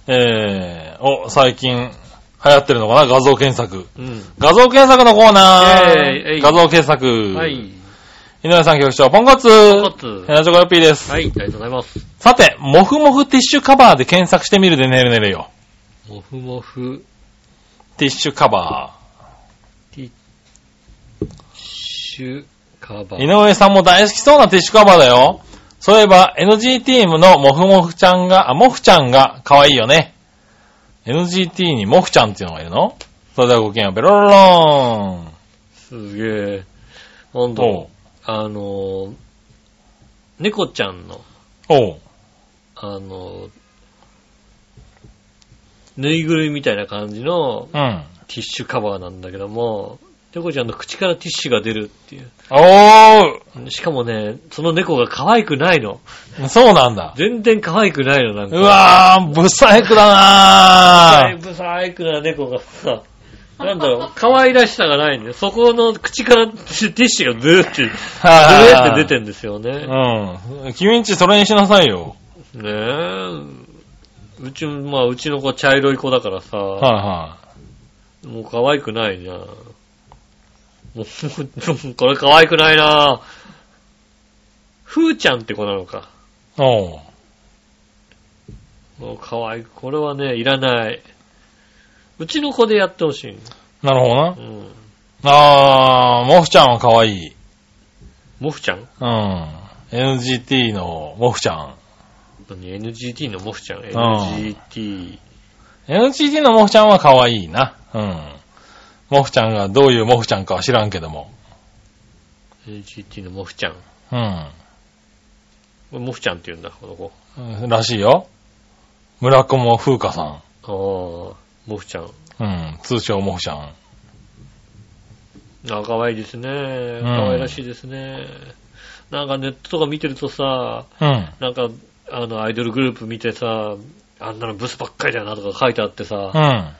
Speaker 3: えー、お、最近流行ってるのかな画像検索。
Speaker 2: うん。
Speaker 3: 画像検索のコーナ
Speaker 2: イェーイえ
Speaker 3: ー。
Speaker 2: い
Speaker 3: 画像検索。
Speaker 2: はい。
Speaker 3: 井上さん局長、ポンコツ。
Speaker 2: ポンコツ
Speaker 3: ヘナチョコヨッピーです。
Speaker 2: はい、ありがとうございます。
Speaker 3: さて、もふもふティッシュカバーで検索してみるでねるねるよ。
Speaker 2: もふもふ、
Speaker 3: ティッシュカバ
Speaker 2: ティッシュ、カバ
Speaker 3: ー。井
Speaker 2: ー。
Speaker 3: 上さんも大好きそうなティッシュカバーだよ。そういえば、NGT のもふもふちゃんが、あ、もふちゃんが可愛いよね。NGT にもふちゃんっていうのがいるのそれではごきげんよう、ベロロロ
Speaker 2: すげえ。ほん
Speaker 3: ーン。おう
Speaker 2: と、あの、猫ちゃんの、
Speaker 3: おう
Speaker 2: あの、ぬいぐるみみたいな感じの
Speaker 3: うん。
Speaker 2: ティッシュカバーなんだけども、猫ちゃんの口からティッシュが出るっていう。
Speaker 3: お
Speaker 2: しかもね、その猫が可愛くないの。
Speaker 3: ーそうなんだ。
Speaker 2: 全然可愛くないの、なんか。
Speaker 3: うわー、ブサイクだ
Speaker 2: だい
Speaker 3: なー。
Speaker 2: ぶサイクな猫がさ、なんだろう、可愛らしさがないんだよ。そこの口からティッシュがずーって、ずーって出てんですよね。
Speaker 3: うん。君んちそれにしなさいよ。
Speaker 2: ねえ。うち、まあ、うちの子茶色い子だからさ、
Speaker 3: はいは
Speaker 2: もう可愛くないじゃん。もう、 これ可愛くないなふーちゃんって子なのか。
Speaker 3: い。おう。
Speaker 2: もう可愛い。これはね、いらない。うちの子でやってほしい。
Speaker 3: なるほどな
Speaker 2: う。ん。
Speaker 3: あー、モフちゃんは可愛い。
Speaker 2: モフちゃん
Speaker 3: うん。NGT のモフちゃん。
Speaker 2: 何 ?NGT のモフちゃん ?NGT。
Speaker 3: NGT のモフちゃんは可愛いな。うん。モフちゃんがどういうモフちゃんかは知らんけども。
Speaker 2: NGT のモフちゃん。こ
Speaker 3: うん。
Speaker 2: れモフちゃんって言うんだ、この子。
Speaker 3: らしいよ。村子も風花さ
Speaker 2: ああ、モフちゃん。
Speaker 3: ん。うん。通称モフちゃん。
Speaker 2: あ可愛いですね。
Speaker 3: ん
Speaker 2: 可愛らしいですね。なんかネットとか見てるとさ、
Speaker 3: うん。
Speaker 2: なんか、あの、アイドルグループ見てさ、あんなのブスばっかりだよなとか書いてあってさ、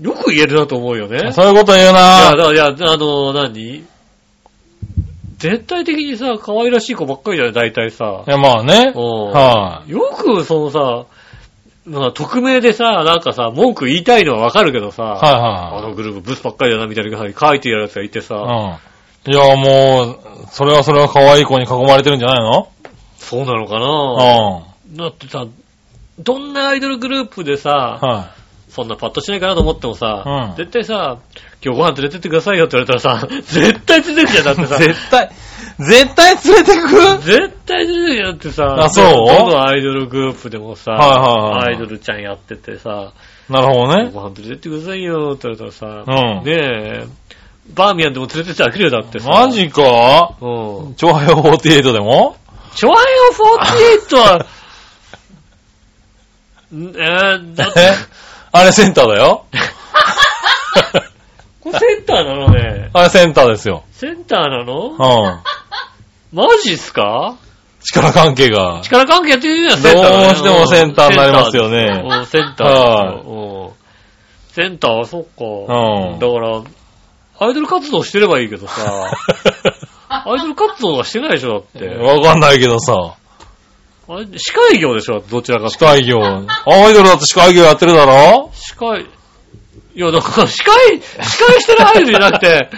Speaker 3: う
Speaker 2: よく言えるなと思うよね。い
Speaker 3: ん。そういうこと言う
Speaker 2: や、だか
Speaker 3: な
Speaker 2: らいや、あの、何絶対的にさ、可愛らしい子ばっかりじゃない大体さ
Speaker 3: い。や、まあね。
Speaker 2: うん
Speaker 3: は
Speaker 2: よくそのさ、まあ、匿名でさ、なんかさ、文句言いたいのはわかるけどさ、
Speaker 3: い。はい
Speaker 2: あ
Speaker 3: は
Speaker 2: のグループブスばっかりだなみたいな書いてやるやつがいてさ、
Speaker 3: いはい。うん。いや、もう、それはそれは可愛い子に囲まれてるんじゃないの
Speaker 2: そうなのかな、
Speaker 3: う
Speaker 2: だってさ、どんなアイドルグループでさ、
Speaker 3: ん。はい。
Speaker 2: そんなパッとしないかなと思ってもさ、
Speaker 3: うん
Speaker 2: 絶対さ、今日ご飯連れてってくださいよって言われたらさ、 絶対連れてくじゃん、 だってさ。
Speaker 3: 絶対、絶対連れてくはい
Speaker 2: 絶対連れてくじゃんだってさ、
Speaker 3: あそう
Speaker 2: どのアイドルグループでもさ、
Speaker 3: はいは
Speaker 2: ア
Speaker 3: い。
Speaker 2: イド。ルちゃんやっててさ、
Speaker 3: なるほどね。
Speaker 2: ご飯連れてってくださいよって言われたらさ、
Speaker 3: う
Speaker 2: ね
Speaker 3: ん
Speaker 2: え、バーミヤンでも連れてってあげるよだってさ。
Speaker 3: マジか
Speaker 2: うん。
Speaker 3: 超早48でも
Speaker 2: チョアヘオ48は、ん えー、だって
Speaker 3: え、あれセンターだよ。
Speaker 2: これセンターなのね。
Speaker 3: あれセンターですよ。
Speaker 2: センターなの
Speaker 3: うん。
Speaker 2: マジっすか
Speaker 3: 力関係が。
Speaker 2: 力関係やってみるよ、
Speaker 3: どう
Speaker 2: センターね。
Speaker 3: してもセンターになりますよね
Speaker 2: うん、センターですよ。うんセンター、そっか。
Speaker 3: うん
Speaker 2: だから、アイドル活動してればいいけど さ、アイドル活動はしてないでしょ、だって。
Speaker 3: わかんないけどさ。
Speaker 2: あれ司会業でしょ、どちらか。
Speaker 3: 司会業。アイドルだって司会業やってるだろ
Speaker 2: 司会、いや、だから司会、司会してるアイドルじゃなく て、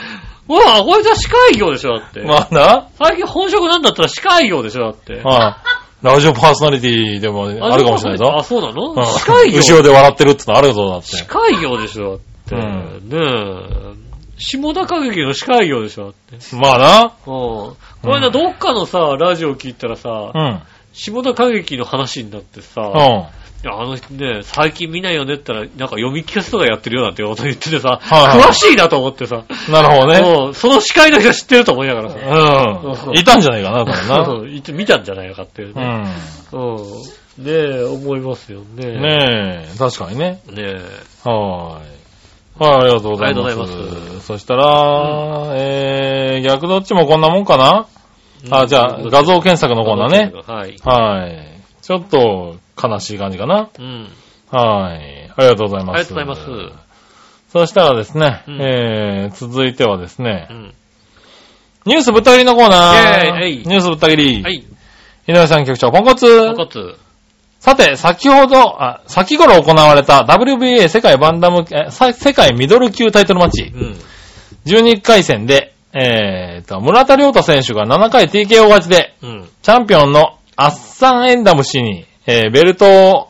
Speaker 2: ほら、こいつは司会業でしょ、だって。
Speaker 3: まあな。
Speaker 2: 最近本職なんだったら司会業でしょ、だって。
Speaker 3: はい。ラジオパーソナリティでもあるかもしれないぞ
Speaker 2: あ、。そうなの
Speaker 3: うん
Speaker 2: 司会業
Speaker 3: 後ろで笑ってるってのあるぞ、だって。
Speaker 2: 司会業でしょ、だって。
Speaker 3: うん
Speaker 2: ねえ。下田歌劇の司会業でしょ、だって。うん。
Speaker 3: まあ
Speaker 2: この間どっかのさ、ラジオ聞いたらさ、
Speaker 3: な。
Speaker 2: 下田歌劇の話になってさ、
Speaker 3: うん。うん。
Speaker 2: いやあの人ね、最近見ないよねって言ったら、なんか読み聞かせとかやってるよなんてこと言っててさ、
Speaker 3: はいはい
Speaker 2: 詳しいなと思ってさ、
Speaker 3: なるほどね。
Speaker 2: うんその司会の人知ってると思いながらさ、
Speaker 3: うん。いたんじゃないかな、多分
Speaker 2: そ
Speaker 3: な。
Speaker 2: ういつ見たんじゃないのかっていうね。
Speaker 3: う
Speaker 2: うん。ねえ、思いますよね。
Speaker 3: ん。ねえ、確かにね。
Speaker 2: ねえ。
Speaker 3: はーい。はい、ありがとうございます。
Speaker 2: ありがとうございます
Speaker 3: そしたら、えー、逆どっちもこんなもんかな、あ、じゃあ、画像検索のコーナーね。。
Speaker 2: はい。
Speaker 3: はい。ちょっと、悲しい感じかな
Speaker 2: うん。
Speaker 3: はい。ありがとうござい
Speaker 2: ありが
Speaker 3: ます。
Speaker 2: とうございます。
Speaker 3: そしたらですね、
Speaker 2: うん
Speaker 3: えー、続いてはですね
Speaker 2: う、ん。
Speaker 3: ニュースぶった切りのコーナ
Speaker 2: イェーイ
Speaker 3: ー。
Speaker 2: はい
Speaker 3: ニュースぶった切り。
Speaker 2: はい。
Speaker 3: 井上さん局長、ポンコツ。
Speaker 2: ポンコツ。
Speaker 3: さて、先ほど、あ、先頃行われた WBA 世界バンダム、え、さ世界ミドル級タイトルマッチ
Speaker 2: う、ん。
Speaker 3: 12回戦で、えーと、村田亮太選手が7回 TKO 勝ちで、
Speaker 2: うん。
Speaker 3: チャンピオンのアッサンエンダム氏に、えーベルトを、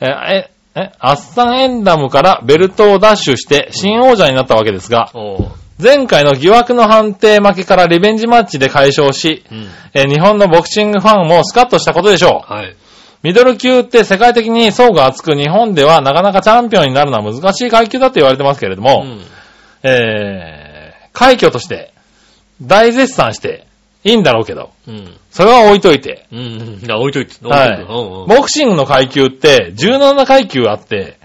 Speaker 3: えーえ、え、アッサンエンダムからベルトを奪取して新王者になったわけですが、
Speaker 2: おう。
Speaker 3: 前回の疑惑の判定負けからリベンジマッチで解消し、
Speaker 2: うん。
Speaker 3: えー日本のボクシングファンもスカッとしたことでしょう。
Speaker 2: はい。
Speaker 3: ミドル級って世界的に層が厚く日本ではなかなかチャンピオンになるのは難しい階級だって言われてますけれど
Speaker 2: う
Speaker 3: も、
Speaker 2: ん。
Speaker 3: えー、快挙として大絶賛していいんだろうけど、
Speaker 2: うん。
Speaker 3: それは置いといて、
Speaker 2: うん。だ、置いといて。置いといて。
Speaker 3: は
Speaker 2: う
Speaker 3: い
Speaker 2: んうん。
Speaker 3: ボクシングの階級って17階級あって、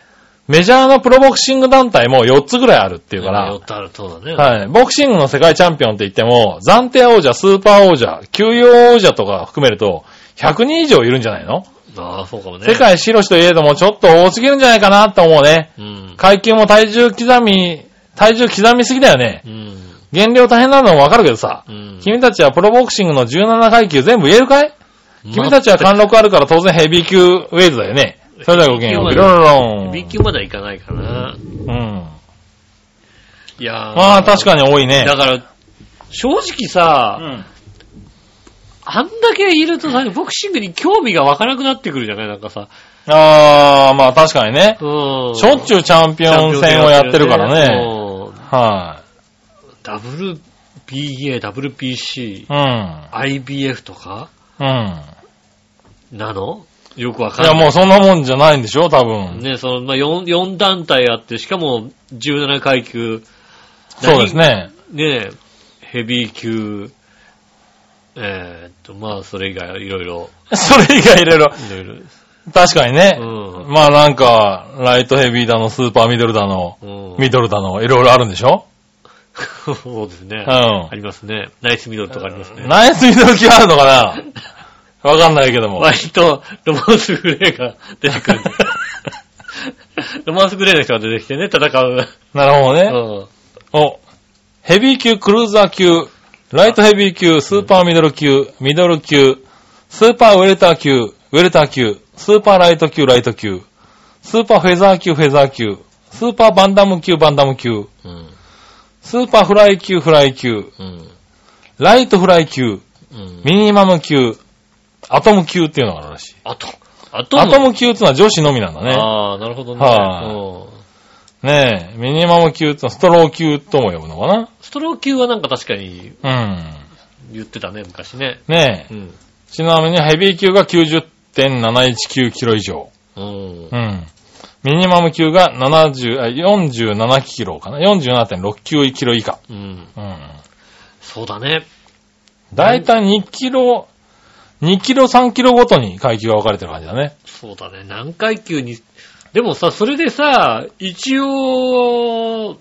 Speaker 3: メジャーのプロボクシング団体も4つぐらいあるっていうか
Speaker 2: ん
Speaker 3: ら
Speaker 2: 四、つあるそうだね。
Speaker 3: はい、ボクシングの世界チャンピオンって言っても、暫定王者、スーパー王者、休養王者とか含めると、100人以上いるんじゃないの
Speaker 2: ああ、そうかもね。
Speaker 3: 世。界白しといえどもちょっと多すぎるんじゃないかなと思うね。
Speaker 2: うん。
Speaker 3: 階級も体重刻み、体重刻みすぎだよね
Speaker 2: う。ん。
Speaker 3: 減量大変なのもわかるけどさ。
Speaker 2: うん。
Speaker 3: 君たちはプロボクシングの17階級全部言えるかい君たちは貫禄あるから当然ヘビー級ウェイズだよね。それではごきげんよう。ビロロロン。
Speaker 2: B 級まではいかないかな。
Speaker 3: うん。
Speaker 2: いや
Speaker 3: まあ確
Speaker 2: に。
Speaker 3: かに多いね。
Speaker 2: だから、正直さ、あんだけいるとなんかボクシングに興味がわからなくなってくるじゃないなんかさ。
Speaker 3: あー、まあ確かにね。
Speaker 2: うん。
Speaker 3: しょっちゅうチャンピ
Speaker 2: チャ
Speaker 3: オ
Speaker 2: ンピオ
Speaker 3: ン
Speaker 2: ンで
Speaker 3: 戦をやってるからね。
Speaker 2: うん
Speaker 3: は
Speaker 2: WBA、WPC
Speaker 3: い。、うん。
Speaker 2: IBF とか
Speaker 3: うん。
Speaker 2: なのよくわかんな
Speaker 3: いや
Speaker 2: い。
Speaker 3: もうそんなもんじゃないんでしょ多分。
Speaker 2: ね、その、まあ、4、四団体あって、しかも17階級。
Speaker 3: そうですね。
Speaker 2: ねえ、ヘビー級、えーっと、まあ、それ以外いろいろ、
Speaker 3: それ以外いろいろ。
Speaker 2: いろいろ、
Speaker 3: 確かにね。
Speaker 2: うん
Speaker 3: まあなんか、ライトヘビーだの、スーパーミドルだの、
Speaker 2: うん
Speaker 3: ミドルだの、いろいろあるんでしょ
Speaker 2: そうですね。
Speaker 3: う
Speaker 2: ありますね。ナイスミドルとかあります
Speaker 3: ん。
Speaker 2: ね。
Speaker 3: ナイスミドル級あるのかなわかんないけども。
Speaker 2: 割と、ロマンスグレーが出てく る。ロマンスグレーの人が出てきてね、戦う。
Speaker 3: なる
Speaker 2: う
Speaker 3: ほどね。
Speaker 2: ん。
Speaker 3: お、ヘビー級、クルーザー級、ライトヘビー級、スーパーミドル級、ミドル級、スーパーウェルター級、ウェルター級、スーパーライト級、ライト級、スーパーフェザー級、フェザー級、スーパーバンダム級、バンダム級、
Speaker 2: うん。
Speaker 3: スーパーフライ級、フライ級、
Speaker 2: うん。
Speaker 3: ライトフライ級、
Speaker 2: うん。
Speaker 3: ミニマム級、アトム級っていうのがあるらしい。
Speaker 2: あと、あと
Speaker 3: アトム級ってのは女子のみなんだね。
Speaker 2: ああ、なるほどね。
Speaker 3: は
Speaker 2: うん
Speaker 3: ねえ、ミニマム級ってのはストロー級とも呼ぶのか
Speaker 2: ストロー級はなんか確かに
Speaker 3: な
Speaker 2: 言ってたね、昔ね。
Speaker 3: うん。ね
Speaker 2: う
Speaker 3: え、
Speaker 2: ん。
Speaker 3: ちなみにヘビー級が90.719キロ以上。
Speaker 2: うん
Speaker 3: う。ん。ミニマム級が70あ47キロかな ?47.69 キロ以下。
Speaker 2: うん。
Speaker 3: うん。
Speaker 2: そうだね。
Speaker 3: だいたい2キロ、2キロ3キロごとに階級が分かれてる感じだね。
Speaker 2: そうだね。何階級に、でもさ、それでさ、一応、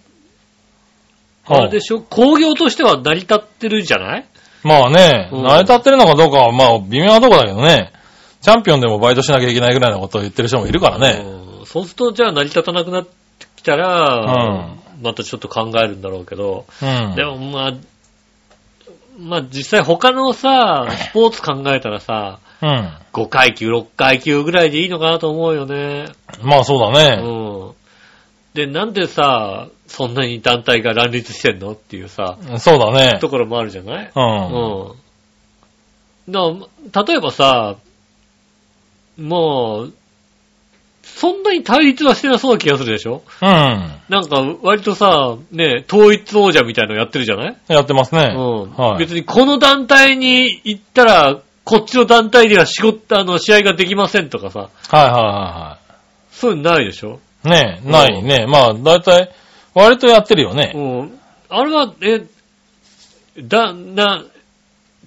Speaker 2: あれでしょ、工業としては成り立ってるじゃない
Speaker 3: まあね、
Speaker 2: うん
Speaker 3: 成り立ってるのかどうかは、まあ微妙なとこだけどね、チャンピオンでもバイトしなきゃいけないぐらいのことを言ってる人もいるからね。
Speaker 2: うんそうすると、じゃあ成り立たなくなってきたら、またちょっと考えるんだろうけど、
Speaker 3: うん。
Speaker 2: でもまあ、まあ実際他のさ、スポーツ考えたらさ、
Speaker 3: うん。
Speaker 2: 5階級、6階級ぐらいでいいのかなと思うよね。
Speaker 3: まあそう
Speaker 2: う
Speaker 3: だね。
Speaker 2: ん。で、なんでさ、そんなに団体が乱立してんのっていうさ、
Speaker 3: そうだね。
Speaker 2: ところもあるじゃない
Speaker 3: うん。
Speaker 2: うん。だ例えばさ、もう、そんなに対立はしてなそうな気がするでしょ
Speaker 3: うん。
Speaker 2: なんか、割とさ、ね、統一王者みたいのやってるじゃない、
Speaker 3: やってますね。
Speaker 2: うん、
Speaker 3: はい。
Speaker 2: 別にこの団体に行ったら、こっちの団体では仕事、あの、試合ができませんとかさ、
Speaker 3: はいは
Speaker 2: そういうのないでしょ
Speaker 3: いはいはい。ねないね。まあ大体、割とやってるよね。
Speaker 2: うん。あれは、え、だ、な、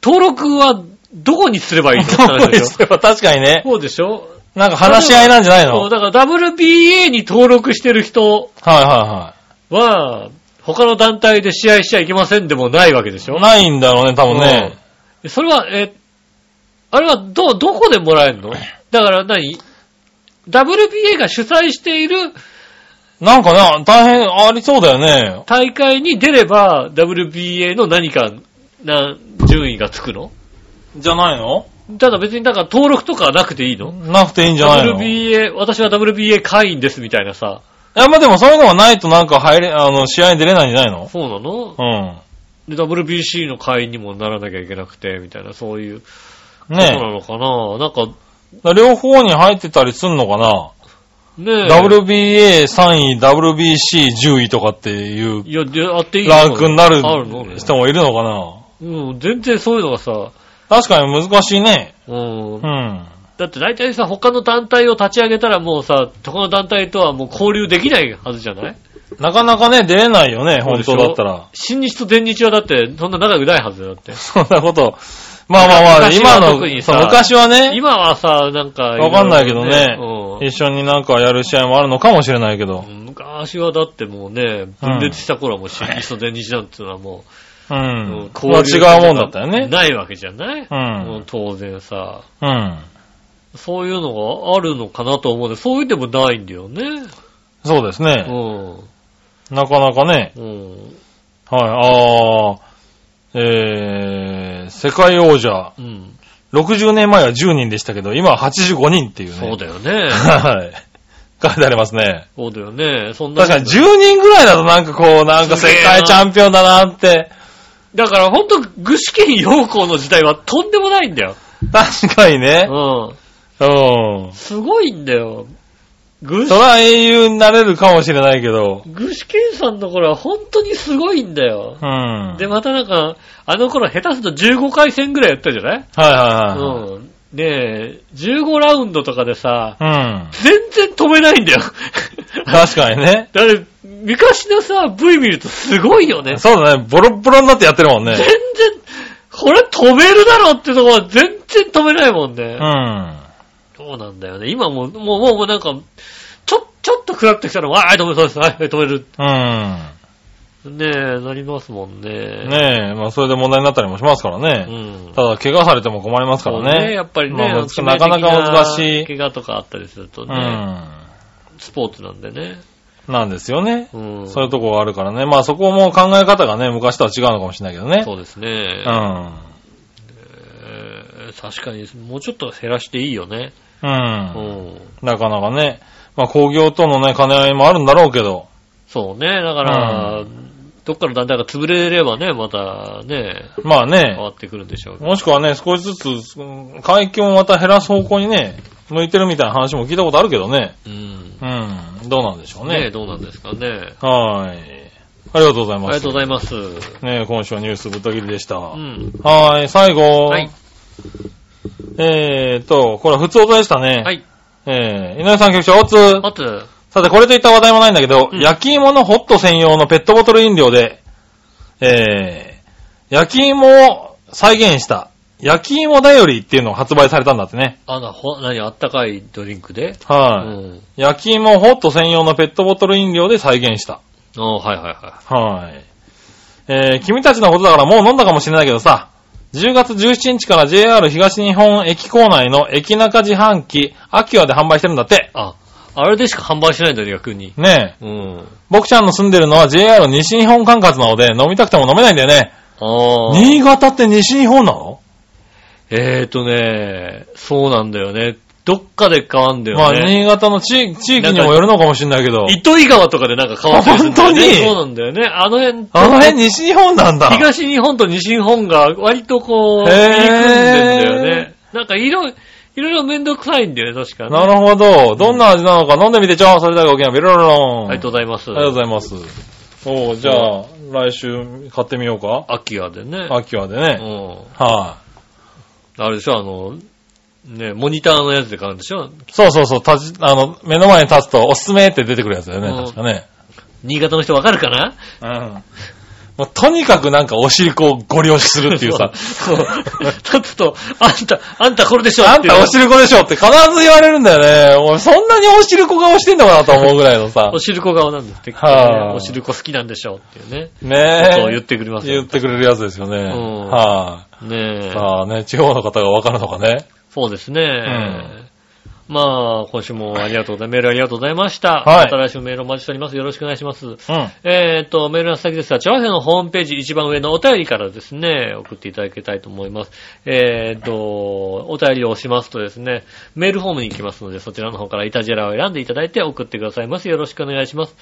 Speaker 2: 登録は どこにすればいいのって話でしょ
Speaker 3: 確かにね、
Speaker 2: そうでしょ
Speaker 3: なんか話し合いなんじゃないの
Speaker 2: そ
Speaker 3: は
Speaker 2: う、
Speaker 3: い
Speaker 2: だから WBA に登録してる人
Speaker 3: は
Speaker 2: は、他の団体で試合しちゃいけませんでもないわけでし
Speaker 3: いは
Speaker 2: ょ
Speaker 3: い。ないんだろうね、多分ね。
Speaker 2: うんそれは、え、あれはど、どこでもらえるのだから何 ?WBA が主催している
Speaker 3: なんかね、大変ありそうだよね。
Speaker 2: 大会に出れば WBA の何か、な、順位がつくの
Speaker 3: じゃないの
Speaker 2: ただ別になんか登録とかはなくていいの
Speaker 3: なくていいんじゃないのい
Speaker 2: ?WBA、私は WBA 会員ですみたいなさ。
Speaker 3: や、まあ、でもそういうのがないとなんか入れ、あの、試合に出れないんじゃないの
Speaker 2: そうなので、
Speaker 3: う
Speaker 2: WBC の会員にもならなきゃいけなくて、みたいな、そういう。
Speaker 3: ん。
Speaker 2: そうな
Speaker 3: ね
Speaker 2: のかななんか、
Speaker 3: え。両方に入ってたりすんのかな、
Speaker 2: ねえ。
Speaker 3: ?WBA3 位、WBC10 位とかっていう
Speaker 2: いや、で、あっていいの
Speaker 3: ランクになる
Speaker 2: あるのね
Speaker 3: 人もいるのかな
Speaker 2: うん、全然そういうのがさ、
Speaker 3: 確かに難しいね。
Speaker 2: うん
Speaker 3: う。ん。
Speaker 2: だって大体さ、他の団体を立ち上げたらもうさ、他の団体とはもう交流できないはずじゃない
Speaker 3: なかなかね、出れないよね、本当だったら。
Speaker 2: 新日と全日はだって、そんな仲良くないはずだよだって。
Speaker 3: そんなこと。まあまあまあ、
Speaker 2: 昔
Speaker 3: 今
Speaker 2: は
Speaker 3: の、
Speaker 2: 特にさ
Speaker 3: そう昔はね、
Speaker 2: 今はさ、なんか、
Speaker 3: わかんないけどね
Speaker 2: うん
Speaker 3: 一緒になんかやる試合もあるのかもしれないけど。
Speaker 2: 昔はだってもうね、分裂した頃はもう新日と全日なんていうのはも
Speaker 3: う。
Speaker 2: う、うん交流
Speaker 3: 違うもんだったよね。
Speaker 2: ないわけじゃない、
Speaker 3: うん
Speaker 2: もう当然さ、
Speaker 3: うん。
Speaker 2: そういうのがあるのかなと思うんで、そういうでもないんだよね。
Speaker 3: そうです
Speaker 2: う
Speaker 3: ね。
Speaker 2: ん。
Speaker 3: なかなかね。
Speaker 2: うん。
Speaker 3: はい、あー、えー、世界王者、
Speaker 2: うん。
Speaker 3: 60年前は10人でしたけど、今は85人っていうね。
Speaker 2: そうだよね。
Speaker 3: はい。書いてありますね。
Speaker 2: そうだよね。そんな。
Speaker 3: 確かに10人ぐらいだとなんかこう、なんか世界チャンピオンだなって。
Speaker 2: だからほんと、具志堅陽光の時代はとんでもないんだよ。
Speaker 3: 確かにね。
Speaker 2: うん。
Speaker 3: うん。
Speaker 2: すごいんだよ。具
Speaker 3: そ
Speaker 2: 志
Speaker 3: ら英雄になれるかもしれないけど。
Speaker 2: 具志堅さんの頃は本当にすごいんだよ
Speaker 3: う。ん。はい
Speaker 2: で、またなんか、あの頃下手すると15回戦ぐらいやったじゃない
Speaker 3: はいはい。
Speaker 2: うん。で、15ラウンドとかでさ、
Speaker 3: うん。
Speaker 2: 全然止めないんだよ。
Speaker 3: 確かにね。
Speaker 2: だって、昔のさ、V 見るとすごいよね。
Speaker 3: そうだね。ボロッボロになってやってるもんね
Speaker 2: 全。 然、これ止めるだろってとこは全然止めないもん
Speaker 3: う
Speaker 2: ね。
Speaker 3: ん。
Speaker 2: そうなんだよね。今もう、もう、もうもうなんか、ちょ、ちょっと食らってきたら、わーい、止めそうです。はい、はい止める。
Speaker 3: うん。
Speaker 2: ねえ、なりますもんね。
Speaker 3: ねえ、まあそれで問題になったりもしますから
Speaker 2: う
Speaker 3: ね。
Speaker 2: ん。
Speaker 3: ただ、怪我されても困りますか
Speaker 2: そう
Speaker 3: らね。
Speaker 2: ね、やっぱりね、
Speaker 3: まあな
Speaker 2: 致
Speaker 3: か
Speaker 2: 命
Speaker 3: な
Speaker 2: 的
Speaker 3: か難しい。
Speaker 2: 怪我とかあったりすると
Speaker 3: う
Speaker 2: ね、
Speaker 3: ん。
Speaker 2: スポーツなんでね。
Speaker 3: なんですよね。
Speaker 2: うん。
Speaker 3: そういうとこがあるからね。まあそこも考え方がね、昔とは違うのかもしれないけどね。
Speaker 2: そうですね。
Speaker 3: うん。
Speaker 2: えー確かに、もうちょっと減らしていいよね。
Speaker 3: う。
Speaker 2: うんん。
Speaker 3: なかなかね。まあ工業とのね、兼ね合いもあるんだろうけど。
Speaker 2: そうね、だから、どっかの団体が潰れればね、またね、
Speaker 3: まあね
Speaker 2: 変。わってくるんでしょうけど。
Speaker 3: もしくはね、少しずつ、うん階級もまた減らす方向にね、向いてるみたいな話も聞いたことあるけどね。
Speaker 2: うん。
Speaker 3: うん。どうなんでしょう
Speaker 2: ね
Speaker 3: ね。
Speaker 2: どうなんですかね。
Speaker 3: はーい。ありがとうござい
Speaker 2: あり
Speaker 3: ます。
Speaker 2: がとうございます。
Speaker 3: ね今週はニュースぶった切りでした。
Speaker 2: うん。
Speaker 3: はーい、最後。
Speaker 2: はい。
Speaker 3: えーと、これは普通音でしたね。
Speaker 2: はい。
Speaker 3: えー、井上さん局長、おつ。
Speaker 2: あと、
Speaker 3: さて、これといった話題もないんだけど、
Speaker 2: うん
Speaker 3: 焼き芋のホット専用のペットボトル飲料で、えー、焼き芋を再現した、焼き芋だよりっていうのが発売されたんだってね。
Speaker 2: あな、ほ、何、あったかいドリンクでう
Speaker 3: はい、
Speaker 2: ん。
Speaker 3: 焼き芋をホット専用のペットボトル飲料で再現した。
Speaker 2: あはいはいは
Speaker 3: はい。えー、君たちのことだからもう飲んだかもしれないけどさ、10月17日から JR 東日本駅構内の駅中自販機、アキュアで販売してるんだって
Speaker 2: い。。あ、あれでしか販売しないんだよ、逆に。
Speaker 3: ねえ。
Speaker 2: うん。
Speaker 3: 僕ちゃんの住んでるのは JR 西日本管轄なので、飲みたくても飲めないんだよね。
Speaker 2: ああ。
Speaker 3: 新潟って西日本なの
Speaker 2: えーとね、そうなんだよね。どっかで変わんだ
Speaker 3: ま
Speaker 2: よ
Speaker 3: あ、
Speaker 2: ね。
Speaker 3: 新潟の地地域にもよるのかもしれないけど。
Speaker 2: 糸魚川とかでなんか変わったりするんだよね。
Speaker 3: 本当に
Speaker 2: そうなんだよね。あの辺、
Speaker 3: あの辺西日本なんだ。
Speaker 2: 東日本と西日本が割とこう、
Speaker 3: へー
Speaker 2: 入り組んでんだよね。なんかいろいろいろめんどくさいんだよね、確かね。
Speaker 3: なるほど。どんな味なのか飲んでみてちょう。それではごきげんようベロロロン。
Speaker 2: ありがとうございます。
Speaker 3: ありがとうございます。おーじゃあ、来週買ってみようか。
Speaker 2: アキアでね。
Speaker 3: 秋はで
Speaker 2: う
Speaker 3: ね。
Speaker 2: ん。
Speaker 3: は
Speaker 2: あれでしょ、あの、ね、モニターのやつで買うんでしょ
Speaker 3: い。そうそうそう、立ち、あの、目の前に立つと、おすすめって出てくるやつだよね、
Speaker 2: うん
Speaker 3: 確かね。
Speaker 2: 新潟の人わかるかな。
Speaker 3: うん。もうとにかくなんかお尻こうご利用しするって いうさ
Speaker 2: そう。 立つと、あんた、あんたこれでしょ
Speaker 3: あ
Speaker 2: っ
Speaker 3: ん
Speaker 2: ていう
Speaker 3: たおしるこでしょって必ず言われるんだよね。俺そんなにおしるこ顔してんのかなと思うぐらいのさ
Speaker 2: お。しるこ顔なんですって、
Speaker 3: はあ
Speaker 2: おしるこ好きなんでしょうっていうね。ことを言っ
Speaker 3: ね
Speaker 2: てくれま
Speaker 3: え。
Speaker 2: すよ
Speaker 3: 言ってくれるやつですよね。
Speaker 2: ん
Speaker 3: はい、
Speaker 2: ねえ。
Speaker 3: さあね、地方の方がわかるのかね。
Speaker 2: そうですね。
Speaker 3: ん
Speaker 2: まあ、今週もありがとうございます。メールありがとうございました。
Speaker 3: はい
Speaker 2: また来週メールお待ちしております。よろしくお願いします。
Speaker 3: うん。
Speaker 2: えー、と、メールの先ですが、チョアヘのホームページ一番上のお便りからですね、送っていただきたいと思います。えー、と、お便りを押しますとですね、メールフォームに行きますので、そちらの方からイタジェラを選んでいただいて送ってくださいます。よろしくお願いします。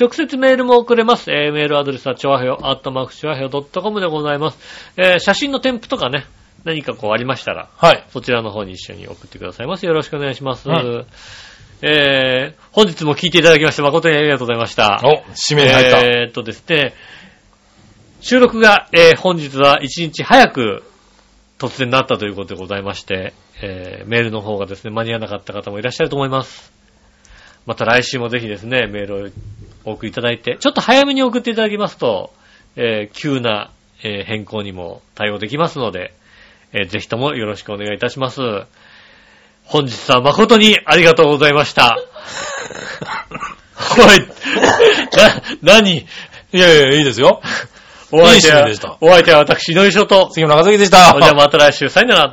Speaker 2: 直接メールも送れます。えー、メールアドレスは、チョアヘオ、アットマークチョアヘオ .com でございます。えー、写真の添付とかね、何かこうありましたら、
Speaker 3: はい。
Speaker 2: そちらの方に一緒に送ってくださいます。よろしくお願いします。
Speaker 3: うん
Speaker 2: えー、本日も聞いていただきまして誠にありがとうございました。
Speaker 3: お、締めに入った。
Speaker 2: えーっとですね、収録が、えー本日は一日早く突然なったということでございまして、えーメールの方がですね、間に合わなかった方もいらっしゃると思います。また来週もぜひですね、メールをお送りいただいて、ちょっと早めに送っていただきますと、えー急な、えー変更にも対応できますので、えーぜひともよろしくお願いいたします。本日は誠にありがとうございま した。おい、な、何
Speaker 3: いやいや、いいですよ。
Speaker 2: お相手
Speaker 3: いい趣味
Speaker 2: は
Speaker 3: でした、
Speaker 2: お相手は私、井上翔と。
Speaker 3: 次も長崎でした。
Speaker 2: じゃあまた来週、さよなら。